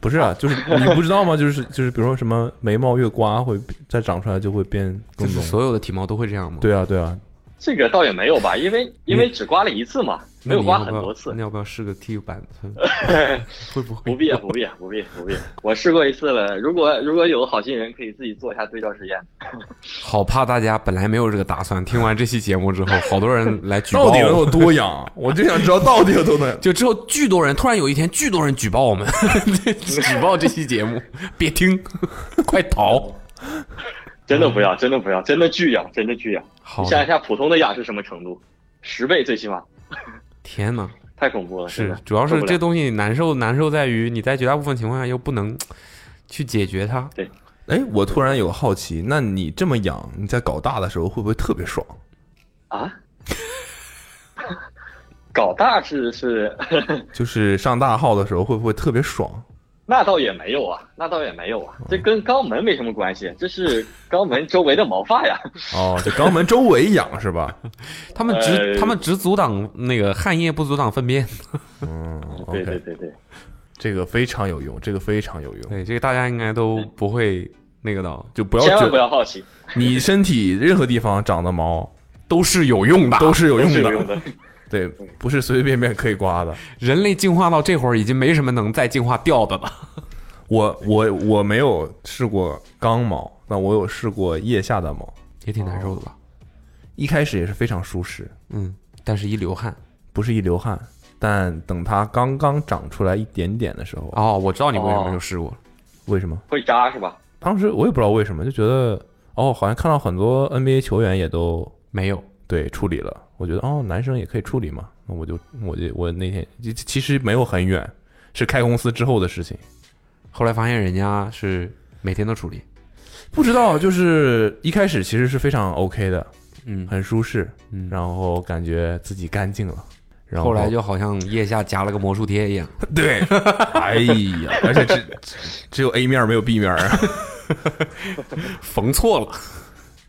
Speaker 2: 不是啊，就是你不知道吗？就是就是，比如说什么眉毛越刮会再长出来就会变更
Speaker 5: 就是
Speaker 2: 浓，
Speaker 5: 所有的体毛都会这样吗？
Speaker 2: 对啊对啊，
Speaker 10: 这个倒也没有吧，因为因为只刮了一次嘛，
Speaker 5: 那
Speaker 10: 没有
Speaker 5: 你要
Speaker 10: 刮
Speaker 5: 不
Speaker 10: 很
Speaker 5: 要
Speaker 10: 多次。
Speaker 5: 嗯那要不要试个剃板寸？ 会不会？
Speaker 10: 不必啊，不必啊，不必，不必。我试过一次了，如果如果有好心人可以自己做一下对照实验。
Speaker 5: 好怕大家本来没有这个打算，听完这期节目之 后，好多人来举报
Speaker 2: 到底 能有多
Speaker 5: 痒？
Speaker 2: 痒？我就想知道到底有多能。
Speaker 5: 就之后巨多人，突然有一天巨多人举报 我们，举报这期节目， 别听，快逃！
Speaker 10: 真的不要，真的不要，真的巨痒，真的巨痒。
Speaker 5: 嗯好
Speaker 10: 你想一下，普通的痒是什么程度？十倍最起码，
Speaker 5: 天哪，
Speaker 10: 太恐怖了。真
Speaker 5: 是
Speaker 10: 的
Speaker 5: 主要
Speaker 10: 受
Speaker 5: 是
Speaker 10: 不了
Speaker 5: 这东西难受，难受在于你在绝大部分情况下又不能去解决它。
Speaker 10: 对，
Speaker 2: 哎，我突然有个好奇，那你这么痒，你在搞大的时候会不会特别爽？
Speaker 10: 啊，搞大是是，
Speaker 2: 就是上大号的时候会不会特别 爽？
Speaker 10: 那倒也没有啊，那倒也没有
Speaker 2: 嗯
Speaker 10: 啊，这跟肛门没什么关系，这是肛门周围的毛发 呀。
Speaker 2: 哦，就肛门周围痒是吧？
Speaker 5: 他们只、
Speaker 10: 呃
Speaker 5: 他们只阻挡那个汗液，不阻挡粪便。
Speaker 2: 嗯，
Speaker 10: 对对对对，
Speaker 2: 这个非常有用，这个非常有用。
Speaker 5: 对，这个大家应该都不会那个的，
Speaker 2: 就不要
Speaker 10: 千
Speaker 2: 觉
Speaker 10: 万不要好奇，
Speaker 2: 你身体任何地方长的毛
Speaker 5: 都是有用的，
Speaker 2: 都是有用
Speaker 10: 都是
Speaker 2: 的，嗯
Speaker 10: 有用的
Speaker 2: 对，不是随随便便可以刮的。
Speaker 5: 人类进化到这会儿已经没什么能再进化掉的了。
Speaker 2: 我我我没有试过肛毛，但我有试过腋下的毛，
Speaker 5: 也挺难受的吧？
Speaker 2: 一开始也是非常舒适，
Speaker 5: 嗯，但是一流汗，
Speaker 2: 不是一流汗，但等它刚刚长出来一点点的时候，
Speaker 5: 哦，我知道你为什么就试
Speaker 3: 哦
Speaker 5: 过了，
Speaker 2: 为什么？
Speaker 10: 会扎是吧？
Speaker 2: 当时我也不知道为什么，就觉得哦，好像看到很多 NBA 球员也都
Speaker 5: 没有
Speaker 2: 对处理了，我觉得哦，男生也可以处理嘛，那我就我就我那天其其实没有很远，是开公司之后的事情。
Speaker 3: 后来发现人家是每天都处理，
Speaker 2: 不知道，就是一开始其实是非常 OK 的，
Speaker 3: 嗯，
Speaker 2: 很舒适，嗯，然后感觉自己干净了，然后
Speaker 3: 后来就好像腋下夹了个魔术贴一样。
Speaker 2: 对，哎呀， 而且只只只有 A 面没有 B 面啊，
Speaker 3: 缝错了，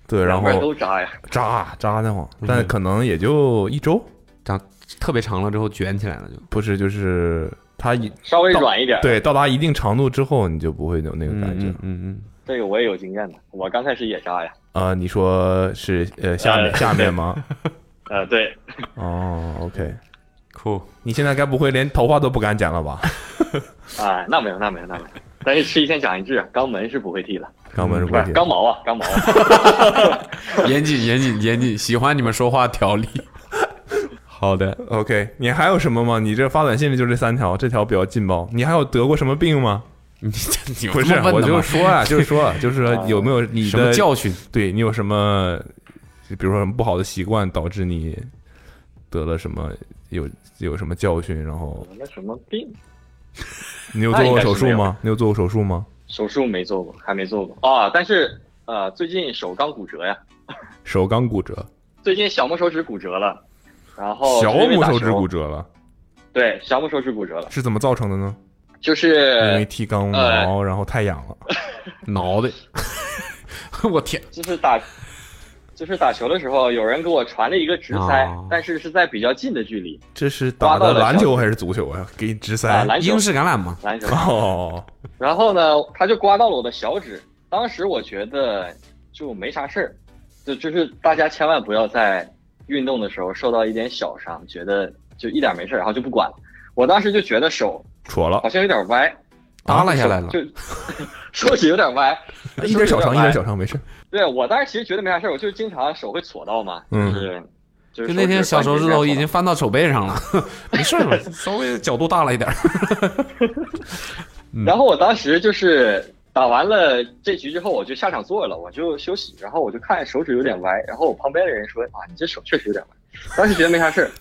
Speaker 2: 对，然
Speaker 10: 两边都
Speaker 2: 后
Speaker 10: 扎呀，
Speaker 2: 扎扎得慌，但可能也就一周，
Speaker 3: 扎特别长了之后卷起来了就，
Speaker 5: 嗯
Speaker 2: 不是就是它一
Speaker 10: 稍微
Speaker 2: 到
Speaker 10: 软一点。，
Speaker 2: 对，到达一定长度之后你就不会有那个感觉，嗯
Speaker 3: 嗯嗯，
Speaker 10: 这个我也有经验的，我刚开始也扎呀。
Speaker 2: 啊，你说是呃下面
Speaker 10: 呃
Speaker 2: 下面吗？
Speaker 10: 呃，对，
Speaker 2: 哦，OK，
Speaker 3: 酷，
Speaker 2: 你现在该不会连头发都不敢剪了吧？
Speaker 10: 啊，那没有，那没有，那没有。但是吃一堑长一智，啊，肛门是不会剃的，
Speaker 2: 肛门是
Speaker 10: 不
Speaker 2: 嗯不
Speaker 10: 是
Speaker 2: 剪，
Speaker 10: 肛毛啊，肛毛啊。
Speaker 5: 严谨严谨严谨，喜欢你们说话条理。
Speaker 2: 好的，OK，你还有什么吗？你这发短信里就这三条，这条比较劲爆。你还有得过什么病吗？
Speaker 5: 你这你有
Speaker 2: 不
Speaker 5: 这
Speaker 2: 是，
Speaker 5: 么问
Speaker 2: 我
Speaker 5: 的吗
Speaker 2: 就说啊，就是说啊，就是说有没有你的
Speaker 5: 什么教训？
Speaker 2: 对你有什么，比如说什么不好的习惯导致你得了什么有有什么教训？然后
Speaker 10: 那什么病？
Speaker 2: 你有做过手术吗？你有做过手术吗？
Speaker 10: 手术没做过，还没做过啊。但是呃，最近手刚骨折呀，
Speaker 2: 手刚骨折，
Speaker 10: 最近小拇手指骨折了，然后
Speaker 2: 小
Speaker 10: 是因为
Speaker 2: 拇
Speaker 10: 打
Speaker 2: 手指
Speaker 10: 球
Speaker 2: 骨折了，
Speaker 10: 对，小拇手指骨折了，
Speaker 2: 是怎么造成的呢？
Speaker 10: 就
Speaker 2: 因为
Speaker 10: 是
Speaker 2: 剃肛毛，然后太痒了。
Speaker 5: 挠的， 我天，
Speaker 10: 就是打。就是打球的时候，有人给我传了一个直塞，
Speaker 2: 啊
Speaker 5: 哦
Speaker 10: 但是是在比较近的距离
Speaker 2: 这是
Speaker 10: 刮
Speaker 2: 打
Speaker 10: 到了
Speaker 2: 的篮
Speaker 10: 小
Speaker 2: 球
Speaker 10: 指
Speaker 2: 还是足球啊？给你直
Speaker 10: 啊，
Speaker 2: 塞。
Speaker 10: 篮球
Speaker 5: 英式橄榄嘛，
Speaker 10: 篮球。
Speaker 2: 哦，
Speaker 10: 然后呢，他就刮到了我的小指。当时我觉得就没啥事儿，就就是大家千万不要在运动的时候受到一点小伤，觉得就一点没事儿，然后就不管了。我当时就觉得手
Speaker 2: 戳了
Speaker 10: 好，像有点歪，
Speaker 5: 耷拉下来了。
Speaker 10: 就 手指有点歪，
Speaker 2: 一点小
Speaker 10: 手指有
Speaker 2: 伤，一点
Speaker 10: 歪
Speaker 2: 小。伤，没事。
Speaker 10: 对我当时其实觉得没啥事儿，我就是经常手会搓到嘛，
Speaker 2: 嗯
Speaker 10: 就是就是
Speaker 5: 就那天小手指头已
Speaker 10: 经。
Speaker 5: 经翻到手背上 了，没事儿了，稍微角度大了一点儿。 嗯
Speaker 10: 然后我当时就是打完了这局之后，我就下场坐了，我就休息。然后我就看手指有点歪，然后我旁边的人说：“啊，你这手确实有点歪。”当时觉得没啥事儿。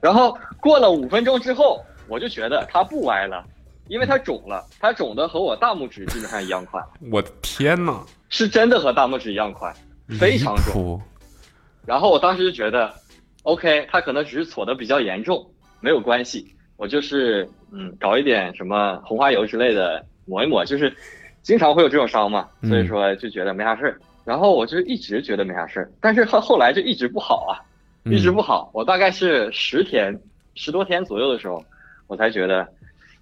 Speaker 10: 然后过了五分钟之后，我就觉得它不歪了，因为它肿了，它肿的和我大拇指基本上一样宽，
Speaker 5: 嗯我的天哪，
Speaker 10: 是真的和大拇指一样宽，非常
Speaker 5: 离
Speaker 10: 肿。
Speaker 5: 谱！
Speaker 10: 然后我当时就觉得，OK，它可能只是搓的比较严重，没有关系。我就是嗯，搞一点什么红花油之类的抹一抹，就是经常会有这种伤嘛，
Speaker 5: 嗯
Speaker 10: 所以说就觉得没啥事儿。然后我就一直觉得没啥事儿，但是后后来就一直不好啊，
Speaker 5: 嗯
Speaker 10: 一直不好。我大概是十天、十多天左右的时候，我才觉得。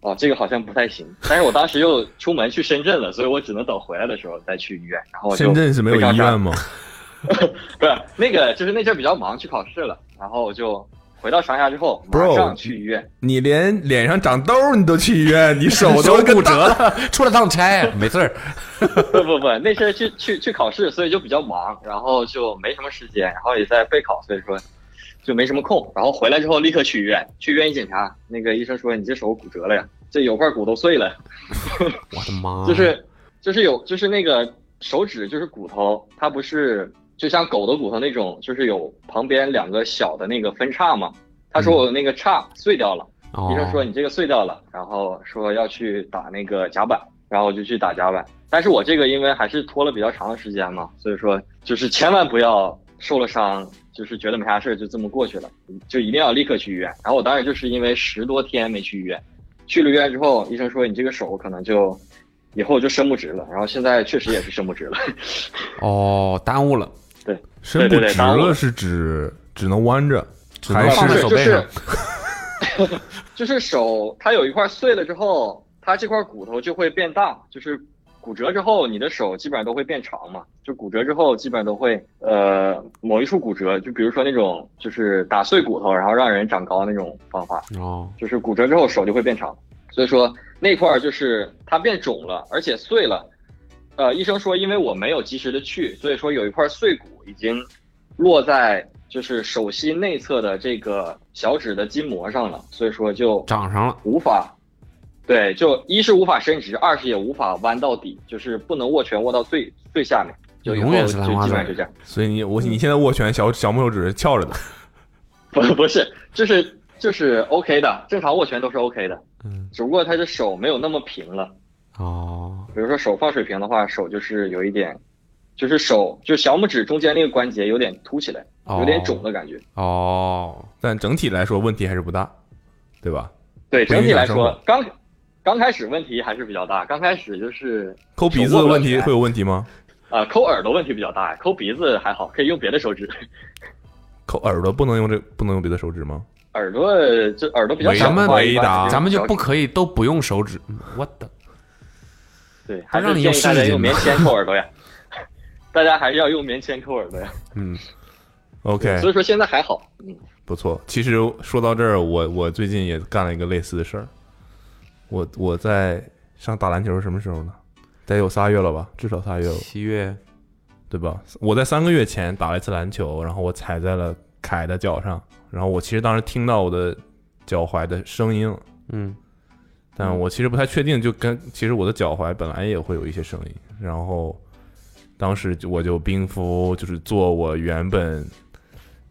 Speaker 10: 哦，这个好像不太行，但是我当时又出门去深圳了，所以我只能等回来的时候再去医院。然后我就
Speaker 2: 深圳是没有
Speaker 10: 非常
Speaker 2: 医
Speaker 10: 尴尬
Speaker 2: 院吗？
Speaker 10: 不是那个，就是那阵儿比较忙，去考试了，然后我就回到长沙之后，马
Speaker 2: Bro
Speaker 10: 上去医院。
Speaker 2: 你连脸上长痘你都去医院，你手
Speaker 5: 手
Speaker 2: 都
Speaker 5: 骨
Speaker 2: 跟
Speaker 5: 折了，出了趟差，没事儿。
Speaker 10: 不不不，那阵儿去去去考试，所以就比较忙，然后就没什么时间，然后也在备考，所以说就没什么空。然后回来之后立刻去医院，去医院一检查，那个医生说你这手骨折了呀，这有块骨头碎了，
Speaker 5: 我的妈！
Speaker 10: 就是就是有就是那个手指就是骨头，它不是就像狗的骨头那种，就是有旁边两个小的那个分叉嘛。他说我那个叉碎掉了。
Speaker 5: 哦
Speaker 10: 医生说你这个碎掉了，然后说要去打那个夹板，然后我就去打夹板。但是我这个因为还是拖了比较长的时间嘛，所以说就是千万不要受了伤，就是觉得没啥事儿就这么过去了，就一定要立刻去医院。然后我当时就是因为十多天没去医院，去了医院之后，医生说你这个手可能就以后就伸不直了，然后现在确实也是伸不直了。
Speaker 5: 哦，耽误了，
Speaker 2: 伸不
Speaker 10: 对对对
Speaker 2: 直
Speaker 10: 打我
Speaker 2: 了是指只能弯着，
Speaker 5: 只
Speaker 2: 还
Speaker 5: 能放在
Speaker 2: 是
Speaker 5: 手背上。
Speaker 10: 就是手它有一块碎了之后，它这块骨头就会变大，就是骨折之后，你的手基本上都会变长嘛。就骨折之后，基本上都会呃某一处骨折，就比如说那种就是打碎骨头，然后让人长高那种方法，
Speaker 5: 哦，
Speaker 10: 就是骨折之后手就会变长。所以说那块儿就是它变肿了，而且碎了。呃，医生说，因为我没有及时的去，所以说有一块碎骨已经落在就是手心内侧的这个小指的筋膜上了，所以说就
Speaker 5: 长上了，
Speaker 10: 无法，对，就一是无法伸直，二是也无法弯到底，就是不能握拳握到最最下面，就以后
Speaker 5: 永远是
Speaker 10: 就
Speaker 5: 兰
Speaker 10: 基
Speaker 5: 花
Speaker 10: 本
Speaker 5: 指
Speaker 10: 上就这样。
Speaker 2: 所以你我你现在握拳小小拇手指是翘着的，
Speaker 10: 不不是，就是就是 OK 的，正常握拳都是 OK 的，嗯，只不过他的手没有那么平了。
Speaker 3: 哦，
Speaker 10: 比如说手放水平的话，手就是有一点，就是手就小拇指中间那个关节有点凸起来，
Speaker 2: 哦
Speaker 10: 有点肿的感觉。
Speaker 2: 哦，但整体来说问题还是不大，对吧？
Speaker 10: 对，
Speaker 2: 不
Speaker 10: 整体
Speaker 2: 影响
Speaker 10: 来
Speaker 2: 生活
Speaker 10: 说，刚刚开始问题还是比较大，刚开始就是
Speaker 2: 抠鼻子
Speaker 10: 手握
Speaker 2: 的
Speaker 10: 不了
Speaker 2: 问题
Speaker 10: 拳
Speaker 2: 会有问题吗？
Speaker 10: 啊、抠耳朵问题比较大，抠鼻子还好，可以用别的手指。
Speaker 2: 抠耳朵不能用这不能用别的手指吗？
Speaker 10: 耳朵这耳朵比较小
Speaker 5: 咱
Speaker 10: 的
Speaker 5: 们
Speaker 10: 话，一般还是
Speaker 5: 咱们就
Speaker 10: 比较
Speaker 5: 不可以都不用手指。我的，
Speaker 10: 对，
Speaker 5: 他
Speaker 10: 还是
Speaker 5: 让你
Speaker 10: 建
Speaker 5: 用
Speaker 10: 议大
Speaker 5: 湿
Speaker 10: 家
Speaker 5: 纸巾
Speaker 10: 用棉
Speaker 5: 吧
Speaker 10: 签抠耳朵呀。 大家还是要用棉签抠耳朵呀。
Speaker 5: 嗯
Speaker 2: ，OK，
Speaker 10: 所以说现在还好，
Speaker 2: 不错。其实说到这儿，我我最近也干了一个类似的事儿。我我在上打篮球是什么时候呢？得有仨月了吧，至少仨月了。
Speaker 3: 七月，
Speaker 2: 对吧？我在三个月前打了一次篮球，然后我踩在了凯的脚上，然后我其实当时听到我的脚踝的声音了，
Speaker 3: 嗯，
Speaker 2: 但我其实不太确定，就跟其实我的脚踝本来也会有一些声音，然后当时就我就冰敷，就是做我原本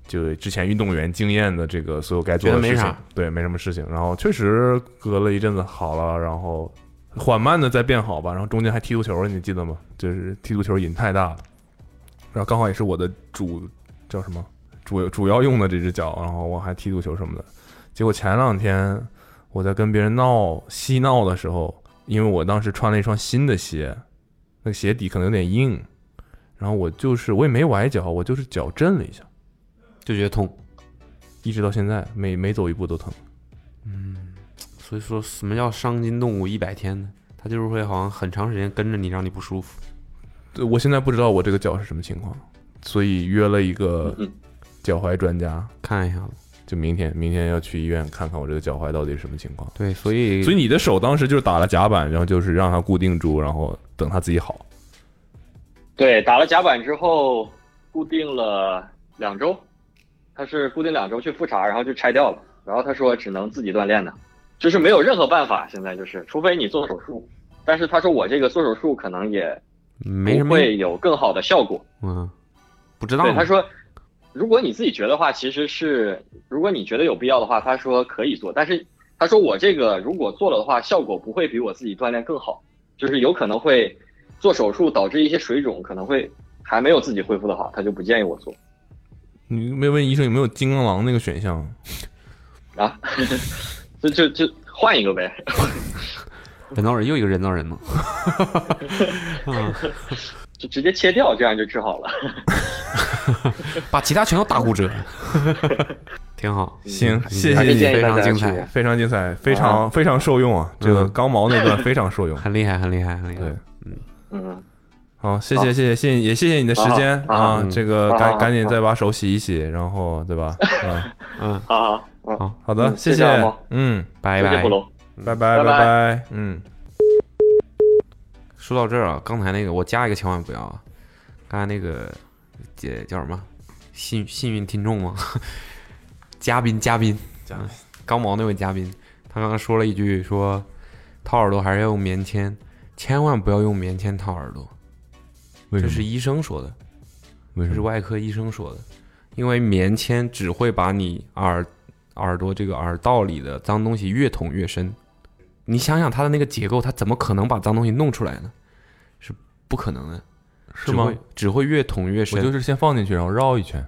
Speaker 2: 就之前运动员经验的这个所有该做的
Speaker 5: 觉得没
Speaker 2: 事情
Speaker 5: 啥，
Speaker 2: 对，没什么事情。然后确实隔了一阵子好了，然后缓慢的在变好吧。然后中间还踢足球了，你记得吗？就是踢足球瘾太大了，然后刚好也是我的主叫什么主主要用的这只脚，然后我还踢足球什么的。结果前两天我在跟别人闹嬉闹的时候，因为我当时穿了一双新的鞋，那个鞋底可能有点硬，然后我就是我也没崴脚，我就是脚震了一下，
Speaker 5: 就觉得痛，
Speaker 2: 一直到现在每每走一步都疼。
Speaker 3: 所以说什么叫伤筋动骨一百天呢？它就是会好像很长时间跟着你，让你不舒服。
Speaker 2: 对，我现在不知道我这个脚是什么情况，所以约了一个脚踝专家
Speaker 3: 看一下吧。
Speaker 2: 就明天，明天要去医院看看我这个脚踝到底是什么情况。
Speaker 3: 对，所以
Speaker 2: 所以你的手当时就是打了夹板，然后就是让它固定住，然后等它自己好。
Speaker 10: 对，打了夹板之后固定了两周，他是固定两周去复查，然后就拆掉了。然后他说只能自己锻炼的，就是没有任何办法，现在就是除非你做手术。但是他说我这个做手术可能也
Speaker 3: 没什
Speaker 10: 不
Speaker 3: 么，
Speaker 10: 会有更好的效果。
Speaker 3: 嗯，不知道嘛。
Speaker 10: 对，他说，如果你自己觉得的话，其实是如果你觉得有必要的话，他说可以做，但是他说我这个如果做了的话，效果不会比我自己锻炼更好，就是有可能会做手术导致一些水肿，可能会还没有自己恢复的好，他就不建议我做
Speaker 2: 你没问医生有没有金刚狼那个选项？
Speaker 10: 啊，就就就换一个呗。
Speaker 3: 人造人又一个人造人呢。
Speaker 10: 就直接切掉，这样就治好了。
Speaker 5: 把其他全都打骨折，
Speaker 3: 挺好。
Speaker 2: 行，
Speaker 5: 嗯
Speaker 2: 谢谢
Speaker 5: 还是
Speaker 2: 你，
Speaker 5: 建议大家非常精彩去
Speaker 2: 非常精彩，非常非常受用啊！这个刚毛那段非常受 用，
Speaker 3: 很厉害，很厉害，很厉害。
Speaker 2: 对，
Speaker 10: 嗯，
Speaker 2: 好，谢谢，谢谢，谢谢，也谢谢你的时间
Speaker 10: 好好好
Speaker 2: 啊！
Speaker 10: 嗯
Speaker 2: 这个
Speaker 10: 好好
Speaker 2: 赶
Speaker 10: 好
Speaker 2: 赶紧
Speaker 10: 好
Speaker 2: 再把手洗一洗，然后对 吧？啊，
Speaker 3: 嗯，
Speaker 10: 好好，
Speaker 3: 好，
Speaker 2: 好的，
Speaker 10: 嗯
Speaker 2: 谢
Speaker 10: 谢谢阿毛
Speaker 2: 嗯，
Speaker 3: 拜
Speaker 10: 谢谢
Speaker 3: 拜
Speaker 10: 布。隆，
Speaker 2: 拜拜，
Speaker 10: 拜拜
Speaker 2: 拜，嗯，
Speaker 3: 说到这儿啊，刚才那个我加一个千万不要啊！刚才那个姐叫什么？幸幸运听众吗？ 嘉宾嘉宾，嗯
Speaker 2: 嘉宾
Speaker 3: 刚毛那位嘉宾，他刚刚说了一句说掏耳朵还是要用棉签，千万不要用棉签掏耳朵，
Speaker 2: 为
Speaker 3: 这
Speaker 2: 什
Speaker 3: 是
Speaker 2: 么？
Speaker 3: 医生说的，
Speaker 2: 为
Speaker 3: 这
Speaker 2: 什
Speaker 3: 是
Speaker 2: 么？
Speaker 3: 外科医生说的，因为棉签只会把你耳耳朵这个耳道里的脏东西越捅越深。你想想它的那个结构，它怎么可能把脏东西弄出来呢？是不可能的。
Speaker 2: 是
Speaker 3: 只
Speaker 2: 吗
Speaker 3: 会？只会越捅越深，
Speaker 2: 我就是先放进去，然后绕一圈。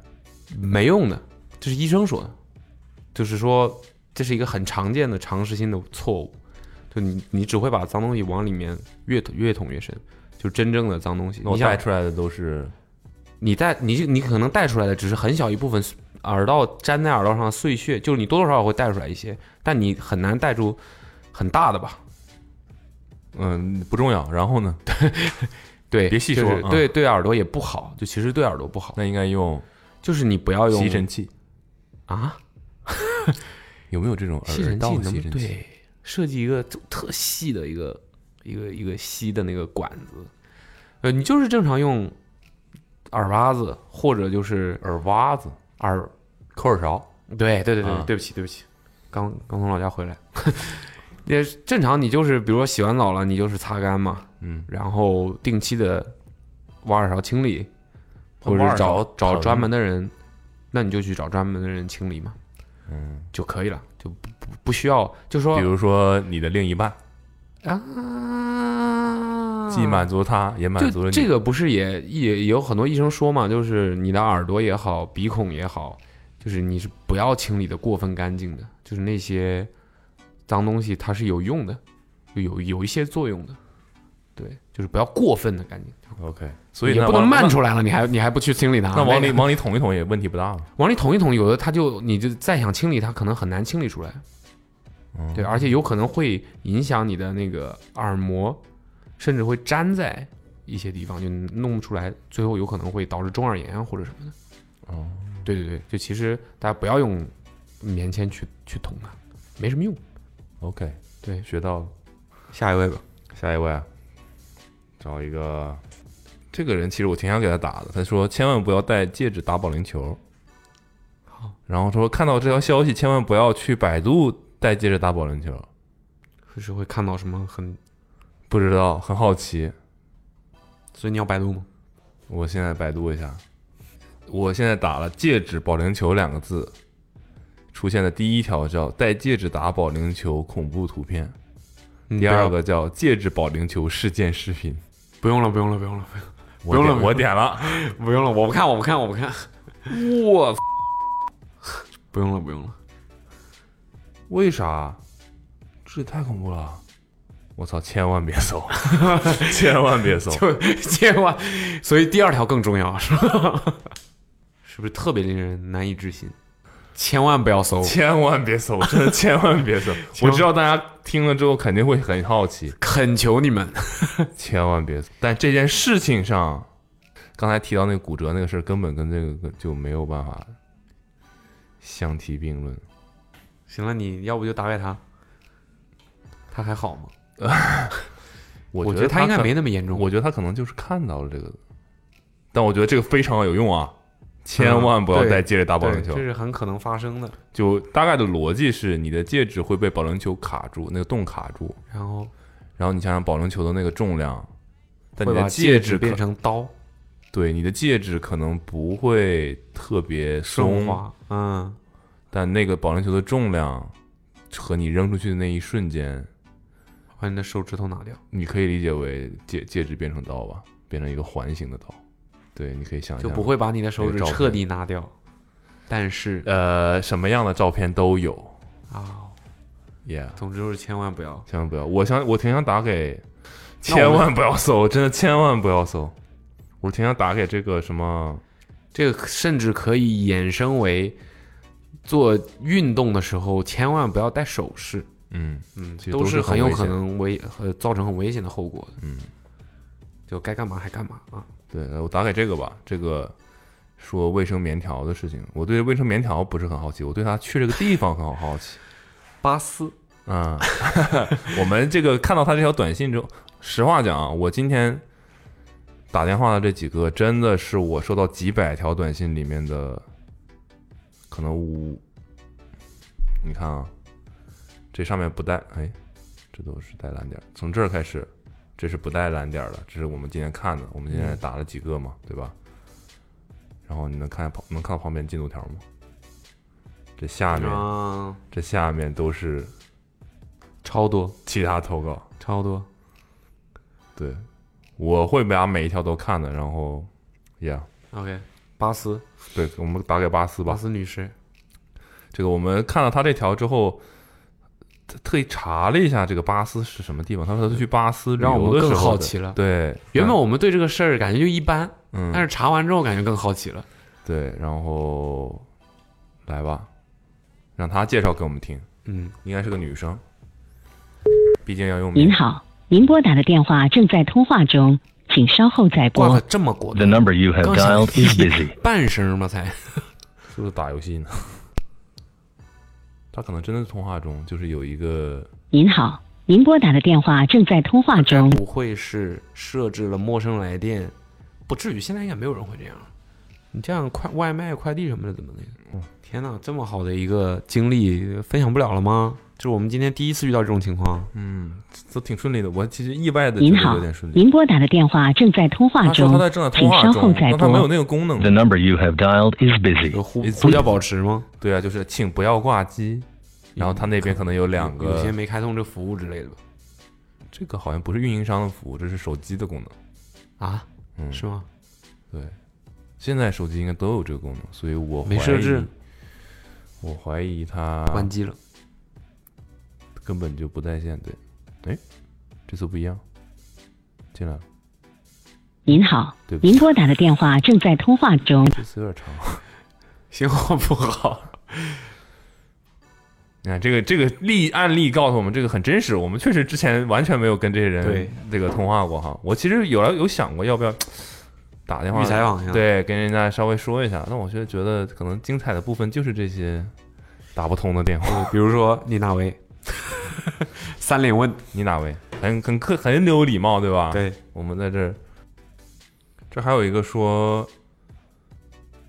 Speaker 3: 没用的。这是医生说的，就是说这是一个很常见的常识性的错误，就你你只会把脏东西往里面越捅越捅越深，就真正的脏东西。
Speaker 2: 那
Speaker 3: 你
Speaker 2: 我
Speaker 3: 想
Speaker 2: 带出来的都是
Speaker 3: 你带你你可能带出来的只是很小一部分耳道粘在耳道上的碎屑，就是你多多少少会带出来一些，但你很难带出很大的吧？
Speaker 2: 嗯不重要。然后呢？
Speaker 3: 对，
Speaker 2: 别细说
Speaker 3: 就是
Speaker 2: 啊
Speaker 3: 对对耳朵也不好，就其实对耳朵不好。
Speaker 2: 那应该用
Speaker 3: 就是你不要用
Speaker 2: 吸尘器。
Speaker 3: 啊，
Speaker 2: 有没有这种
Speaker 3: 吸尘
Speaker 2: 耳
Speaker 3: 器
Speaker 2: 道
Speaker 3: 能
Speaker 2: 吸
Speaker 3: 不
Speaker 2: 尘器？
Speaker 3: 对设计一个就特细的一个一个一个吸的那个管子，呃，你就是正常用耳挖子或者就是
Speaker 2: 耳挖子、
Speaker 3: 耳，
Speaker 2: 抠耳勺。
Speaker 3: 对对对对，
Speaker 2: 啊
Speaker 3: 对不起对不起，刚刚从老家回来， 也正常你就是比如说洗完澡了，你就是擦干嘛，
Speaker 2: 嗯，
Speaker 3: 然后定期的挖耳勺清理，或者
Speaker 2: 挖
Speaker 3: 是
Speaker 2: 耳
Speaker 3: 找
Speaker 2: 勺
Speaker 3: 找
Speaker 2: 疼
Speaker 3: 专门的人，那你就去找专门的人清理嘛。
Speaker 2: 嗯，
Speaker 3: 就可以了，就不不不需要，就说
Speaker 2: 比如说你的另一半，
Speaker 3: 啊，
Speaker 2: 既满足他，也满足了
Speaker 3: 就这
Speaker 2: 你。
Speaker 3: 个不是也也也有很多医生说嘛，就是你的耳朵也好，鼻孔也好，就是你是不要清理的过分干净的，就是那些脏东西它是有用的，就有有一些作用的，对，就是不要过分的干净。
Speaker 2: OK，所以
Speaker 3: 也
Speaker 2: 那
Speaker 3: 不能啊
Speaker 2: 往
Speaker 3: 漫出来了，你还你还不去清理它？哎
Speaker 2: 那往里往
Speaker 3: 里
Speaker 2: 里捅一捅也问题不大嘛。
Speaker 3: 往里捅一捅，有的它就你就再想清理它，可能很难清理出来。
Speaker 2: 嗯
Speaker 3: 对，而且有可能会影响你的那个耳膜，甚至会粘在一些地方，就弄不出来，最后有可能会导致中耳炎啊或者什么的。
Speaker 2: 哦，
Speaker 3: 对对对，就其实大家不要用棉签去去捅它，没什么用。
Speaker 2: OK，
Speaker 3: 对，
Speaker 2: 学到了。
Speaker 3: 下一位吧，
Speaker 2: 下一位啊，找一个，这个人其实我挺想给他打的。他说千万不要戴戒指打保龄球。好，然后说看到这条消息，千万不要去百度戴戒指打保龄球。
Speaker 3: 就是会看到什么很
Speaker 2: 不知道，很好奇。
Speaker 3: 所以你要百度吗？
Speaker 2: 我现在百度一下，我现在打了“戒指保龄球”两个字，出现的第一条叫“戴戒指打保龄球恐怖图片”，
Speaker 3: 嗯
Speaker 2: 第二个叫“戒指保龄球事件视频
Speaker 3: 不用了，不用了，不用了，
Speaker 2: 我
Speaker 3: 不用了，
Speaker 2: 点我点了，
Speaker 3: 不用了，我不看，我不看，我不 看，我不用了，不用了，”。
Speaker 2: 为啥？这也太恐怖了！我操，千万别搜， 千万别 搜。
Speaker 3: 就千万，所以第二条更重要，是吧？ 是不是特别令人难以置信？千万不要搜，！
Speaker 2: 千万别搜，真的千万别搜
Speaker 3: 千
Speaker 2: 我
Speaker 3: 万
Speaker 2: 知道大家听了之后肯定会很好奇，
Speaker 3: 恳求你们，
Speaker 2: 千万别搜。但这件事情上，刚才提到那个骨折那个事儿，根本跟这个就没有办法相提并论。
Speaker 3: 行了，你要不就打给他，他还好吗？我
Speaker 2: 我
Speaker 3: 觉
Speaker 2: 觉
Speaker 3: 得他应该
Speaker 2: 可
Speaker 3: 没那么严重
Speaker 2: 我觉得他可能就是看到了这个，但我觉得这个非常有用啊！千万不
Speaker 3: 嗯
Speaker 2: 要戴
Speaker 3: 对
Speaker 2: 戒指打保龄球
Speaker 3: 对这，是很可能发生的。
Speaker 2: 就大概的逻辑是，你的戒指会被保龄球卡住，那个洞卡住，
Speaker 3: 然后
Speaker 2: 然后你想想保龄球的那个重量，但你
Speaker 3: 会把
Speaker 2: 的
Speaker 3: 戒
Speaker 2: 指
Speaker 3: 指
Speaker 2: 可
Speaker 3: 变成刀，
Speaker 2: 对，你的戒指可能不会特别松
Speaker 3: 顺滑，嗯，
Speaker 2: 但那个保龄球的重量和你扔出去的那一瞬间，
Speaker 3: 把你的手指头拿掉。
Speaker 2: 你可以理解为戒戒指变成刀吧，变成一个环形的刀。对，你可以想
Speaker 3: 就
Speaker 2: 象
Speaker 3: 不会把你的手指
Speaker 2: 那个照片
Speaker 3: 彻底拿掉，但是
Speaker 2: 呃，什么样的照片都有
Speaker 3: 啊，
Speaker 2: ，yeah，
Speaker 3: 总之就是千万不要。
Speaker 2: 千万不要。我想，我挺想打给，
Speaker 3: 那我们
Speaker 2: 千万不要搜，真的千万不要搜。我挺想打给这个什么，
Speaker 3: 这个甚至可以衍生为做运动的时候，千万不要戴首饰，
Speaker 2: 嗯
Speaker 3: 嗯
Speaker 2: 其实，
Speaker 3: 都
Speaker 2: 是
Speaker 3: 很有
Speaker 2: 危
Speaker 3: 可
Speaker 2: 险。
Speaker 3: 能危呃造成很危险的后果的。
Speaker 2: 嗯，
Speaker 3: 就该干嘛还干嘛啊。
Speaker 2: 对，呃我打给这个吧。这个说卫生棉条的事情，我对卫生棉条不是很好奇，我对他去这个地方很好好奇。
Speaker 3: 巴斯，
Speaker 2: 嗯， 我们这个看到他这条短信之后，实话讲啊，我今天打电话的这几个，真的是我收到几百条短信里面的，可能五，你看啊，这上面不带，哎，这都是带蓝点儿，从这儿开始，这是不带蓝点儿的，这是我们今天看的，我们今天
Speaker 3: 嗯
Speaker 2: 打了几个嘛，对吧？然后你能看见旁能看到旁边进度条吗？这下面，
Speaker 3: 啊
Speaker 2: 这下面都是
Speaker 3: 超多
Speaker 2: 其他投稿，
Speaker 3: 超多，
Speaker 2: 对，我会把每一条都看的，然后，yeah，
Speaker 3: OK，巴斯
Speaker 2: 对，我们打给巴斯
Speaker 3: 巴
Speaker 2: 吧。
Speaker 3: 斯女士，
Speaker 2: 这个我们看到他这条之后，特特意查了一下这个巴斯是什么地方，他说他去巴斯旅
Speaker 3: 让我
Speaker 2: 游
Speaker 3: 们
Speaker 2: 的
Speaker 3: 更
Speaker 2: 时候
Speaker 3: 好
Speaker 2: 的
Speaker 3: 奇了
Speaker 2: 对，
Speaker 3: 原本我们对这个事儿感觉就一般，
Speaker 2: 嗯
Speaker 3: 但是查完之后感觉更好奇了。
Speaker 2: 对，然后来吧，让他介绍给我们听，
Speaker 3: 嗯，
Speaker 2: 应该是个女生，毕竟要用
Speaker 9: 您好，您拨打的电话正在通话中，请稍后再
Speaker 3: 挂的
Speaker 9: 拨。
Speaker 3: 这么果断
Speaker 11: The number you have
Speaker 3: 刚
Speaker 11: dialed is
Speaker 3: 想
Speaker 11: busy.
Speaker 3: 半声嘛才，
Speaker 2: 是不是打游戏呢？ 他可能真的是通话中，就是有一个
Speaker 9: 您好，您拨打的电话正在通话中，
Speaker 3: 不会是设置了陌生来电，不至于，现在应该没有人会这样。你这样快嗯外卖、快递什么的怎么那个？天哪，这么好的一个经历分享不了了吗？就是我们今天第一次遇到这种情况，
Speaker 2: 嗯，都挺顺利的。我其实意外的
Speaker 9: 您好，您拨打的电话正在通话中，请稍后再拨。
Speaker 2: 个功能。
Speaker 3: 嗯
Speaker 12: The number you have dialed is busy.
Speaker 3: 呼呼叫保持吗？
Speaker 2: 对啊，就是请不要挂机。然后他那边可能有两个，
Speaker 3: 嗯有些没开通这服务之类的吧。
Speaker 2: 这个好像不是运营商的服务，这是手机的功能
Speaker 3: 啊？
Speaker 2: 嗯，
Speaker 3: 是吗？
Speaker 2: 对，现在手机应该都有这个功能，所以我
Speaker 3: 没设置
Speaker 2: 怀疑，我怀疑它
Speaker 3: 关机了，
Speaker 2: 根本就不在线。对，哎，这次不一样，进来了，
Speaker 9: 您好
Speaker 2: 对，不起
Speaker 9: 您拨打的电话正在通话中，
Speaker 2: 这次有点长。
Speaker 3: 信号 不 好。
Speaker 2: 你哎看这个这个例案例告诉我们，这个很真实。我们确实之前完全没有跟这些人
Speaker 3: 对
Speaker 2: 这个通话过哈。我其实有来有想过要不 要打电话
Speaker 3: 预采访一下
Speaker 2: 对，跟人家稍微说一下。但我觉得觉得可能精彩的部分就是这些打不通的电话，
Speaker 3: 哦比如说你哪 位，三连问
Speaker 2: 你哪位，很很客很有礼貌，对吧？
Speaker 3: 对，
Speaker 2: 我们在这儿，这还有一个说，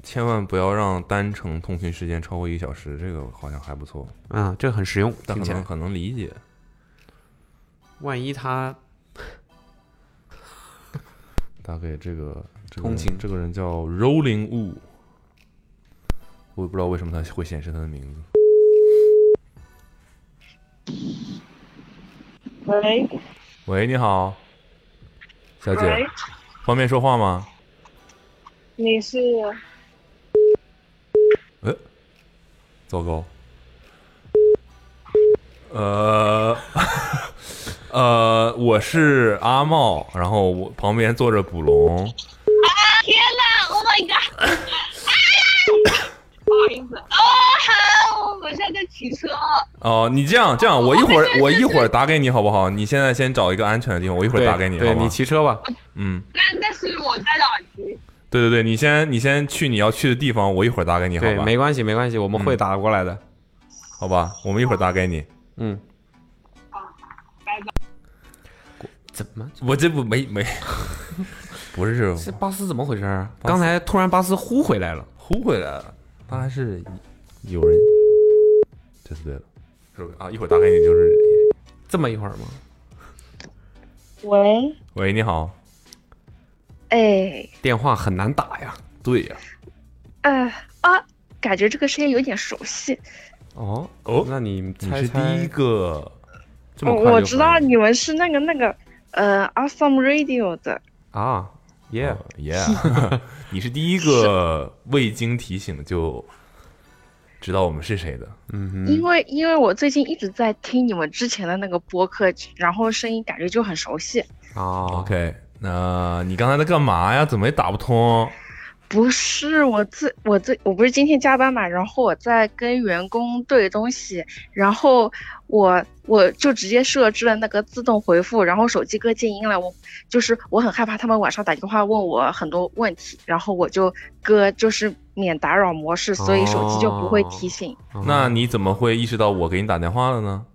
Speaker 2: 千万不要让单程通勤时间超过一个小时，这个好像还不错，
Speaker 3: 嗯，这很实用，
Speaker 2: 但
Speaker 3: 听
Speaker 2: 可
Speaker 3: 起来
Speaker 2: 能很能理解。
Speaker 3: 万一他
Speaker 2: 大概这个这个
Speaker 3: 通
Speaker 2: 人
Speaker 3: 勤
Speaker 2: 这个人叫 Rolling Wu，我也不知道为什么他会显示他的名字。
Speaker 13: 喂，
Speaker 2: 喂，你好，小姐
Speaker 13: 喂，
Speaker 2: 方便说话吗？
Speaker 13: 你是
Speaker 2: 糟糕，呃 呃，我是阿茂，然后我旁边坐着捕龙，
Speaker 13: 啊天呐 o h my god！哎呀， 不好意思，哦，好，我现在在骑车。哦
Speaker 2: 哦，你这样这样，我一会儿我一会儿打给你好不好？你现在先找一个安全的地方，我一会儿
Speaker 3: 对
Speaker 2: 打给你，
Speaker 3: 对
Speaker 2: 好吗
Speaker 3: 你骑车吧。
Speaker 2: 嗯，
Speaker 13: 但但是我在哪骑？
Speaker 2: 对对对，你先你先去你要去的地方，我一会儿打给你，好
Speaker 3: 对
Speaker 2: 吧？
Speaker 3: 没关系没关系，我们会打过来的。
Speaker 2: 好吧，我们一会儿打给你。
Speaker 3: 嗯，
Speaker 13: 拜拜。
Speaker 3: 怎么？
Speaker 2: 我这不没没， 不是
Speaker 3: 这巴斯怎么回事啊？刚才突然巴斯呼回来了，
Speaker 2: 呼回来了，他还是有人，这次对了，是不是啊？一会儿打给你就是。
Speaker 3: 这么一会儿吗？
Speaker 13: 喂，
Speaker 2: 喂，你好，
Speaker 6: 哎，
Speaker 3: 电话很难打呀。
Speaker 2: 对呀、
Speaker 6: 呃啊，感觉这个声音有点熟悉。
Speaker 3: 哦哦，那你
Speaker 2: 你
Speaker 3: 猜
Speaker 2: 是第一个，
Speaker 3: 这么快就
Speaker 6: 我知道你们是那个那个呃，Awesome Radio 的。
Speaker 3: 啊，Yeah
Speaker 2: 哦 yeah，你 是第一个未经提醒就知道我们是谁 的，
Speaker 3: 嗯
Speaker 6: 因为因为我最近一直在听你们之前的那个播客，然后声音感觉就很熟悉。
Speaker 3: 哦
Speaker 2: ，OK，那你刚才在干嘛呀？怎么也打不通？
Speaker 6: 不是我自我自我不是今天加班嘛，然后我在跟员工对东西，然后我我就直接设置了那个自动回复，然后手机哥静音了，我就是我很害怕他们晚上打电话问我很多问题，然后我就搁就是免打扰模式，所以手机就不会提醒。
Speaker 3: 嗯
Speaker 2: 那你怎么会意识到我给你打电话了呢？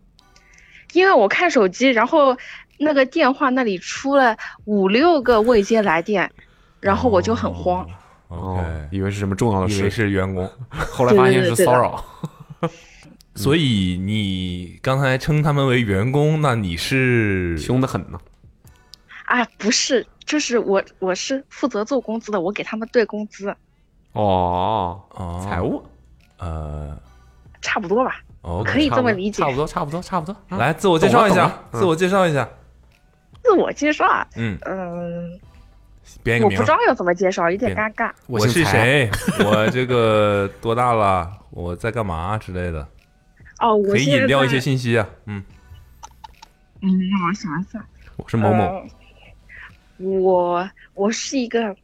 Speaker 6: 因为我看手机，然后那个电话那里出了五六个未接来电，然后我就很慌。
Speaker 3: 哦，以为是什么重要的事，
Speaker 2: 以为是员工，
Speaker 3: 后来发现是骚扰。
Speaker 2: 所以你刚才称他们为员工，那你是
Speaker 3: 凶的很呢？
Speaker 6: 啊，不是，就是我我是负责做工资的，我给他们对工资，
Speaker 3: 哦
Speaker 2: 哦，
Speaker 3: 财务
Speaker 2: 呃
Speaker 6: 差不多吧。
Speaker 2: ，OK，
Speaker 6: 可以这么理解
Speaker 3: 差不多，差不多，差不多。啊
Speaker 2: 来自我介绍一
Speaker 3: 懂了
Speaker 2: 下
Speaker 3: 懂了，嗯
Speaker 2: 自我介绍一下，
Speaker 6: 自我介绍啊，
Speaker 2: 嗯，
Speaker 6: 嗯，
Speaker 2: 编一
Speaker 6: 我
Speaker 2: 个
Speaker 6: 不
Speaker 2: 名
Speaker 6: 知
Speaker 2: 儿。
Speaker 6: 道要怎么介绍，有点
Speaker 2: 编
Speaker 6: 尴尬。
Speaker 2: 我是谁？我这个多大了？我在干嘛之类的，
Speaker 6: 哦，我
Speaker 2: 可以
Speaker 6: 现在
Speaker 2: 引掉一
Speaker 6: 在
Speaker 2: 些信息啊。嗯，
Speaker 6: 嗯，让我想一想，
Speaker 2: 我是某某，
Speaker 6: 呃我我是一个，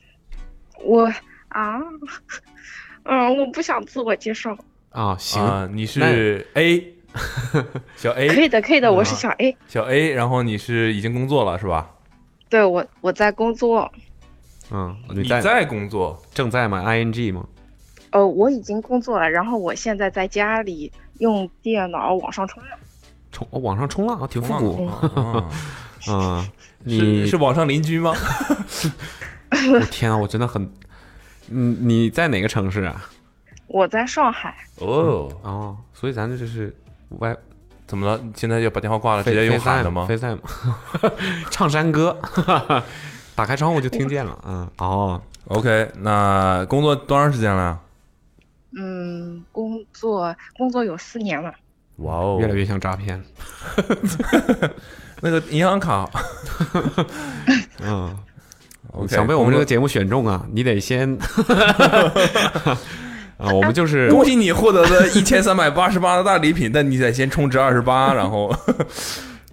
Speaker 6: 我啊，嗯，我不想自我介绍。
Speaker 3: 啊，行
Speaker 2: 啊，你是 A 小
Speaker 6: 可
Speaker 2: A
Speaker 6: 以的，可以的，我
Speaker 2: 嗯
Speaker 6: 是小 A，、
Speaker 2: 小 A，然后你是已经工作了是吧？
Speaker 6: 对我我在工作，
Speaker 3: 嗯，
Speaker 2: 你
Speaker 3: 在
Speaker 2: 在工作，
Speaker 3: 正在吗？ing 吗？
Speaker 6: 呃，我已经工作了，然后我现在在家里用电脑网上冲浪，
Speaker 3: 冲哦网上冲浪啊，挺复
Speaker 2: 冲
Speaker 3: 古
Speaker 2: 浪啊。
Speaker 3: 嗯，你
Speaker 2: 是是网上邻 居吗？
Speaker 3: 我天啊，我真的很，
Speaker 5: 嗯
Speaker 3: 你你在哪个城市啊？
Speaker 6: 我在上海，
Speaker 2: 哦，
Speaker 3: 哦，所以咱这就是外
Speaker 2: 怎么了？现在要把电话挂了，直
Speaker 5: 飞
Speaker 2: 接用
Speaker 5: 飞塞
Speaker 2: 喊的
Speaker 5: 吗
Speaker 2: 吗？
Speaker 5: 飞塞吗？ 唱山歌，打开窗户就听见了。嗯，
Speaker 2: 哦，OK，那工作多长时间了？
Speaker 6: 嗯，工作工作有四年了，
Speaker 2: 哇哦，
Speaker 5: 越来越像诈骗。
Speaker 2: 那个银行卡，
Speaker 5: 嗯
Speaker 2: OK，
Speaker 5: 想被我们这
Speaker 2: 工作
Speaker 5: 个节目选中啊，你得 先啊，我们就是
Speaker 2: 恭喜你获得了一千三百八十八的大礼品，但你得先充值二十八，然后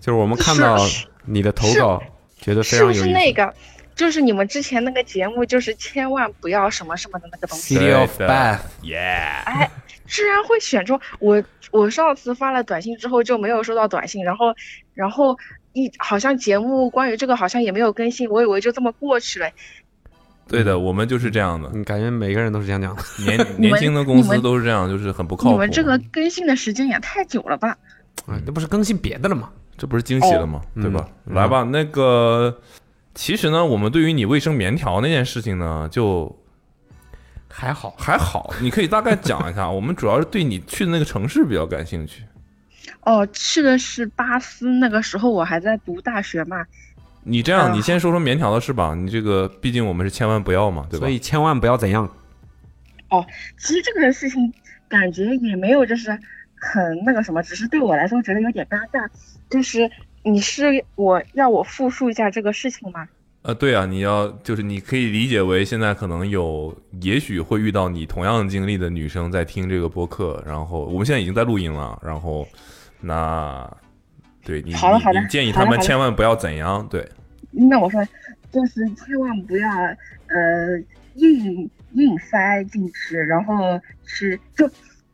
Speaker 5: 就是我们看到
Speaker 6: 是
Speaker 5: 你的投稿，觉得非
Speaker 6: 是
Speaker 5: 常
Speaker 6: 不
Speaker 5: 有
Speaker 6: 是
Speaker 5: 意思。
Speaker 6: 那个？就是你们之前那个节目，就是千万不要什么什么的那个东西。
Speaker 5: City of Bath，
Speaker 6: 哎，居然会选中我！我上次发了短信之后就没有收到短信，然后，然后一好像节目关于这个好像也没有更新，我以为就这么过去了。
Speaker 2: 对的，我们就是这样的。
Speaker 5: 你嗯感觉每个人都是这样讲的，
Speaker 2: 年
Speaker 6: 你们
Speaker 2: 年轻的公
Speaker 6: 你
Speaker 2: 司
Speaker 6: 们
Speaker 2: 都是这样，就是很不靠
Speaker 6: 你
Speaker 2: 谱。
Speaker 6: 们这
Speaker 5: 啊
Speaker 6: 个更新的时间也太久了吧？
Speaker 2: 嗯
Speaker 5: 哎，那不是更新别的了吗？
Speaker 2: 这不是惊喜了吗？
Speaker 5: 哦
Speaker 2: 对吧？
Speaker 5: 嗯
Speaker 2: 来吧，那个，其实呢，我们对于你卫生棉条那件事情呢，就
Speaker 5: 还好，
Speaker 2: 还好，你可以大概讲 一下。我们主要是对你去的那个城市比较感兴趣。
Speaker 6: 哦，去的是巴斯，那个时候我还在读大学嘛。
Speaker 2: 你这样，你先说说棉条的事吧。你这个，毕竟我们是千万不要嘛，对吧？所以
Speaker 5: 千万不要怎样。
Speaker 6: 哦，其实这个事情感觉也没有，就是很那个什么，只是对我来说觉得有点尴尬。就是你是我要我复述一下这个事情吗？
Speaker 2: 呃，对啊，你要就是你可以理解为现在可能有，也许会遇到你同样经历的女生在听这个播客，然后我们现在已经在录音了，然后那对你
Speaker 6: 好了
Speaker 2: 你
Speaker 6: 好了
Speaker 2: 你建议
Speaker 6: 好
Speaker 2: 他
Speaker 6: 了
Speaker 2: 们
Speaker 6: 好了
Speaker 2: 千万不要怎样，对，
Speaker 6: 那我说，就是千万不要呃硬硬塞进去，然后吃就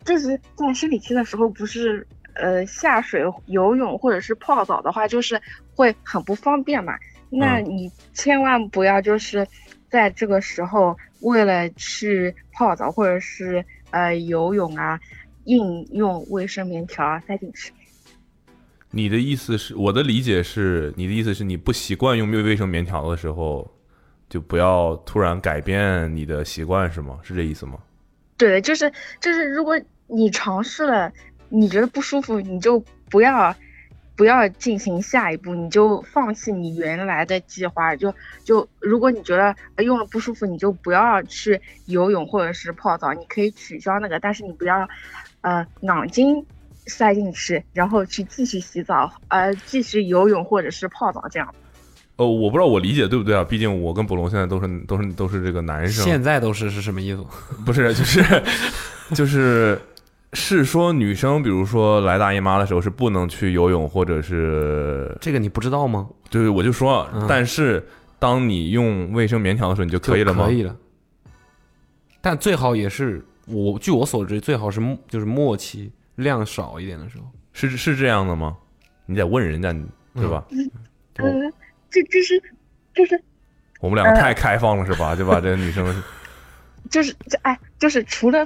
Speaker 6: 就是在生理期的时候，不是呃下水游泳或者是泡澡的话，就是会很不方便嘛。那
Speaker 13: 嗯
Speaker 6: 你千万不要就是在这个时候为了去泡澡或者是呃游泳啊，硬用卫生棉条啊塞进去。
Speaker 2: 你的意思是，我的理解是，你的意思是你不习惯用卫生棉条的时候，就不要突然改变你的习惯，是吗？是这意思吗？
Speaker 6: 对，就是就是，如果你尝试了，你觉得不舒服，你就不要不要进行下一步，你就放弃你原来的计划。就就如果你觉得呃用了不舒服，你就不要去游泳或者是泡澡，你可以取消那个，但是你不要呃脑筋塞进去，然后去继续洗澡，呃继续游泳或者是泡澡这样。
Speaker 2: 哦，我不知道我理解对不对啊？毕竟我跟博龙现在都是都是都是这个男生，
Speaker 5: 现在都是是什么意思？
Speaker 2: 不是就是就是是说女生，比如说来大姨妈的时候是不能去游泳或者是
Speaker 5: 这个你不知道吗？
Speaker 2: 对，我就说，啊
Speaker 5: 嗯
Speaker 2: 但是当你用卫生棉条的时候，你就可以了吗？
Speaker 5: 就可以了。但最好也是我据我所知，最好是末就是末期量少一点的时候。
Speaker 2: 是是这样的吗？你得问人家，对吧？
Speaker 6: 嗯嗯，这这是就是
Speaker 2: 我们两个
Speaker 6: 呃
Speaker 2: 太开放了，是吧？就把这个女生
Speaker 6: 就是这哎，就是除了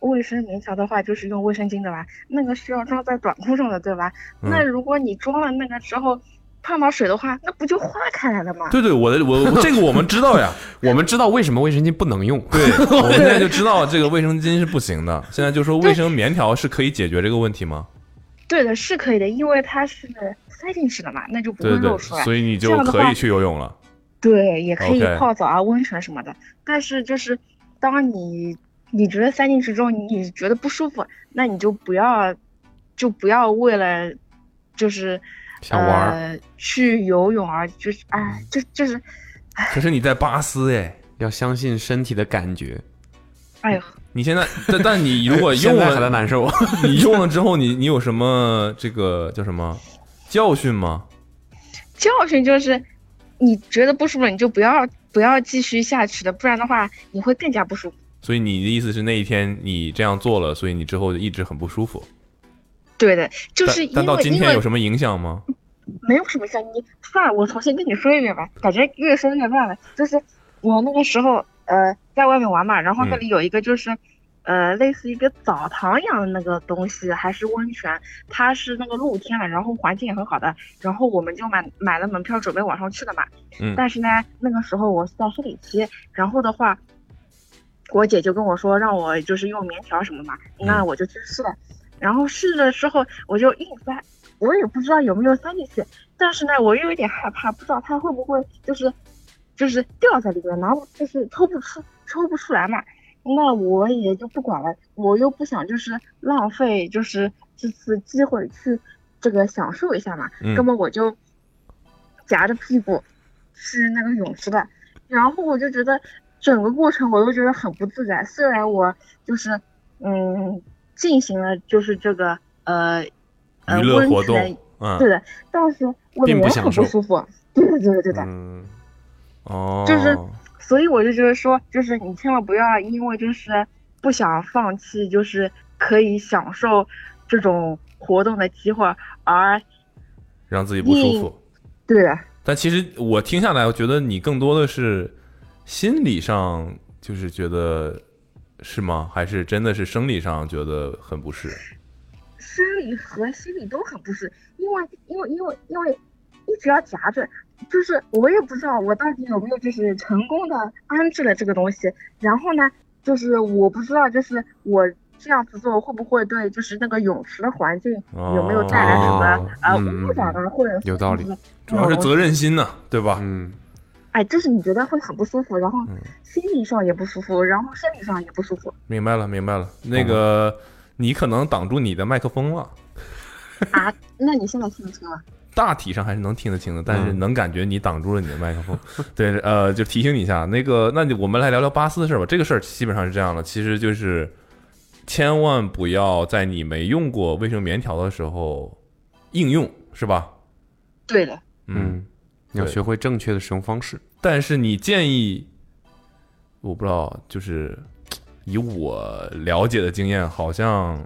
Speaker 6: 卫生棉条的话，就是用卫生巾的吧？那个需要装在短裤上的，对吧？
Speaker 2: 嗯
Speaker 6: 那如果你装了那个之后泡到水的话，那不就化开来了吗？
Speaker 2: 对对，我的我我这个我们知道呀，
Speaker 5: 我们知道为什么卫生巾不能用。
Speaker 2: 对，我们现在就知道这个卫生巾是不行的。现在就说卫生棉条是可以解决这个问题吗？
Speaker 6: 对的，是可以的，因为它是塞进去的嘛，那就不会
Speaker 2: 对对
Speaker 6: 露出来。
Speaker 2: 所以你
Speaker 6: 这
Speaker 2: 就
Speaker 6: 样的
Speaker 2: 可
Speaker 6: 话
Speaker 2: 以去游泳了。
Speaker 6: 对，也可以
Speaker 2: OK
Speaker 6: 泡澡啊、温泉什么的。但是就是当你你觉得塞进去之后，你你觉得不舒服，那你就不要就不要为了就是
Speaker 2: 想玩儿嗯
Speaker 6: 呃、去游泳而就是哎，就就是
Speaker 2: 可是你在巴斯哎，
Speaker 5: 要相信身体的感觉。
Speaker 6: 哎呦，
Speaker 2: 你现在，但但你如果用
Speaker 5: 现在
Speaker 2: 了
Speaker 5: 还在难受
Speaker 2: 你用了之后，你你有什么这个叫什么教训吗？
Speaker 6: 教训就是你觉得不舒服，你就不要不要继续下去的，不然的话你会更加不舒服。
Speaker 2: 所以你的意思是那一天你这样做了，所以你之后就一直很不舒服。
Speaker 6: 对的，就是
Speaker 2: 但
Speaker 6: 因为
Speaker 2: 但到今
Speaker 6: 因
Speaker 2: 天
Speaker 6: 为
Speaker 2: 有什么影响吗？
Speaker 6: 没有什么相机。算了，我重新跟你说一遍吧，感觉越说越乱了。就是我那个时候呃在外面玩嘛，然后那里有一个就是、呃类似一个澡堂一样的那个东西，还是温泉，它是那个露天的，然后环境也很好的，然后我们就买买了门票准备晚上去的嘛。
Speaker 13: 嗯
Speaker 6: 但是呢，那个时候我是在生理期，然后的话。我姐就跟我说，让我就是用棉条什么嘛，那我就去试了。然后试了之后，我就硬塞，我也不知道有没有塞进去，但是呢，我又有点害怕，不知道它会不会就是就是掉在里面，然后就是抽不出抽不出来嘛。那我也就不管了，我又不想就是浪费就是这次机会去这个享受一下嘛，
Speaker 14: 嗯
Speaker 6: 那么我就夹着屁股是那个泳池的，然后我就觉得整个过程我都觉得很不自在。虽然我就是嗯进行了就是这个呃呃
Speaker 2: 娱乐
Speaker 6: 温
Speaker 2: 活动
Speaker 6: 泉，
Speaker 2: 嗯
Speaker 6: 对的，但是我的
Speaker 2: 并不
Speaker 6: 人
Speaker 2: 享
Speaker 6: 很
Speaker 2: 受
Speaker 6: 不舒服。对的，对的，对的，
Speaker 2: 嗯，哦，
Speaker 6: 就是所以我就觉得说，就是你千万不要因为就是不想放弃，就是可以享受这种活动的机会而
Speaker 2: 让自己不舒服。
Speaker 6: 对的，
Speaker 2: 但其实我听下来，我觉得你更多的是心理上，就是觉得是吗？还是真的是生理上觉得很不适？
Speaker 6: 生理和心理都很不适，因为因为因为因为一直要夹着，就是我也不知道我到底有没有就是成功的安置了这个东西，然后呢，就是我不知道就是我这样子做会不会对就是那个泳池的环境有没有带来什么、
Speaker 2: 哦
Speaker 6: 呃
Speaker 2: 嗯
Speaker 6: 污染啊，或者是
Speaker 2: 有道理
Speaker 6: 就是
Speaker 2: 主要是责任心呢，对吧？
Speaker 5: 嗯，
Speaker 6: 哎，就是你觉得会很不舒服，然后
Speaker 2: 嗯
Speaker 6: 心理上也不舒服，然后生理上也不舒服
Speaker 2: 明白了，明白了。那个，你可能挡住你的麦克风了，
Speaker 6: 啊。那你现在听不清了？
Speaker 2: 大体上还是能听得清的，但是能感觉你挡住了你的麦克风。 对，呃，就提醒你一下，那个，那我们来聊聊巴斯的事儿吧。这个事儿基本上是这样的，其实就是千万不要在你没用过卫生棉条的时候应用，是吧？
Speaker 6: 对的，
Speaker 2: 嗯，
Speaker 5: 你要
Speaker 2: 对
Speaker 5: 学会正确的使用方式。
Speaker 2: 但是你建议，我不知道，就是以我了解的经验，好像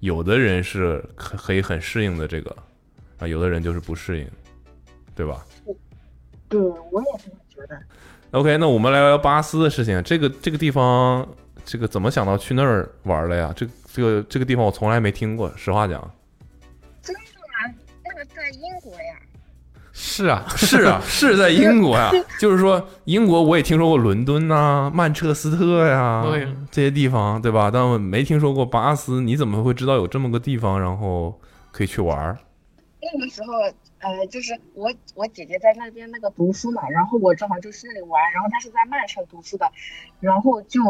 Speaker 2: 有的人是可可以很适应的这个啊，有的人就是不适应，对吧
Speaker 6: 对我也这么觉得。
Speaker 2: ？OK，那我们来聊聊巴斯的事情。这个这个地方，这个怎么想到去那儿玩了呀？这这个这个地方我从来没听过，实话讲。
Speaker 6: 真的啊，那个在英国呀。
Speaker 2: 是啊，是啊，是在英国呀、就是说，英国我也听说过伦敦呐、曼彻斯特呀、
Speaker 5: 对呀
Speaker 2: 这些地方，对吧？但我没听说过巴斯，你怎么会知道有这么个地方，然后可以去玩儿？
Speaker 6: 那个时候，呃，就是我我姐姐在那边那个读书嘛，然后我正好就去那里玩，然后她是在曼城读书的，然后就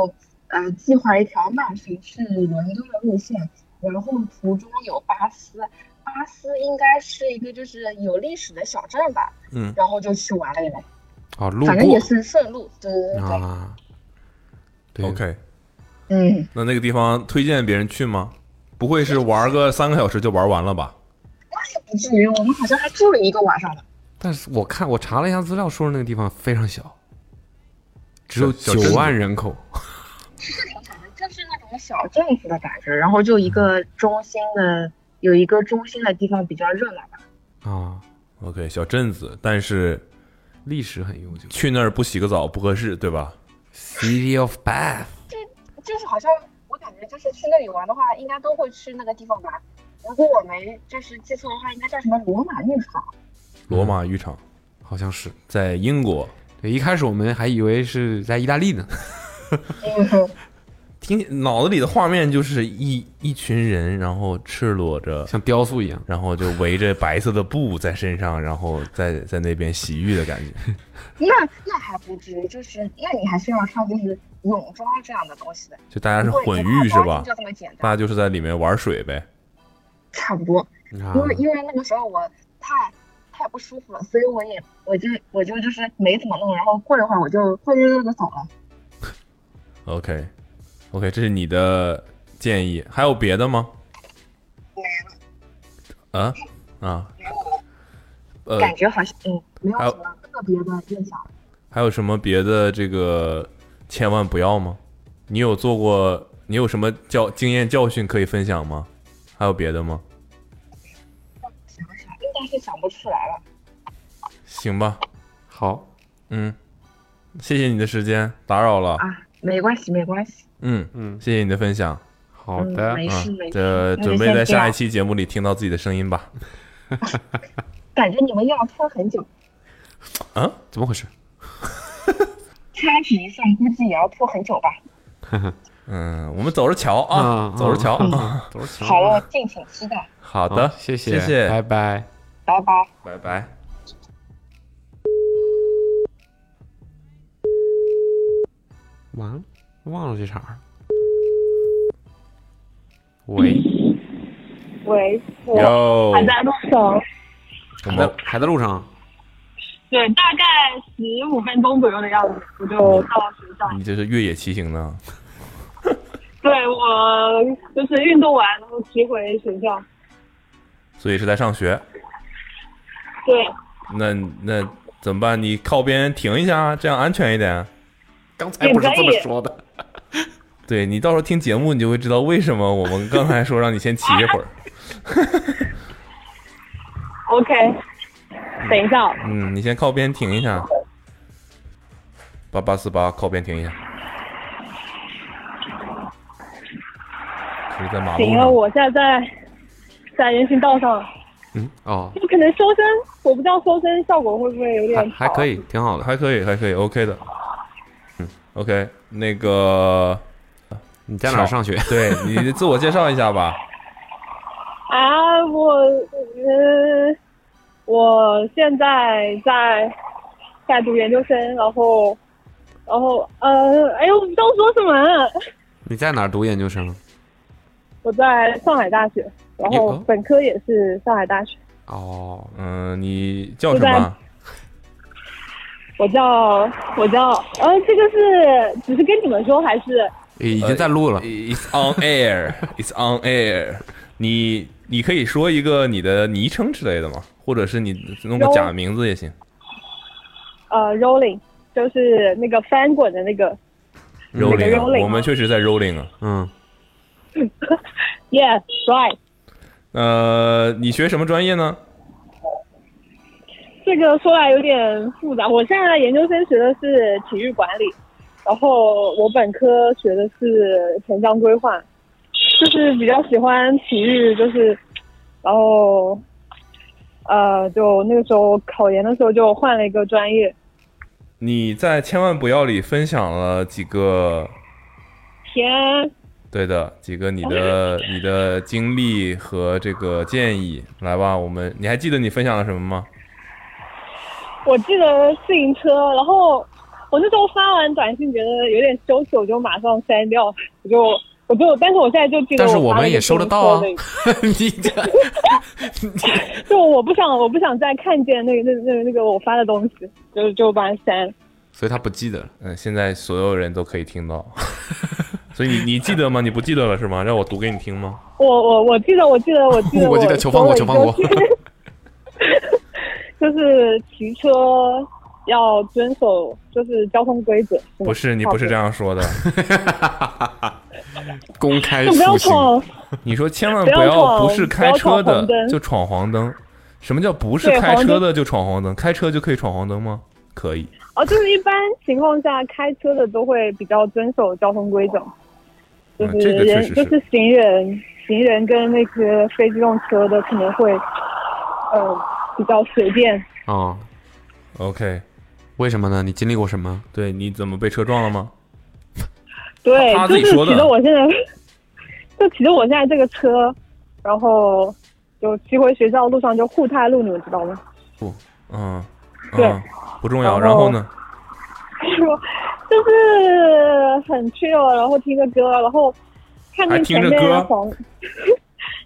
Speaker 6: 呃计划一条曼城去伦敦的路线，然后途中有巴斯，巴斯应该是一个就是有历史的小镇吧，
Speaker 5: 嗯
Speaker 6: 然后就去玩了一玩，
Speaker 5: 啊，路
Speaker 6: 反正也
Speaker 5: 过
Speaker 6: 是顺路，对对对对，
Speaker 5: 啊。
Speaker 2: OK，
Speaker 6: 嗯，
Speaker 2: 那那个地方推荐别人去吗？不会是玩个三个小时就玩完了吧？
Speaker 6: 不至于，我们好像还住了一个晚上呢。
Speaker 5: 但是我看我查了一下资料，说那个地方非常小，只有
Speaker 2: 小小镇子
Speaker 5: 九万人口。
Speaker 6: 就是那种小镇子的感觉，然后就一个中心的，有一个中心的地方比较热闹吧。
Speaker 5: 啊
Speaker 2: ，OK，小镇子，但是
Speaker 5: 历史很悠久，
Speaker 2: 去那儿不洗个澡不合适，对吧
Speaker 5: ？City of Bath，
Speaker 6: 就是好像我感觉就是去那里玩的话，应该都会去那个地方吧。如果我没就是记错的话，应该叫什么罗马浴场？
Speaker 2: 罗马浴场，
Speaker 5: 好像是
Speaker 2: 在英国。
Speaker 5: 对，一开始我们还以为是在意大利呢。
Speaker 2: 听脑子里的画面就是一一群人，然后赤裸着，
Speaker 5: 像雕塑一样，
Speaker 2: 然后就围着白色的布在身上，然后在在那边洗浴的感觉。
Speaker 6: 那那还不至于，就是那你还是要穿就是泳装啊这样的东西的。
Speaker 2: 就大家是混浴是吧啊
Speaker 6: 就这么简？单，
Speaker 2: 大家就是在里面玩水呗。
Speaker 6: 差不多。
Speaker 2: 啊
Speaker 6: 因为因为那个时候我太太不舒服了，所以我也我就我就就是没怎么弄，然后过一会儿我就灰溜溜的走了。
Speaker 2: OK OK，这是你的建议，还有别的吗？啊啊，呃，
Speaker 6: 感觉好像嗯没有
Speaker 2: 还有
Speaker 6: 什么特别的印象。
Speaker 2: 还有什么别的这个千万不要吗？你有做过，你有什么教经验教训可以分享吗？还有别的吗？
Speaker 6: 应该是想不出来了。
Speaker 2: 行吧，
Speaker 5: 好，
Speaker 2: 嗯，谢谢你的时间，打扰了，
Speaker 6: 啊没关系，没关系。
Speaker 2: 嗯嗯，谢谢你的分享，
Speaker 5: 好
Speaker 6: 的嗯没
Speaker 2: 啊
Speaker 6: 事没事
Speaker 2: 这
Speaker 6: 那就
Speaker 2: 准备
Speaker 6: 先
Speaker 2: 在
Speaker 6: 这样
Speaker 2: 下一期节目里听到自己的声音吧。
Speaker 6: 感觉你们要拖很久，
Speaker 2: 啊，
Speaker 5: 怎么回事？
Speaker 6: 开始一算估计也要拖很久吧。
Speaker 2: 嗯，我们走着瞧啊，走着瞧，啊
Speaker 5: 走着瞧
Speaker 13: 好了，敬请期待，
Speaker 2: 好的，
Speaker 5: 谢
Speaker 2: 谢谢
Speaker 5: 拜拜，
Speaker 13: 拜拜。
Speaker 3: 拜拜。
Speaker 5: 完了，忘了这茬儿。喂，
Speaker 7: 喂，
Speaker 5: 哟
Speaker 7: 我还在路上，
Speaker 5: 怎么哦还在路上？
Speaker 7: 对，大概十五分钟左右的样子，我就到学校。
Speaker 2: 你这是越野骑行呢？
Speaker 7: 对我就是运动完，然后骑回学校。
Speaker 2: 所以是在上学。
Speaker 7: 对，
Speaker 2: 那那怎么办？你靠边停一下，啊这样安全一点。
Speaker 5: 刚
Speaker 7: 才不是这么说
Speaker 5: 的。
Speaker 2: 对你到时候听节目，你就会知道为什么我们刚才说让你先骑一会儿。
Speaker 7: OK，等一下，
Speaker 2: 嗯，你先靠边停一下。八八四八靠边停一下。就是在马路
Speaker 7: 行了，
Speaker 2: 上。
Speaker 7: 我现在在在人行道上，
Speaker 5: 嗯，哦，
Speaker 7: 就可能收声，我不知道收声效果会不会有点
Speaker 2: 还可以，
Speaker 5: 挺好的，
Speaker 2: 还可以，还可以，OK 的。嗯，OK，那个
Speaker 5: 你
Speaker 2: 在
Speaker 5: 哪儿上学
Speaker 2: 对你自我介绍一下吧。
Speaker 7: 啊，我呃，我现在在在读研究生，然后然后呃，哎呦，我不知道说什么。
Speaker 5: 你在哪儿读研究生？
Speaker 7: 我在上海大学，然后
Speaker 2: 啊
Speaker 5: 哟
Speaker 7: 本科也是上海大学。
Speaker 5: 哦，
Speaker 2: 嗯、你叫
Speaker 7: 我
Speaker 2: 什
Speaker 7: 在
Speaker 2: 么？
Speaker 7: 我叫我叫，呃，这个是只是跟你们说还是？
Speaker 2: 呃
Speaker 5: 已经在录了。
Speaker 2: It's on air. It's on air. 你你可以说一个你的昵称之类的吗？或者是你弄个假名字也行。
Speaker 7: 呃，rolling，就是那个翻滚的那个。那个
Speaker 2: rolling，啊
Speaker 7: rolling
Speaker 2: 我们确实在 rolling 啊。
Speaker 5: 嗯。
Speaker 7: Yes, right。
Speaker 2: 呃，你学什么专业呢？
Speaker 7: 这个说来有点复杂。我现在研究生学的是体育管理，然后我本科学的是城乡规划，就是比较喜欢体育，就是，然后，呃，就那个时候考研的时候就换了一个专业，
Speaker 2: 你在《千万不要》里分享了几个
Speaker 7: 天，
Speaker 2: 对的，几个你 的你的经历和这个建议，来吧，我们你还记得你分享了什么吗？
Speaker 7: 我记得自行车，然后我那时候发完短信觉得有点羞耻，我就马上删掉，我就我就，但是我现在就记得
Speaker 5: 但是
Speaker 7: 我
Speaker 5: 我
Speaker 7: 发了
Speaker 5: 们
Speaker 7: 一
Speaker 5: 也
Speaker 7: 个
Speaker 5: 收得
Speaker 7: 自行
Speaker 5: 到啊
Speaker 7: 车那个。
Speaker 5: 你这
Speaker 7: 就我不想，我不想再看见那个、那、那、那个我发的东西，就就把它删。
Speaker 2: 所以他不记得了。嗯，现在所有人都可以听到， 所以你你记得吗？你不记得了是吗？让我读给你 听吗？
Speaker 7: 我我我记得，我记得，我记得，
Speaker 2: 我记得求放过
Speaker 7: 说了
Speaker 2: 求放过
Speaker 7: 一个 就是骑车要遵守就是交通规则。吗
Speaker 2: 不是，你不是这。样说的。
Speaker 5: 公开
Speaker 7: 就不要闯，
Speaker 2: 你说千万
Speaker 7: 不要
Speaker 2: 要
Speaker 7: 闯
Speaker 2: 不是开车
Speaker 7: 不要闯
Speaker 2: 的
Speaker 7: 红灯
Speaker 2: 就闯黄灯。什么叫不是
Speaker 7: 对
Speaker 2: 开
Speaker 7: 黄
Speaker 2: 车
Speaker 7: 灯
Speaker 2: 的就闯黄灯？开车就可以闯黄灯吗？可以。
Speaker 7: 哦，就是一般情况下开车的都会比较遵守交通规则，就
Speaker 2: 嗯这个确
Speaker 7: 人、
Speaker 2: 实
Speaker 7: 就是是行人、行人跟那些非机动车的可能会，呃，比较随便。
Speaker 5: 哦
Speaker 2: ，OK，
Speaker 5: 为什么呢？你经历过什么？
Speaker 2: 对，你怎么被车撞了吗？
Speaker 7: 对，
Speaker 5: 他他
Speaker 7: 就
Speaker 5: 自己
Speaker 7: 是
Speaker 5: 说的
Speaker 7: 骑着我现在，就骑着我现在这个车，然后就骑回学校路上就互太路，你们知道吗？
Speaker 2: 不，嗯，
Speaker 7: 对
Speaker 2: 嗯，不重要。
Speaker 7: 然
Speaker 2: 然
Speaker 7: 后
Speaker 2: 后呢？
Speaker 7: 就是很 chill，然啊后听着歌，然后看
Speaker 2: 还
Speaker 7: 见
Speaker 2: 听
Speaker 7: 前
Speaker 2: 着歌
Speaker 7: 面黄，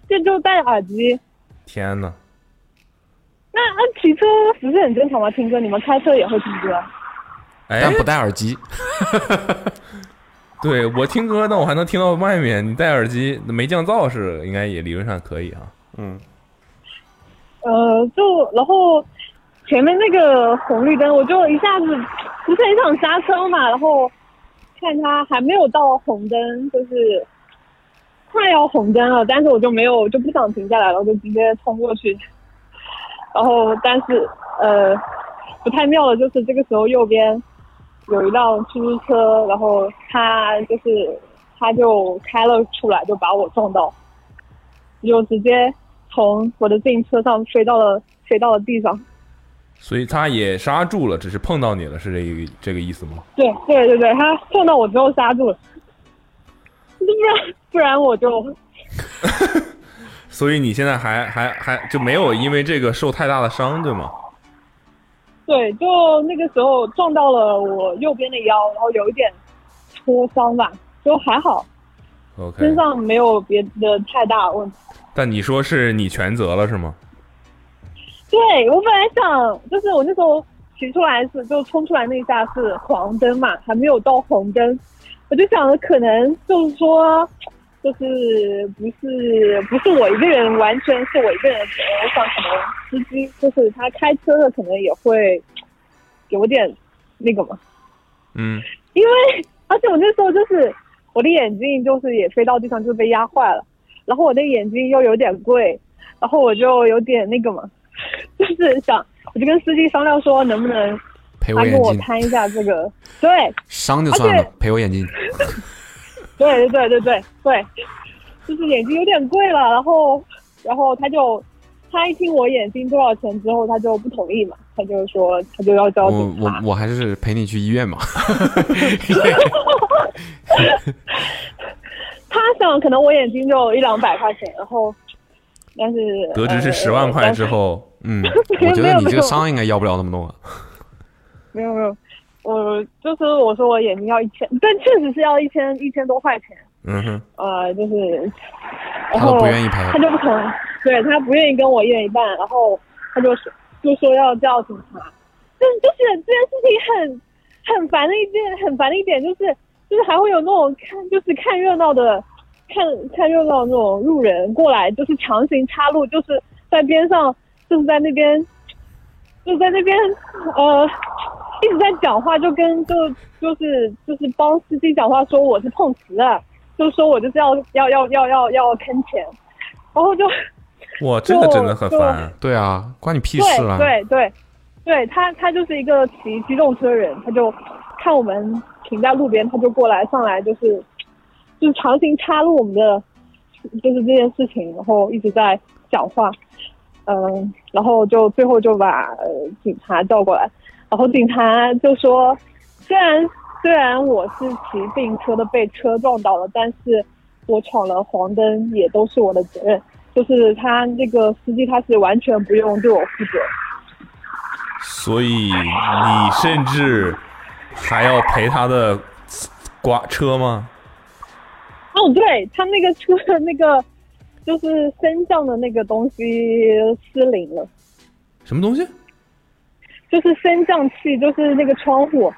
Speaker 7: 这 就戴耳机。
Speaker 2: 天哪！
Speaker 7: 那那骑车不是很正常吗？听歌，你们开车也会听歌？
Speaker 2: 哎，
Speaker 5: 不戴耳机。
Speaker 2: 对我听歌，那我还能听到外面。你戴耳机，没降噪是应该也理论上可以啊。嗯，
Speaker 7: 呃，就然后前面那个红绿灯，我就一下子不是很想刹车嘛，然后看他还没有到红灯，就是快要红灯了，但是我就没有就不想停下来了，我就直接冲过去。然后但是呃，不太妙的就是这个时候右边有一辆出租车，然后他就是他就开了出来，就把我撞到。就直接从我的自行车上飞到了飞到了地上。
Speaker 2: 所以他也刹住了，只是碰到你了，是这个这个意思吗？
Speaker 7: 对对对对，他撞到我之后刹住了。然 不然我就
Speaker 2: 所以你现在还还还就没有因为这个受太大的伤，对吗？
Speaker 7: 对，就那个时候撞到了我右边的腰，然后有一点挫伤吧，就还好，身
Speaker 2: OK，
Speaker 7: 上没有别的太大问题。
Speaker 2: 但你说是你全责了是吗？
Speaker 7: 对我本来想，就是我那时候骑出来是就冲出来那一下是黄灯嘛，还没有到红灯，我就想着可能就是说，就是不是不是我一个人，完全是我一个人的责任。我想可能司机就是他开车的，可能也会有点那个嘛，
Speaker 2: 嗯，
Speaker 7: 因为而且我那时候就是我的眼镜就是也飞到地上，就是被压坏了，然后我的眼镜又有点贵，然后我就有点那个嘛， 就是想我就跟司机商量说能不能
Speaker 5: 赔我
Speaker 2: 哎
Speaker 7: 他跟
Speaker 5: 眼
Speaker 7: 我
Speaker 5: 镜
Speaker 7: 摊一下这个，对
Speaker 5: 伤就算
Speaker 7: 而
Speaker 5: 了
Speaker 7: 且，
Speaker 5: 赔我眼镜。
Speaker 7: 对对对对对对，就是眼镜有点贵了，然后然后他就。他一听我眼镜多少钱之后，他就不同意嘛，他就说他就要交
Speaker 5: 我
Speaker 7: 警
Speaker 2: 嗯
Speaker 5: 我我还是陪你去医 院吧。
Speaker 7: 他想可能我眼睛就一两百块钱，然后但是呃
Speaker 2: 得知是十万块之后，嗯，
Speaker 7: 没有
Speaker 5: 我觉得你这
Speaker 7: 没
Speaker 5: 个
Speaker 7: 有
Speaker 5: 伤应该要不了那么多啊。
Speaker 7: 没有没有，我就是我说我眼睛要一千，但确实是要一千一千多块钱，
Speaker 2: 嗯哼，
Speaker 7: 呃，就是然
Speaker 5: 他都
Speaker 7: 后
Speaker 5: 不愿意赔
Speaker 3: 嗯
Speaker 7: 他就不肯，对他不愿意跟我一人一半，然后他就说就说要叫警察，就是就是这件事情很很烦的一件很烦的一点就是就是还会有那种看就是看热闹的看看热闹的那种路人过来，就是强行插入，就是在边上就是在那边就是在那边呃。一直在讲话，就跟就就是就是帮司机讲话，说我是碰瓷的，就说我就是要要要要要要坑钱，然后就
Speaker 2: 哇，
Speaker 7: 就
Speaker 2: 这个真的很
Speaker 7: 就
Speaker 2: 烦。
Speaker 5: 对啊，关你屁
Speaker 7: 对
Speaker 5: 事啊！
Speaker 7: 对对对，他他就是一个骑机动车的人，他就看我们停在路边，他就过来上来就是就是强行插入我们的就是这件事情，然后一直在讲话，嗯，然后就最后就把、呃、警察叫过来，然后警察就说，虽然虽然我是骑自行车的被车撞到了，但是我闯了黄灯也都是我的责任，就是他那个司机他是完全不用对我负责。
Speaker 2: 所以你甚至还要赔他的刮车吗？
Speaker 7: 哦，对他那个车的那个就是升降的那个东西失灵了，
Speaker 2: 什么东西？
Speaker 7: 就是升降器，就是那个窗户，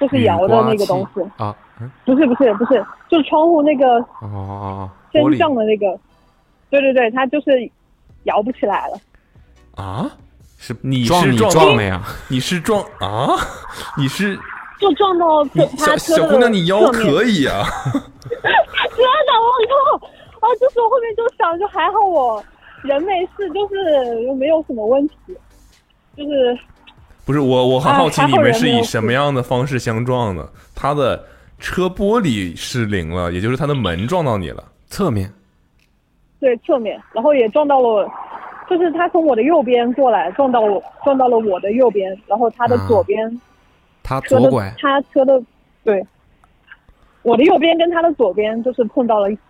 Speaker 7: 就是摇的那个东西，
Speaker 5: 啊，嗯
Speaker 7: 不是不是不是，就是窗户那个
Speaker 5: 哦哦，哦玻
Speaker 7: 升
Speaker 5: 璃
Speaker 7: 降的那个，对对对，它就是摇不起来了。
Speaker 2: 啊？是你
Speaker 5: 撞
Speaker 2: 是
Speaker 5: 你
Speaker 2: 撞
Speaker 5: 撞了呀？
Speaker 2: 你是撞啊？你是
Speaker 7: 就撞到
Speaker 2: 你
Speaker 7: 车
Speaker 2: 小
Speaker 7: 他车
Speaker 2: 小
Speaker 7: 的
Speaker 2: 姑娘，你腰
Speaker 7: 侧面
Speaker 2: 可以啊？
Speaker 7: 真的，我靠！啊，就是我后面就想，就还好我人没事，就是又没有什么问题，就是
Speaker 2: 不是我，我很
Speaker 7: 啊
Speaker 2: 好奇
Speaker 7: 还
Speaker 2: 你
Speaker 7: 好
Speaker 2: 们
Speaker 7: 人
Speaker 2: 是
Speaker 7: 没
Speaker 2: 以
Speaker 7: 有
Speaker 2: 什
Speaker 7: 事
Speaker 2: 么样的方式相撞
Speaker 7: 啊
Speaker 2: 的？他的车玻璃失灵了，也就是他的门撞到你了，
Speaker 5: 侧面。
Speaker 7: 对侧面，然后也撞到了我，就是他从我的右边过来，撞到我，撞到了我的右边，然后他的
Speaker 5: 啊
Speaker 7: 左边，
Speaker 5: 他
Speaker 7: 车
Speaker 5: 左
Speaker 7: 的
Speaker 5: 拐，
Speaker 7: 他车的对，我的右边跟他的左边就是碰到了一起，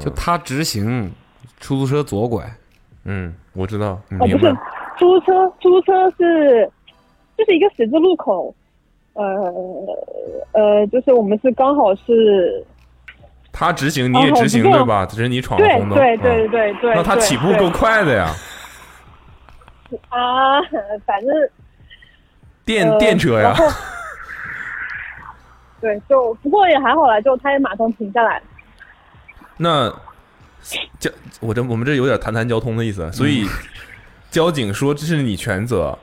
Speaker 5: 就他直行，出租车左拐。
Speaker 2: 嗯，我知道，
Speaker 7: 哦不是，出租车，出租车是就是一个十字路口，呃呃，就是我们是刚好是
Speaker 2: 他直行你
Speaker 7: 哦
Speaker 2: 也
Speaker 7: 我
Speaker 2: 直
Speaker 7: 知
Speaker 2: 行
Speaker 7: 道
Speaker 2: 对吧？只是你闯了
Speaker 7: 对
Speaker 2: 红灯，
Speaker 7: 对
Speaker 2: 嗯
Speaker 7: 对对对，
Speaker 2: 那他
Speaker 7: 对
Speaker 2: 起步
Speaker 7: 对呃
Speaker 2: 够快的呀，
Speaker 7: 啊， 反正
Speaker 2: 电
Speaker 7: 呃
Speaker 2: 电车
Speaker 7: 然。
Speaker 2: 呀
Speaker 7: 后对，就不过也还好啦，就他也马上停下来。
Speaker 2: 那交我这我们这有点谈谈交通的意思，所
Speaker 7: 嗯
Speaker 2: 以交警说这是你全责，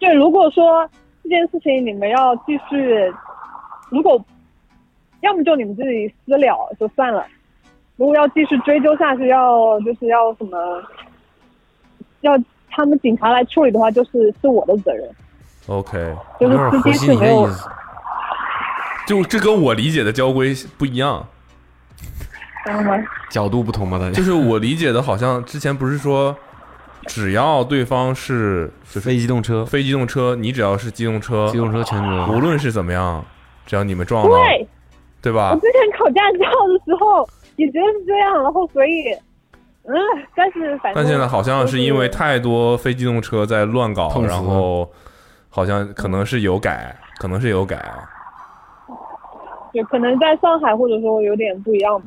Speaker 7: 对，如果说这件事情你们要继续，如果要么就你们自己私了就算了，如果要继续追究下去，要就是要什么，要他们警察来处理的话，就是是我的责任。
Speaker 2: OK，
Speaker 7: 就是有点司机是没有合心一意思。
Speaker 2: 就这跟我理解的交规不一样，
Speaker 7: 然后呢，
Speaker 5: 角度不同吧？大家
Speaker 2: 就是我理解的，好像之前不是说，只要对方是就是非
Speaker 5: 机动车，
Speaker 2: 非机动车，你只要是机动车，机
Speaker 5: 动车全责哦
Speaker 2: 哦无论是怎么样，只要你们撞了，
Speaker 7: 对，
Speaker 2: 对吧
Speaker 7: 我？之前考驾照的时候也觉得是这样，然后所以，嗯，但是反正
Speaker 2: 但现在好像是因为太多非机动车在乱搞，
Speaker 3: 痛死了
Speaker 2: 然后好像可能是有改，可能是有改啊。
Speaker 7: 也可能在上海或者说有点不一样吧。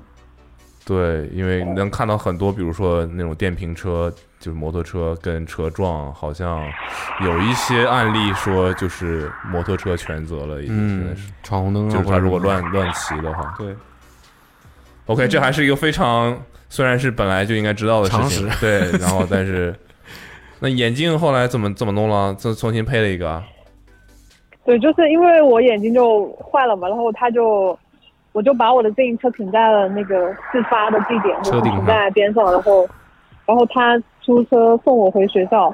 Speaker 2: 对，因为你能看到很多，比如说那种电瓶车，就是摩托车跟车撞，好像有一些案例说就是摩托车全责了，已经现在是
Speaker 3: 闯红灯啊
Speaker 2: 就是他如果
Speaker 3: 或者什
Speaker 2: 乱
Speaker 3: 么
Speaker 2: 乱骑的话。
Speaker 3: 嗯对
Speaker 2: ，OK，这还是一个非常虽然是本来就应该知道的事情
Speaker 3: 常，识
Speaker 2: 对，然后 但是那眼镜后来怎么怎么弄了？重重新配了一个啊，
Speaker 7: 对，就是因为我眼睛就坏了嘛，然后他就，我就把我的自行车停在了那个事发的地点，就
Speaker 2: 车
Speaker 7: 是
Speaker 2: 顶
Speaker 7: 停
Speaker 2: 上
Speaker 7: 在边上，然后，然后他出车送我回学校，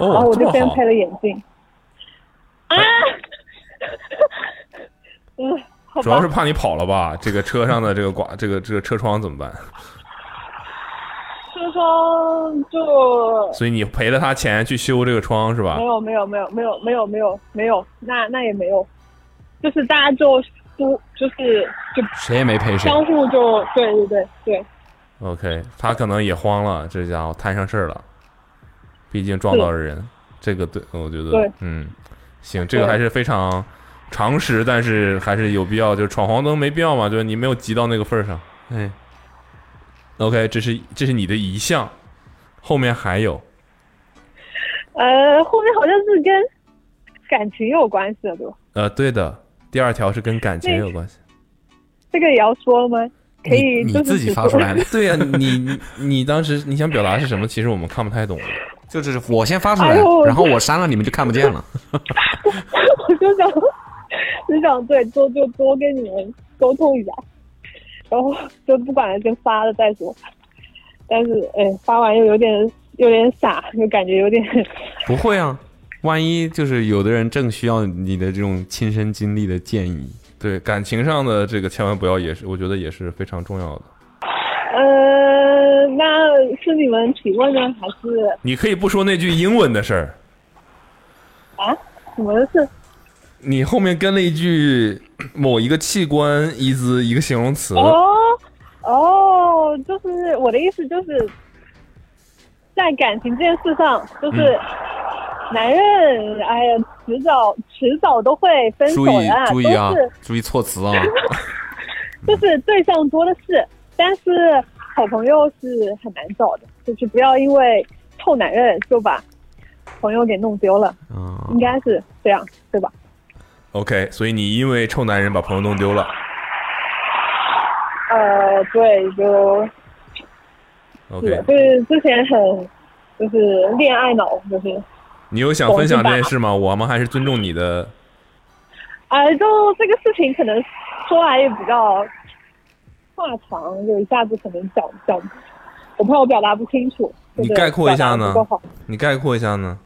Speaker 2: 哦
Speaker 7: 然后我
Speaker 2: 这
Speaker 7: 就
Speaker 2: 么
Speaker 7: 先
Speaker 2: 好
Speaker 7: 配了眼镜。啊，嗯，好吧。
Speaker 2: 主要是怕你跑了吧？这个车上的这个刮，这个这个车窗怎么办？
Speaker 7: 车窗就
Speaker 2: 所以你赔了他钱去修这个窗是吧
Speaker 7: 没？有没有没有没有没有没有没有，那那也没有，就是大家就都就是就
Speaker 2: 谁也没赔谁
Speaker 7: 相互就对对对对，
Speaker 2: OK，他可能也慌了，这家伙摊上事儿了，毕竟撞到了人，这个对，我觉得
Speaker 7: 对，
Speaker 2: 嗯，行，这个还是非常常识，但是还是有必要，就是闯黄灯没必要嘛，就是你没有急到那个份儿上。
Speaker 3: 哎
Speaker 2: ，OK，这是这是你的一项，后面还有，
Speaker 7: 呃，后面好像是跟感情有关系的，对吧？
Speaker 2: 呃，对的，第二条是跟感情
Speaker 7: 那
Speaker 2: 有关系，
Speaker 7: 这个也要说吗？可以，就是只说
Speaker 2: 对呀、你你你当时你想表达是什么？其实我们看不太懂，
Speaker 3: 就是我先发出
Speaker 7: 哎
Speaker 3: 来
Speaker 7: 呦，
Speaker 3: 然后我删了，你们就看不见了。
Speaker 7: 我 就想，就想对多就多跟你们沟通一下，然后就不管了，就发了再说。但是，哎，发完又有点有点傻，就感觉有点
Speaker 3: 不会啊，万一就是有的人正需要你的这种亲身经历的建议，
Speaker 2: 对感情上的这个千万不要，也是我觉得也是非常重要的。
Speaker 7: 呃，那是你们提问呢，还是
Speaker 2: 你可以不说那句英文的事儿，
Speaker 7: 啊？什么事？
Speaker 2: 你后面跟了一句某一个器官一字一个形容词，
Speaker 7: 哦哦，就是我的意思就是，在感情这件事上，就是
Speaker 3: 嗯
Speaker 7: 男人，哎呀，迟早迟早都会分手
Speaker 3: 注
Speaker 7: 的
Speaker 3: 意
Speaker 7: 啊，
Speaker 3: 注意啊
Speaker 7: 都是，
Speaker 3: 注意措辞啊。
Speaker 7: 就是对象多的是，但是好朋友是很难找的，就是不要因为臭男人就把朋友给弄丢了，
Speaker 3: 啊
Speaker 7: 应该是这样，对吧？
Speaker 2: ，OK，所以你因为臭男人把朋友弄丢了，
Speaker 7: 呃，对，就
Speaker 2: OK
Speaker 7: 是的就是之前很就是恋爱脑，就是
Speaker 2: 你有想分享这件事吗？我们还是尊重你的，
Speaker 7: 哎、就这个事情可能说来也比较话长，就一下子可能讲讲，我怕我表达不清楚。
Speaker 2: 你
Speaker 7: 就是
Speaker 2: 概括一下
Speaker 7: 表达
Speaker 2: 呢
Speaker 7: 不够好？
Speaker 2: 你概括一下呢？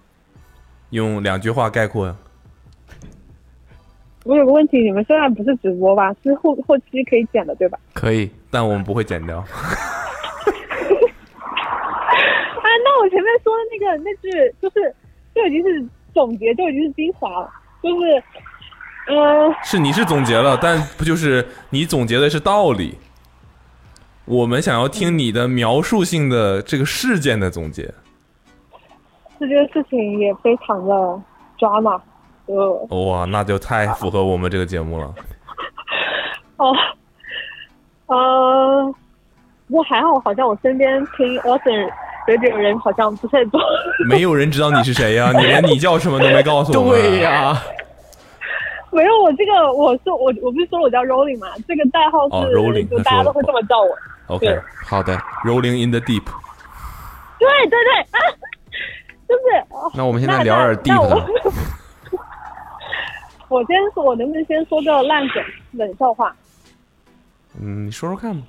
Speaker 2: 用两句话概括呀。
Speaker 7: 呃我有个问题，你们现在不是直播吧？是后后期可以剪的对吧？
Speaker 2: 可以，但我们不会剪掉。
Speaker 7: 啊，那我前面说的那个那句就是就已经是总结，就已经是精华了，就是嗯、呃
Speaker 2: 是你是总结了，但不就是你总结的是道理？我们想要听你的描述性的这个事件的总结。
Speaker 7: 这件事情也非常的抓马，就
Speaker 2: 哇，那就太符合我们这个节目了。
Speaker 7: 哦，呃，不过还好，好像我身边听 Austin radio 人好像不太多。
Speaker 2: 没有人知道你是谁 呀、你连你叫什么都没告诉我们。啊
Speaker 7: 对
Speaker 2: 呀，
Speaker 7: 没有，我这个我是我我不是说我叫 Rolling 嘛，这个代号是、
Speaker 2: 哦，Rolling，
Speaker 7: 就
Speaker 2: 他
Speaker 7: 大家
Speaker 2: 说
Speaker 7: 都会这么叫我。
Speaker 2: OK，好的。Rolling in the deep，
Speaker 7: 对对对 啊，就是。哦
Speaker 3: 那我们现在聊点 deep 的。
Speaker 7: 我先说，我能不能先说个烂梗冷笑话？
Speaker 3: 嗯，你说说看吧。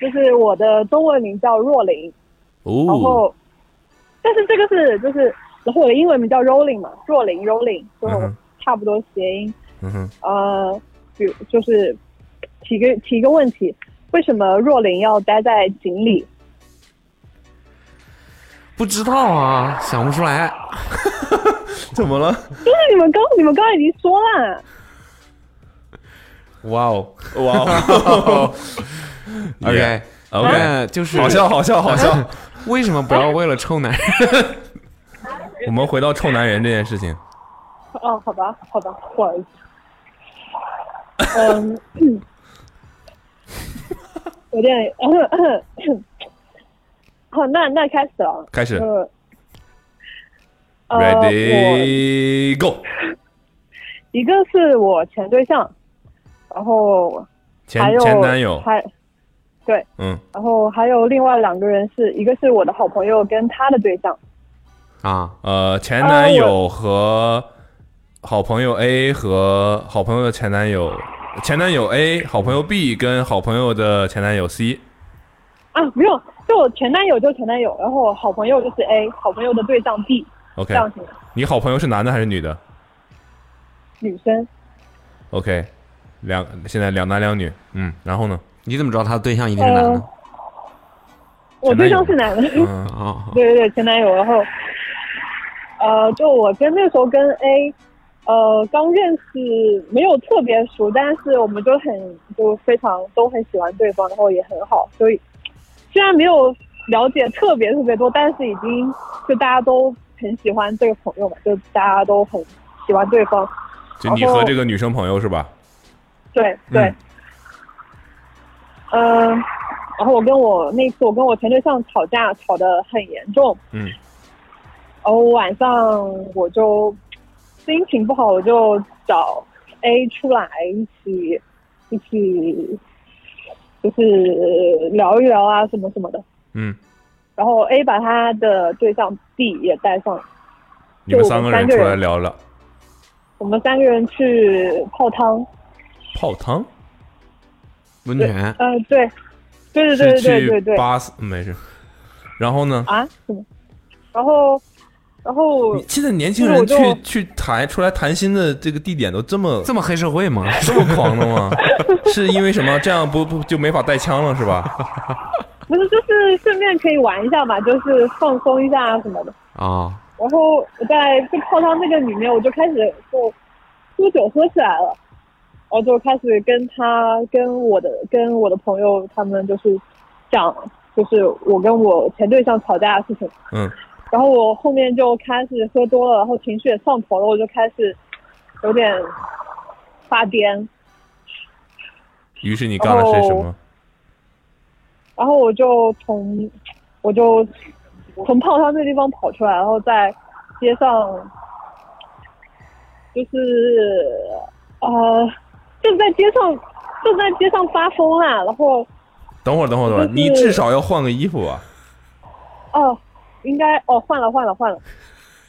Speaker 7: 就是我的中文名叫若琳，然
Speaker 3: 哦，
Speaker 7: 后，
Speaker 2: 嗯
Speaker 7: 但是这个是就是，然后我的英文名叫 Rolling 嘛，若琳 Rolling，就
Speaker 2: 嗯哼
Speaker 7: 差不多谐音。
Speaker 2: 嗯哼，
Speaker 7: 呃，比如就是提个提个问题，为什么若琳要待在井里？
Speaker 3: 不知道啊，想不出来。
Speaker 2: 怎么了？
Speaker 7: 就是你们刚你们刚刚已经说了，
Speaker 5: 哇哦，
Speaker 2: 哇 哦
Speaker 5: ，OK
Speaker 2: Yeah，OK
Speaker 5: 那就是
Speaker 2: 好笑好笑好笑，
Speaker 5: 为什么不要为了臭男人？
Speaker 2: 我们回到臭男人这件事情，
Speaker 7: 哦，好吧，好吧，不好意思。嗯， 嗯有点， 好，那那开始了。
Speaker 2: 开始
Speaker 7: 呃呃，我
Speaker 2: Ready go，
Speaker 7: 一个是我前对象，然后
Speaker 2: 前
Speaker 7: 还有
Speaker 2: 前男友
Speaker 7: 还对，
Speaker 2: 嗯
Speaker 7: 然后还有另外两个人是一个是我的好朋友跟他的对象，
Speaker 5: 啊，
Speaker 2: 呃，前男友和好朋友 A 和好朋友的前男友，前男友 A 好朋友 B 跟好朋友的前男友 C，
Speaker 7: 啊，不用，就我前男友就前男友，然后好朋友就是 A，好朋友的对象 B，
Speaker 2: OK
Speaker 7: 这样子，
Speaker 2: 你好朋友是男的还是女的
Speaker 7: 女生。
Speaker 2: ？OK，两现在两男两女，嗯，然后呢？
Speaker 5: 你怎么知道他对象一
Speaker 7: 定是男的呃？我对象是男的，
Speaker 2: 嗯
Speaker 5: 啊，
Speaker 7: 对对对，前男友。然后，呃，就我跟那时候跟 A，呃，刚认识没有特别熟，但是我们就很就非常都很喜欢对方，然后也很好，所以虽然没有了解特别特别多，但是已经就大家都很喜欢这个朋友嘛，就大家都很喜欢对方。
Speaker 2: 就你
Speaker 7: 然后
Speaker 2: 和这个女生朋友是吧？
Speaker 7: 对对，嗯、然后我跟我那次我跟我前对象吵架，吵得很严重，
Speaker 2: 嗯
Speaker 7: 然后晚上我就心情不好，我就找 A 出来一起一起就是聊一聊啊什么什么的。
Speaker 2: 嗯，
Speaker 7: 然后 A 把他的对象 B 也带上，
Speaker 2: 你们
Speaker 7: 就我
Speaker 2: 三个
Speaker 7: 三
Speaker 2: 人
Speaker 7: 个
Speaker 2: 出来
Speaker 7: 人
Speaker 2: 聊聊
Speaker 7: 我们三个人去泡汤。
Speaker 2: 泡汤，
Speaker 5: 温泉
Speaker 7: 呃，对，对对对对对
Speaker 2: 是去
Speaker 7: 对
Speaker 2: 巴斯没事。然后呢？
Speaker 7: 啊什么？然后然后
Speaker 2: 现在年轻
Speaker 7: 就是
Speaker 2: 人
Speaker 7: 我就
Speaker 2: 去去谈出来谈心的这个地点都这么
Speaker 5: 这么黑社会 吗？
Speaker 2: 这么狂的吗？ 是因为什么？这样不不就没法带枪了是吧？
Speaker 7: 不是就是顺便可以玩一下嘛，就是放松一下啊什么的。
Speaker 5: 啊，
Speaker 7: 然后我在这泡汤这个里面，我就开始就喝酒喝起来了，然后就开始跟他、跟我的、跟我的朋友他们就是讲，就是我跟我前对象吵架的事情。
Speaker 2: 嗯，
Speaker 7: 然后我后面就开始喝多了，然后情绪也上头了，我就开始有点发癫，
Speaker 2: 于是你干了些什
Speaker 7: 哦
Speaker 2: 么？
Speaker 7: 然后我就从我就从泡汤这地方跑出来，然后在街上就是呃正在街上正在街上发疯啦，然后
Speaker 2: 等会儿，等会儿，等会儿，你至少要换个衣服吧？啊
Speaker 7: 哦应该哦换了换了换了，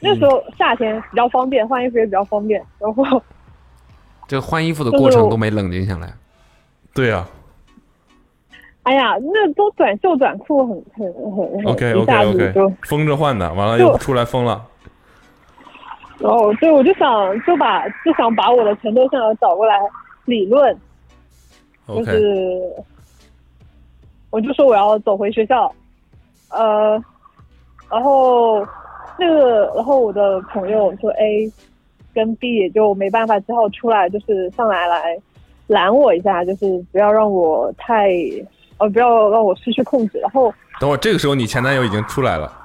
Speaker 7: 那时候夏天比较方便，换衣服也比较方便，然后
Speaker 5: 这换衣服的过程都没冷静下来。
Speaker 2: 对啊呀、
Speaker 7: 哎呀那都短袖短裤很很很很
Speaker 2: OK
Speaker 7: 哎一下
Speaker 2: OK
Speaker 7: 子就
Speaker 2: OK，疯着换的，完了又出来疯了。
Speaker 7: 然后对，我就想就把就想把我的前对象找过来理论，就
Speaker 2: OK，
Speaker 7: 是我就说我要走回学校，呃，然后那个然后我的朋友就 A 跟 B 也就没办法，只好出来就是上来来拦我一下，就是不要让我太呃不要让我失去控制，然后
Speaker 2: 等会儿这个时候你前男友已经出来了。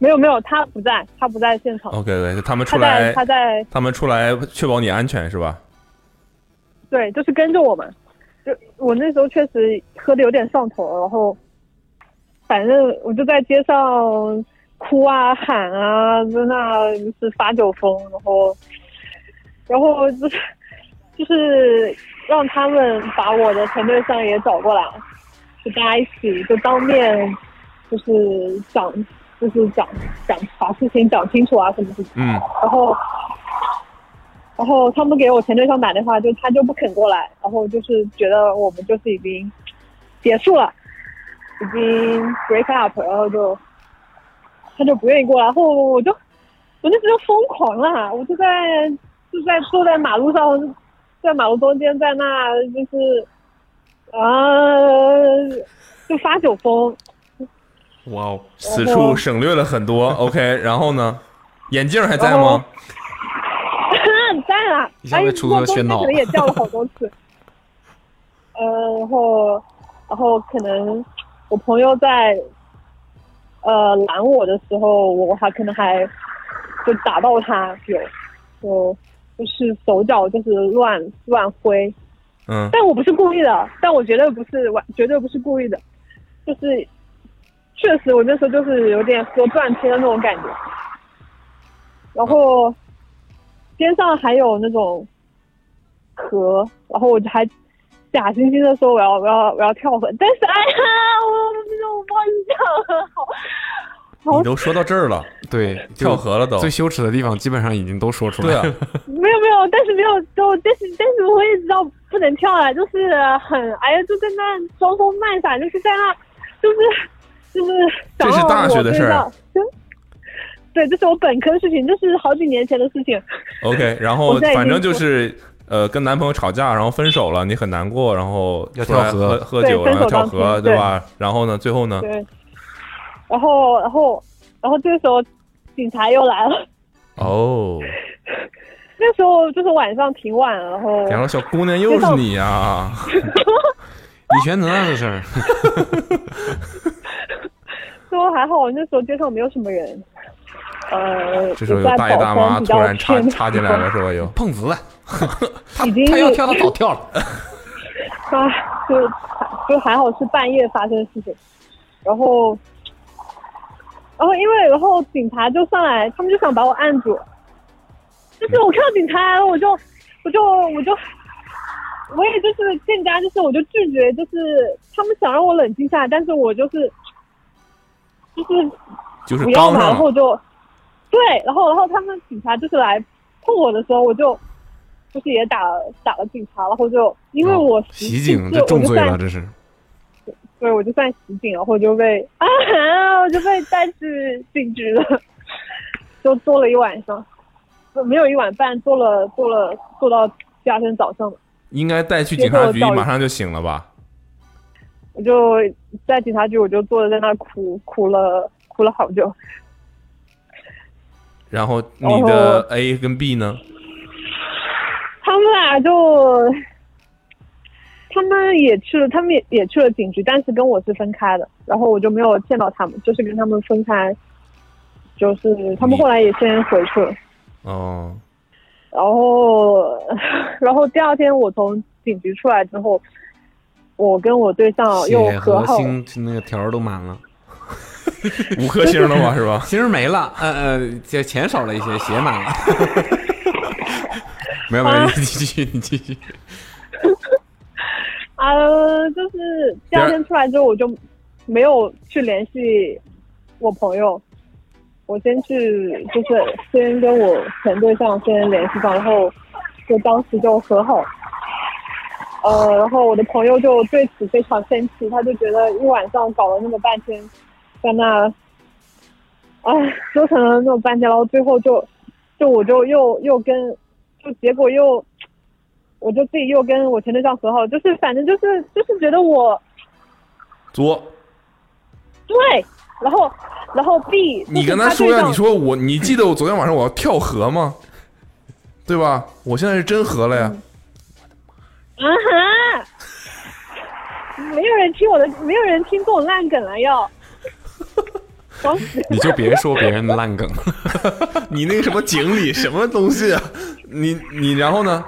Speaker 7: 没有没有他不在，他不在现场，
Speaker 2: OK OK，他们
Speaker 7: 他
Speaker 2: 哦出
Speaker 7: 在
Speaker 2: 来，
Speaker 7: 他在
Speaker 2: 他们出来确保你安全是吧？
Speaker 7: 对，就是跟着我们。就我那时候确实喝的有点上头，然后反正我就在街上哭啊、喊啊，在那就是发酒疯，然后然后就是就是让他们把我的前对象也找过来，就大家一起就当面就是讲就是讲讲把事情讲清楚啊什么什么。
Speaker 2: 嗯，
Speaker 7: 然后，然后他们给我前对象打电话，就他就不肯过来，然后就是觉得我们就是已经结束了，已经 break up，然后就他就不愿意过来，然后我就我那时候就疯狂了，我就在就在坐在马路上，在马路中间，在那就是啊，就发酒疯，
Speaker 2: 哇哦，此处省略了很多。OK，然后呢？眼镜还在
Speaker 7: 然
Speaker 2: 吗
Speaker 7: 后？当然了
Speaker 2: 一，下
Speaker 7: 哎，
Speaker 2: 被
Speaker 7: 不
Speaker 2: 出
Speaker 7: 过
Speaker 2: 了
Speaker 7: 中
Speaker 2: 喧
Speaker 7: 间
Speaker 2: 闹
Speaker 7: 可 能也叫了好多次，嗯，然后然后可能我朋友在呃拦我的时候，我还可能还就打到他有，就就是手脚就是乱乱挥，
Speaker 2: 嗯
Speaker 7: 但我不是故意的，但我绝对不是完，绝对不是故意的，就是确实我那时候就是有点喝断片的那种感觉，然后肩上还有那种壳，然后我就还假惺惺的说我要我要我要跳河，但是哎呀，我我不好意思讲了，好
Speaker 2: 你都说到这儿了，
Speaker 5: 对，就
Speaker 2: 跳河了都
Speaker 5: 最羞耻的地方基本上已经都说出
Speaker 2: 对
Speaker 5: 来
Speaker 2: 啊
Speaker 5: 了。
Speaker 7: 没有没有，但是没有都，但是但是我也知道不能跳啊，就是很哎呀，就在那装疯卖傻，就是在那，就是 就是
Speaker 2: 这
Speaker 7: 想
Speaker 2: 是
Speaker 7: 让
Speaker 2: 大
Speaker 7: 我
Speaker 2: 学的
Speaker 7: 知
Speaker 2: 事儿
Speaker 7: 道。真对，这是我本科的事情，这是好几年前的事情。
Speaker 2: OK，然
Speaker 7: 我
Speaker 2: 后
Speaker 7: 现在已经
Speaker 2: 反正就是呃，跟男朋友吵架，然后分手了，你很难过，然后
Speaker 5: 要
Speaker 2: 出来
Speaker 5: 跳河
Speaker 2: 喝喝
Speaker 7: 对
Speaker 2: 酒，
Speaker 7: 分
Speaker 2: 然后
Speaker 7: 手
Speaker 2: 跳
Speaker 7: 当
Speaker 2: 河，
Speaker 7: 天
Speaker 2: 对
Speaker 7: 对
Speaker 2: 吧？然后呢，最后呢，
Speaker 7: 对，然后然后然后这个时候警察又来了，
Speaker 2: 哦，
Speaker 7: 那时候就是晚上挺晚了，然后
Speaker 2: 然后小姑娘又是你呀、啊，
Speaker 5: 李全能啊，这是
Speaker 7: 最后还好，那时候街上没有什么人。呃，
Speaker 2: 这时候
Speaker 7: 我
Speaker 2: 有
Speaker 7: 在
Speaker 2: 大爷
Speaker 7: 宝
Speaker 2: 大
Speaker 7: 山
Speaker 2: 妈
Speaker 7: 比
Speaker 2: 突
Speaker 7: 较
Speaker 2: 然插
Speaker 7: 偏的
Speaker 2: 插进
Speaker 7: 地
Speaker 2: 来
Speaker 7: 方
Speaker 2: 了，是吧？又
Speaker 5: 碰瓷了，
Speaker 7: 已经
Speaker 5: 他要跳他早跳了。
Speaker 7: 啊，就就还好是半夜发生的事情，然后，然后因为然后警察就上来，他们就想把我按住，就是我看到警察来了，我就我就我就我也就是更加就是我就拒绝，就是他们想让我冷静下来，但是我就是就是
Speaker 2: 就是
Speaker 7: 不要
Speaker 2: 刚
Speaker 7: 嘛，然
Speaker 2: 上
Speaker 7: 后
Speaker 2: 了，
Speaker 7: 就对，然后然后他们警察就是来碰我的时候，我就就是也打了打了警察，然后就因为我实
Speaker 5: 哦袭
Speaker 7: 我
Speaker 5: 警，
Speaker 7: 就
Speaker 5: 这重罪
Speaker 7: 算
Speaker 5: 了，这是。
Speaker 7: 对我就算袭警，然后就被啊，我就被带去警局了，就坐了一晚上，不没有一晚半，坐了坐了坐到第二天早上嘛，
Speaker 2: 应该带去
Speaker 7: 接
Speaker 2: 警
Speaker 7: 受
Speaker 2: 察局，
Speaker 7: 教育
Speaker 2: 马上就醒了吧？
Speaker 7: 我就在警察局，我就坐着在那哭哭了哭了好久，
Speaker 2: 然后
Speaker 7: 然
Speaker 2: 你
Speaker 7: 后
Speaker 2: 的 A 跟 B 呢？
Speaker 7: 他们俩就，他们也去了，他们也也去了警局，但是跟我是分开的，然后我就没有见到他们，就是跟他们分开，就是他们后来也先回去了，
Speaker 2: 哦，
Speaker 7: 然后然后第二天我从警局出来之后，我跟哦我对象又
Speaker 5: 血
Speaker 7: 和
Speaker 5: 和
Speaker 7: 好了，
Speaker 5: 星那个条儿都满了，
Speaker 2: 五颗星了吧，是吧？
Speaker 5: 星儿没了，呃呃，这钱少了一些，血满了。 没有没有，你继续你继续。
Speaker 7: 啊、就是第二天出来之后，我就没有去联系我朋友，我先去就是先跟我前对象先联系上，然后就当时就和好。呃，然后我的朋友就对此非常生气，他就觉得一晚上搞了那么半天，在那，哎，折腾了那么半天，然后最后就，就我就又又跟，就结果又我就自己又跟我前对象和好，就是反正就是就是觉得我
Speaker 2: 作，
Speaker 7: 对，然后然后 B，
Speaker 2: 你
Speaker 7: 就是
Speaker 2: 跟他
Speaker 7: 他
Speaker 2: 说
Speaker 7: 对
Speaker 2: 呀，
Speaker 7: 象
Speaker 2: 你说我，你记得我昨天晚上我要跳河吗？ 对吧？我现在是真河了呀。
Speaker 7: 嗯啊哈，没有人听我的，没有人听这种烂梗了要。当时
Speaker 5: 你就别说别人的烂梗，
Speaker 2: 你那个什么井里什么东西啊？你你然后呢？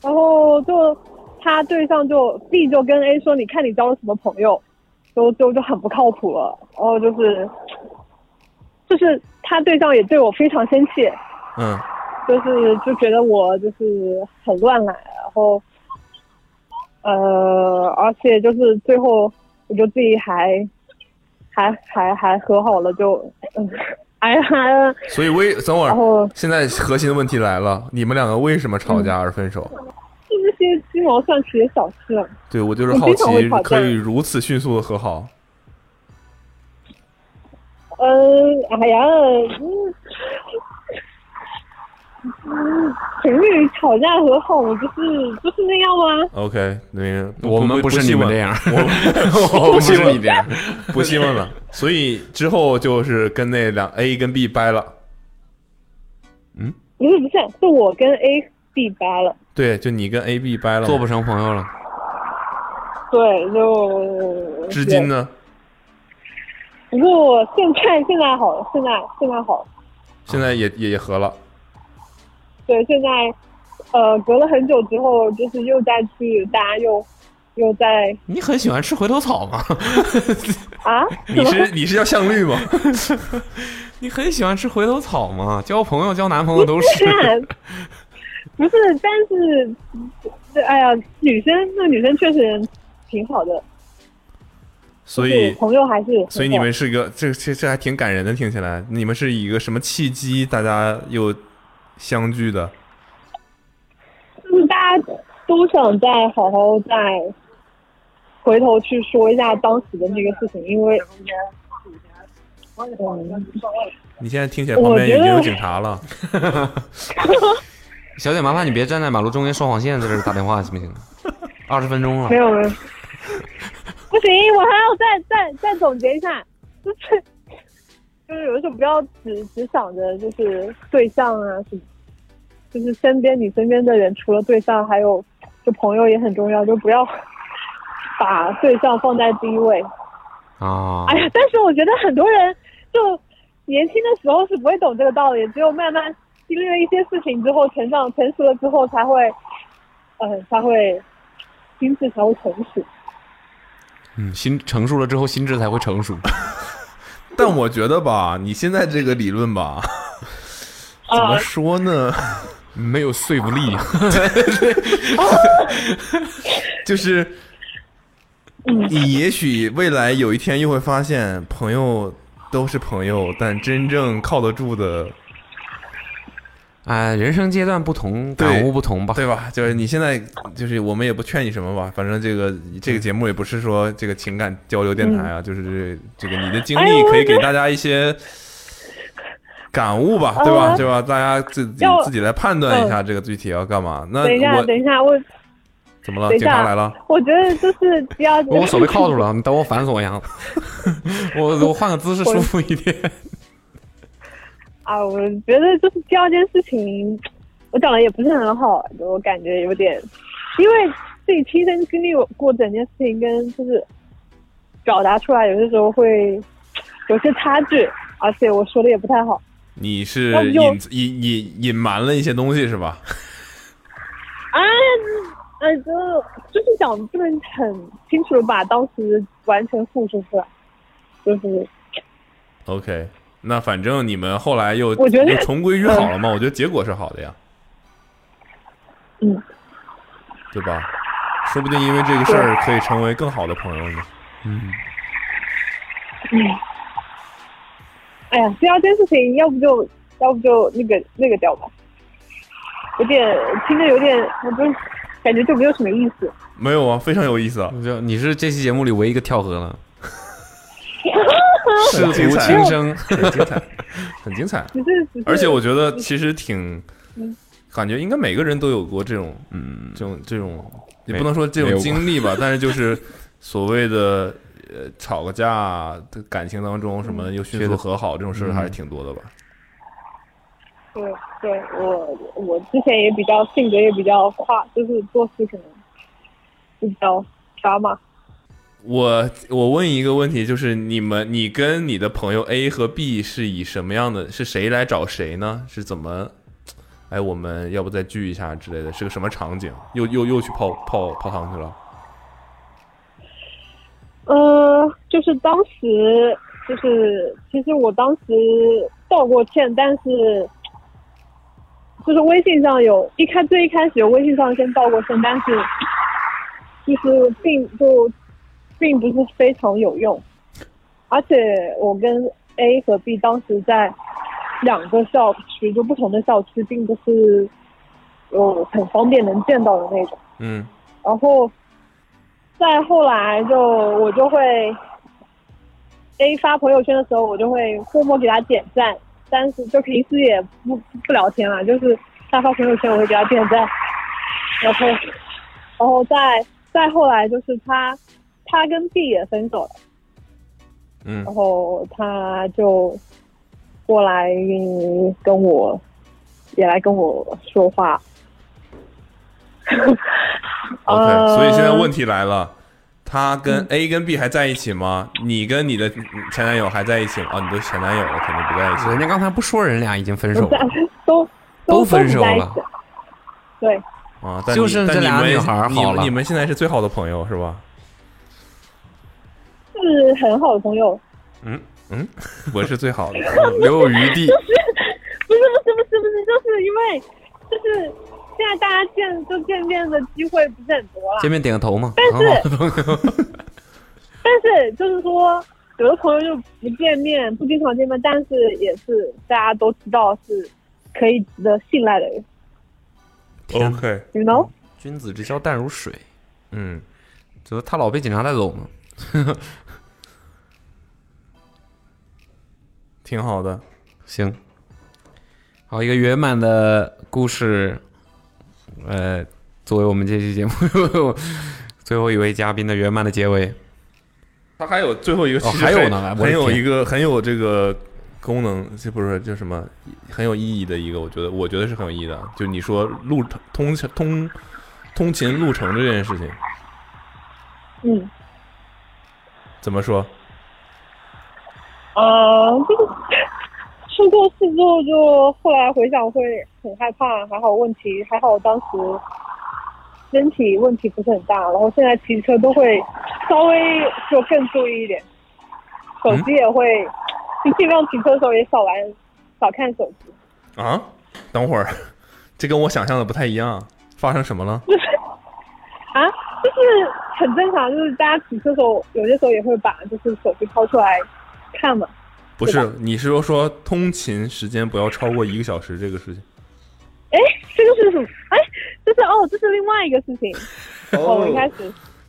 Speaker 7: 然后就他对象就 B 就跟 A 说：“你看你交了什么朋友，就就就很不靠谱了。”然后就是就是他对象也对我非常生气，
Speaker 2: 嗯，
Speaker 7: 就是就觉得我就是很乱来，然后呃，而且就是最后我就自己还还还还和好了就，嗯，哎呀，
Speaker 2: 所以为等会
Speaker 7: 然后
Speaker 2: 儿，现在核心的问题来了，你们两个为什么吵
Speaker 7: 嗯
Speaker 2: 架而分手？
Speaker 7: 就这些鸡毛蒜皮的小事，啊
Speaker 2: 对我就是
Speaker 7: 我
Speaker 2: 好
Speaker 7: 经常
Speaker 2: 奇
Speaker 7: 会吵，架
Speaker 2: 可以如此迅速的和好，
Speaker 7: 嗯，哎呀，嗯。嗯，情侣吵架和好就是就是那样吗？
Speaker 2: OK，那个
Speaker 5: 我们不是
Speaker 2: 希
Speaker 5: 你们
Speaker 2: 望
Speaker 5: 这样
Speaker 2: 我
Speaker 5: 我们不
Speaker 2: 希
Speaker 5: 是
Speaker 2: 望
Speaker 5: 你这样
Speaker 2: 不希望了。所以之后就是跟那两 A 跟 B 掰了，
Speaker 7: 不是不是，是我跟 A 比掰了，
Speaker 2: 对，就你跟 A B 掰了，
Speaker 5: 做不成朋友了。
Speaker 7: 对，就
Speaker 2: 至今？呢？
Speaker 7: 不过现在现在好了，现在现在好了，
Speaker 2: 现在也也也合了。
Speaker 7: 对，现在呃隔了很久之后，就是又再去，大家又又在
Speaker 3: 你很喜欢吃回头草吗？
Speaker 7: 啊？
Speaker 2: 你是你是要像绿吗？
Speaker 3: 你很喜欢吃回头草吗？交朋友、交男朋友都是。
Speaker 7: 不是，但是，这哎呀，女生那女生确实挺好的，
Speaker 2: 所以
Speaker 7: 朋友还是很好
Speaker 2: 所以你们是一个这这这还挺感人的，听起来你们是一个什么契机，大家又相聚的？
Speaker 7: 就是大家都想再好好再回头去说一下当时的那个事情，因为嗯，
Speaker 2: 你现在听起来旁边已经有警察了。
Speaker 3: 小姐，麻烦你别站在马路中间双黄线在这儿打电话，行不行？二十分钟了
Speaker 7: 没，有没有，不行，我还要再再再总结一下，就是就是有一种不要只只想着就是对象啊什么，就是身边你身边的人，除了对象，还有就朋友也很重要，就不要把对象放在第一位。
Speaker 3: 啊
Speaker 7: 哎呀，但是我觉得很多人就年轻的时候是不会懂这个道理，只有慢慢经历了一些事情之后，成长成熟了之后，才会，呃，才会心智才会成熟。
Speaker 3: 嗯，心成熟了之后，心智才会成熟。
Speaker 2: 但我觉得吧，你现在这个理论吧，怎么说呢？
Speaker 3: 没有说服力，
Speaker 2: 就是你也许未来有一天又会发现，朋友都是朋友，但真正靠得住的，
Speaker 3: 啊，人生阶段不同，感悟不同吧，
Speaker 2: 对吧？就是你现在，就是我们也不劝你什么吧，反正这个这个节目也不是说这个情感交流电台啊，就是这个你的
Speaker 7: 嗯
Speaker 2: 经
Speaker 7: 哎
Speaker 2: 历
Speaker 7: 呦我
Speaker 2: 可以
Speaker 7: 觉
Speaker 2: 给
Speaker 7: 得
Speaker 2: 大家一些感悟吧，对吧？
Speaker 7: 呃
Speaker 2: 对吧？大家自己
Speaker 7: 要嗯
Speaker 2: 自己来判断一下这个具体要干嘛。那
Speaker 7: 等一下，
Speaker 2: 我
Speaker 7: 等一下，我
Speaker 2: 怎么
Speaker 7: 等
Speaker 2: 了？
Speaker 7: 一
Speaker 2: 警察
Speaker 7: 下
Speaker 2: 来了。
Speaker 7: 我觉得就是不要。
Speaker 3: 我手被铐住了，你等我反锁一下，我我换个姿势舒服一点。
Speaker 7: 啊，我觉得就是第二件事情，我讲的也不是很好，我感觉有点，因为自己亲身经历过整件事情，跟就是表达出来，有些时候会有些差距，而且我说的也不太好
Speaker 2: 你是
Speaker 7: 要不就
Speaker 2: 隐隐隐隐瞒了一些东西是吧？
Speaker 7: 啊，呃，就就是讲不能很清楚地把当时完全付出出来，就是。
Speaker 2: OK，那反正你们后来又
Speaker 7: 我觉得
Speaker 2: 又重归于好了嘛，我觉得结果是好的呀。
Speaker 7: 嗯，
Speaker 2: 对吧？说不定因为这个事儿可以成为更好的朋友呢。
Speaker 3: 嗯，
Speaker 7: 嗯，哎呀，第二件事情，要不就要不就那个那个掉吧，有点听着有点，我就感觉就没有什么意思。
Speaker 2: 没有啊，非常有意思啊！
Speaker 3: 就你是这期节目里唯一一个跳河了，
Speaker 2: 试
Speaker 3: 试图
Speaker 2: 图
Speaker 3: 轻生，
Speaker 2: 很精彩， 很精彩。
Speaker 7: 只是只是，
Speaker 2: 而且我觉得其实挺
Speaker 7: 嗯，
Speaker 2: 感觉应该每个人都有过这种，嗯，这种这种，也
Speaker 3: 没
Speaker 2: 不能说这
Speaker 3: 没有
Speaker 2: 种
Speaker 3: 过
Speaker 2: 经历吧，但是就是所谓的呃吵个架，啊的感情当中什
Speaker 7: 嗯
Speaker 2: 么又迅速和好这种事儿还是挺多的吧。
Speaker 7: 对对，我我之前也比较性格也比较夸，就是做事可能比较抓嘛。
Speaker 2: 我我问一个问题，就是你们你跟你的朋友 A 和 B 是以什么样的？是谁来找谁呢？是怎么？哎，我们要不再聚一下之类的？是个什么场景？又又又去泡泡泡汤去了？
Speaker 7: 呃，就是当时就是其实我当时道过歉，但是就是微信上有一开最一开始有微信上先道过歉，但是就是并就并不是非常有用，而且我跟 A 和 B 当时在两个校区，就不同的校区，并不是有很方便能见到的那种。
Speaker 2: 嗯
Speaker 7: 然后再后来就我就会 A 发朋友圈的时候，我就会默默给他点赞，但是就平时也不不聊天了，就是他发朋友圈我会给他点赞，然后然后再再后来就是他他跟 B 也分手了，
Speaker 2: 嗯
Speaker 7: 然后他就过来跟我也来跟我说话。
Speaker 2: ，OK、所以现在
Speaker 7: 呃
Speaker 2: 问题来了，他跟 A 跟 B 还在一起吗？你跟你的前男友还在一起吗？哦，你的前男友肯定不在一起。人
Speaker 3: 家刚才不说人俩已经分手
Speaker 7: 不在
Speaker 3: 了
Speaker 7: 都
Speaker 3: 都分手了
Speaker 7: 不在一起对，
Speaker 2: 啊？但
Speaker 3: 就
Speaker 2: 你
Speaker 3: 剩
Speaker 2: 但
Speaker 3: 这
Speaker 2: 你
Speaker 3: 俩
Speaker 2: 们
Speaker 3: 女孩儿
Speaker 2: 你
Speaker 3: 好
Speaker 2: 们
Speaker 3: 了，
Speaker 2: 你们现在是最好的朋友是吧？
Speaker 7: 是很好的朋友。
Speaker 2: 嗯嗯，我是最好的
Speaker 3: 留有余地。
Speaker 7: 不是不是不是不是，就是因为就是现在大家见就见面的机会不是很多了，
Speaker 3: 见面点个头嘛，
Speaker 7: 但
Speaker 3: 很好
Speaker 7: 是
Speaker 3: 的朋友。
Speaker 7: 但是就是说有的朋友就不见面，不经常见面，但是也是大家都知道是可以值得信赖的人
Speaker 2: OK，
Speaker 7: ，you know？
Speaker 3: 君子之交淡如水。
Speaker 2: 嗯，
Speaker 3: 就是他老被警察带走嘛。
Speaker 2: 挺好的。
Speaker 3: 行，好一个圆满的故事。呃，作为我们这期节目 最后一位嘉宾的圆满的结尾。
Speaker 2: 它还有最后一个，
Speaker 3: 哦
Speaker 2: 其实
Speaker 3: 还有
Speaker 2: 很
Speaker 3: 呢我的
Speaker 2: 很有
Speaker 3: 天
Speaker 2: 一个很有这个功能，这不是叫什么很有意义的一个，我觉得我觉得是很有意义的。啊就你说路通通通勤路程这件事情
Speaker 7: 嗯，
Speaker 2: 怎么说？
Speaker 7: 呃，就是出过事之后，就后来回想会很害怕，还好问题还好当时身体问题不是很大，然后现在骑车都会稍微就更注意一点，手机也会，就尽量骑车的时候也少玩少看手机。
Speaker 2: 啊？等会儿， 这跟我想象的不太一样，啊发生什 么了？
Speaker 7: 啊，就是很正常，就是大家骑车的时候，有些时候也会把就是手机掏出来看嘛。
Speaker 2: 不是，你是说说通勤时间不要超过一个小时这个事情？
Speaker 7: 哎，这个是什么？哎，这是哦，这是另外一个事情。哦，我一开始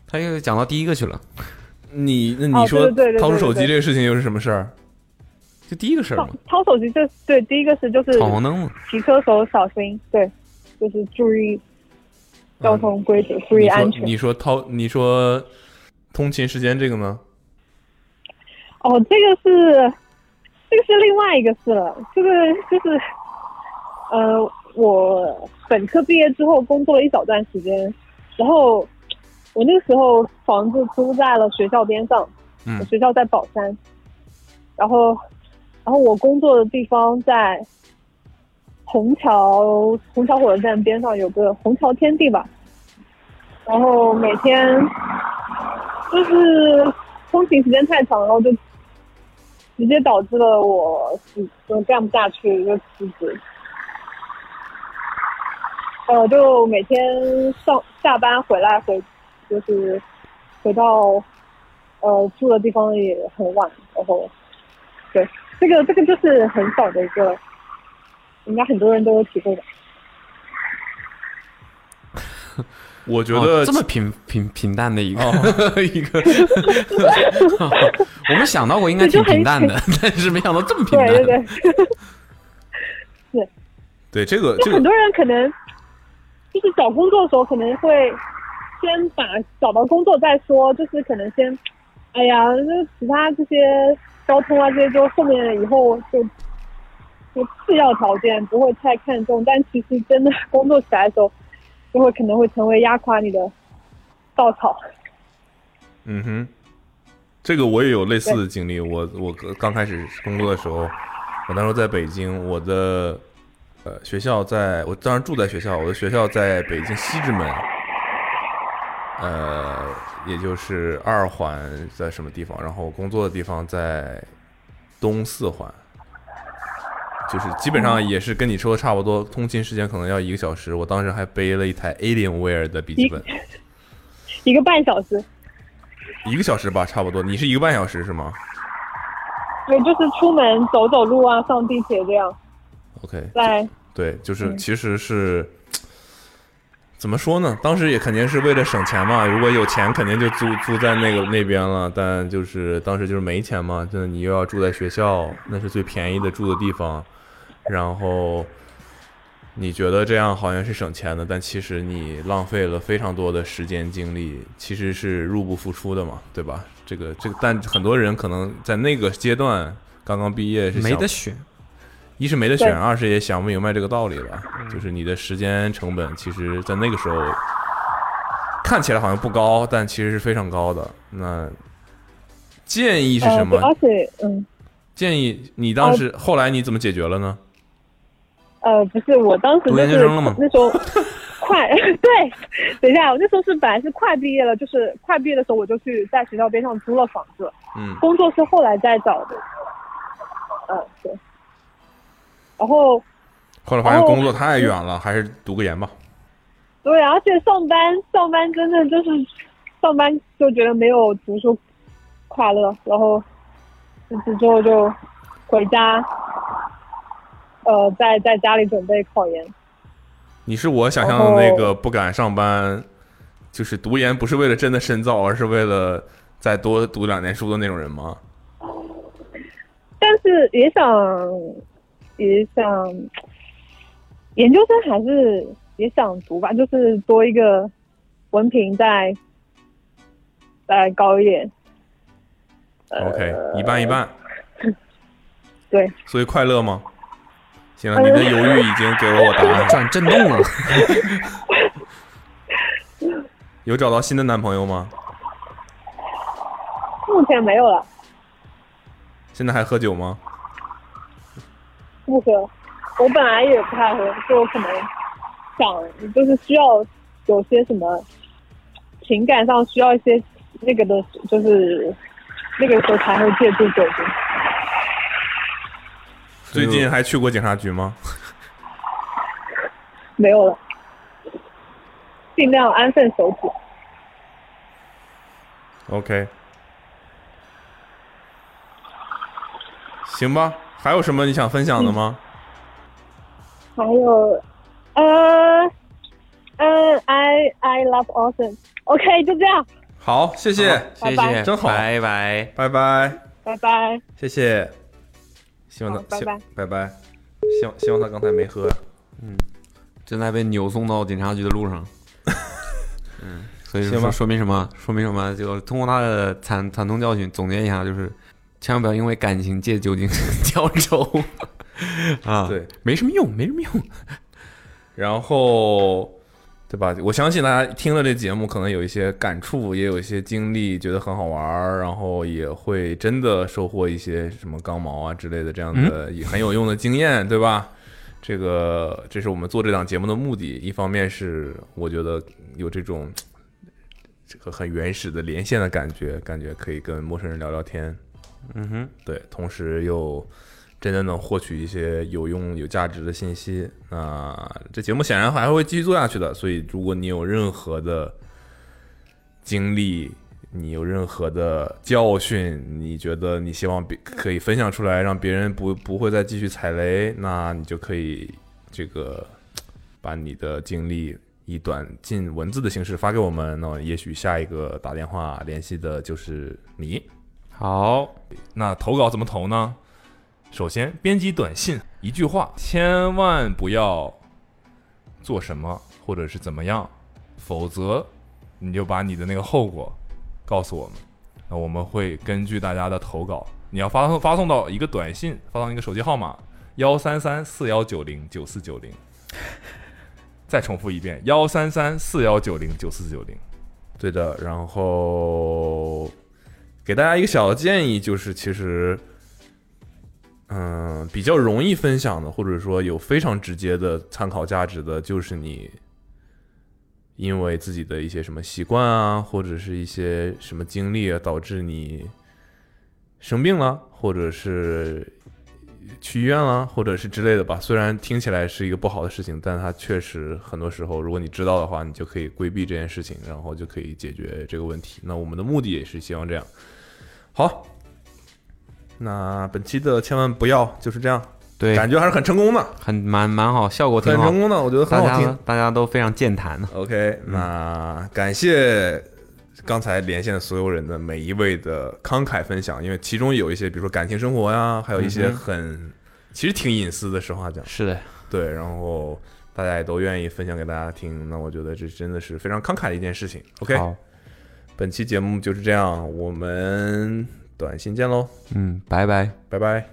Speaker 3: 他又讲到第一个去了。
Speaker 2: 你那
Speaker 7: 哦
Speaker 2: 你说
Speaker 7: 对对对对
Speaker 2: 掏出手
Speaker 7: 对
Speaker 2: 机
Speaker 7: 对
Speaker 2: 这个事情又是什么事儿？
Speaker 3: 就第一个事
Speaker 7: 掏掏手机就对，第一个是就是
Speaker 2: 闯红灯嘛
Speaker 7: 骑车的时候小心，对，就是注意交通规则，注意
Speaker 2: 嗯你
Speaker 7: 安
Speaker 2: 说
Speaker 7: 全。
Speaker 2: 你说掏你说通勤时间这个呢？
Speaker 7: 哦，这个是这个是另外一个事了，这个就是呃，我本科毕业之后工作了一小段时间，然后我那个时候房子租在了学校边上，
Speaker 2: 嗯
Speaker 7: 我学校在宝山，然后然后我工作的地方在虹桥虹桥火车站边上有个虹桥天地吧，然后每天就是通勤时间太长，然后就直接导致了我辞就干不下去就辞职。呃，就每天上下班回来回，就是回到呃住的地方也很晚，然后对这个这个就是很小的一个，应该很多人都有体会的。
Speaker 2: 我觉
Speaker 3: 哦
Speaker 2: 得
Speaker 3: 这么平平平淡的一个、
Speaker 2: 哦
Speaker 3: 一个，哦 我们想到过应该挺平淡 的，但是没想到这么平
Speaker 7: 对
Speaker 3: 淡。
Speaker 7: 对对，
Speaker 2: 对这 个这
Speaker 7: 就很
Speaker 2: 个
Speaker 7: 多人可能就是找工作的时候，可能会先把找到工作再说，就是可能先，哎呀，那其他这些交通啊这些，就后面以后就就次要条件不会太看重，但其实真的工作起来的时候，就会可能会成为压垮你的稻草。
Speaker 2: 嗯哼，这个我也有类似的经历。我我刚开始工作的时候，我那时候在北京，我的呃学校在我当时住在学校，我的学校在北京西直门，呃，也就是二环在什么地方，然后我工作的地方在东四环。就是基本上也是跟你说的差不多，通勤时间可能要一个小时。我当时还背了一台 Alienware 的笔记
Speaker 7: 一
Speaker 2: 本，
Speaker 7: 一个半小时，
Speaker 2: 一个小时吧，差不多。你是一个半小时是吗
Speaker 7: 对，就是出门走走路啊，上地铁这样，
Speaker 2: ？OK，
Speaker 7: 在
Speaker 2: 对，就是
Speaker 7: 嗯
Speaker 2: 其实是怎么说呢？当时也肯定是为了省钱嘛。如果有钱，肯定就租租在那个那边了。但就是当时就是没钱嘛，就是你又要住在学校，那是最便宜的住的地方。然后你觉得这样好像是省钱的，但其实你浪费了非常多的时间精力，其实是入不敷出的嘛，对吧？这个这个，但很多人可能在那个阶段刚刚毕业是
Speaker 3: 没
Speaker 2: 想
Speaker 3: 得选，
Speaker 2: 一是没得选，
Speaker 3: 对
Speaker 2: 二是也想不
Speaker 3: 嗯
Speaker 2: 明白这个道理了。就是你的时间成本，其实在那个时候看起来好像不高，但其实是非常高的。那建议是什么？
Speaker 7: 呃对而呃且，嗯，
Speaker 2: 建议你当时、后来你怎么解决了呢？
Speaker 7: 呃，不是，我当时
Speaker 2: 读
Speaker 7: 就
Speaker 2: 研
Speaker 7: 是
Speaker 2: 究生了吗
Speaker 7: 那时候快 对，等一下，我那时候是本来是快毕业了，就是快毕业的时候我就去在学校边上租了房子，
Speaker 2: 嗯
Speaker 7: 工作是后来再找的，嗯对，然后
Speaker 2: 后来发现工作太远了，还是读个研吧。
Speaker 7: 对，而且上班上班真的就是上班就觉得没有读书快乐，然后就是之后就回家，呃，在在家里准备考研。
Speaker 2: 你是我想象的那个不敢上班，就是读研不是为了真的深造，而是为了再多读两年书的那种人吗？
Speaker 7: 但是也想也想研究生还是也想读吧，就是多一个文凭再再高一点，
Speaker 2: OK，一半一半，
Speaker 7: 对，
Speaker 2: 所以快乐吗？行了，你的犹豫已经给了我答案，
Speaker 5: 震震动 了。
Speaker 2: 有找到新的男朋友吗？
Speaker 7: 目前没有了，
Speaker 2: 现在还喝酒吗？
Speaker 7: 不喝。我本来也不太喝，就可能想就是需要有些什么情感上需要一些那个的，就是那个时候才会借助酒精。
Speaker 2: 最近还去过警察局吗？
Speaker 7: 没有了，尽量安分守己。
Speaker 2: OK，行吧，还有什么你想分享的吗？
Speaker 7: 还有，呃，呃，I I love Austin。OK，就这样，
Speaker 2: 好，谢谢，
Speaker 7: 谢谢拜拜
Speaker 2: 真好，拜
Speaker 3: 拜，
Speaker 2: 拜拜，
Speaker 7: 拜拜。
Speaker 2: 谢谢，希望他，
Speaker 7: 好拜拜
Speaker 2: 希拜拜，希望希望他刚才没喝，
Speaker 3: 嗯，正在被扭送到警察局的路上。嗯，所以
Speaker 2: 行吧
Speaker 3: 说说明什么？说明什么？就通过他的惨惨痛教训，总结一下就是，千万不要因为感情借酒精 浇愁啊！
Speaker 2: 对，
Speaker 3: 没什么用，没什么用。
Speaker 2: 然后，对吧？我相信大家听了这节目，可能有一些感触，也有一些经历，觉得很好玩儿，然后也会真的收获一些什么钢毛啊之类的这样
Speaker 3: 嗯
Speaker 2: 的也很有用的经验，对吧？这个，这是我们做这档节目的目的。一方面是我觉得有这种这个很原始的连线的感觉，感觉可以跟陌生人聊聊天，
Speaker 3: 嗯哼，
Speaker 2: 对，同时又真的能获取一些有用、有价值的信息。那这节目显然还会继续做下去的，所以如果你有任何的经历，你有任何的教训，你觉得你希望别可以分享出来，让别人不不会再继续踩雷，那你就可以这个把你的经历以短信文字的形式发给我们。那也许下一个打电话联系的就是你。
Speaker 3: 好，
Speaker 2: 那投稿怎么投呢？首先，编辑短信一句话，千万不要做什么或者是怎么样，否则你就把你的那个后果告诉我们。那我们会根据大家的投稿，你要发送发送到一个短信，发送一个手机号 码幺三三四幺九零九四九零。再重复一遍：幺三三四幺九零九四九零。对的，然后给大家一个小的建议，就是其实，嗯，比较容易分享的，或者说有非常直接的参考价值的，就是你因为自己的一些什么习惯啊，或者是一些什么经历啊，导致你生病了，或者是去医院啦，或者是之类的吧。虽然听起来是一个不好的事情，但它确实很多时候，如果你知道的话，你就可以规避这件事情，然后就可以解决这个问题。那我们的目的也是希望这样。好，那本期的千万不要就是这样。
Speaker 3: 对，
Speaker 2: 感觉还是很成功的，
Speaker 3: 很蛮蛮好，效果挺好，
Speaker 2: 很成功的我觉得很好
Speaker 3: 大家嗯
Speaker 2: 听
Speaker 3: 大家都非常健谈。
Speaker 2: OK，那感谢刚才连线的所有人的每一位的慷慨分享，因为其中有一些，比如说感情生活呀，还有一些
Speaker 3: 嗯哼
Speaker 2: 很其实挺隐私的，实话讲。
Speaker 3: 是的，
Speaker 2: 对，然后大家也都愿意分享给大家听，那我觉得这真的是非常慷慨的一件事情。OK，
Speaker 3: 好
Speaker 2: 本期节目就是这样，我们短信见喽，
Speaker 3: 嗯，拜拜。
Speaker 2: 拜拜。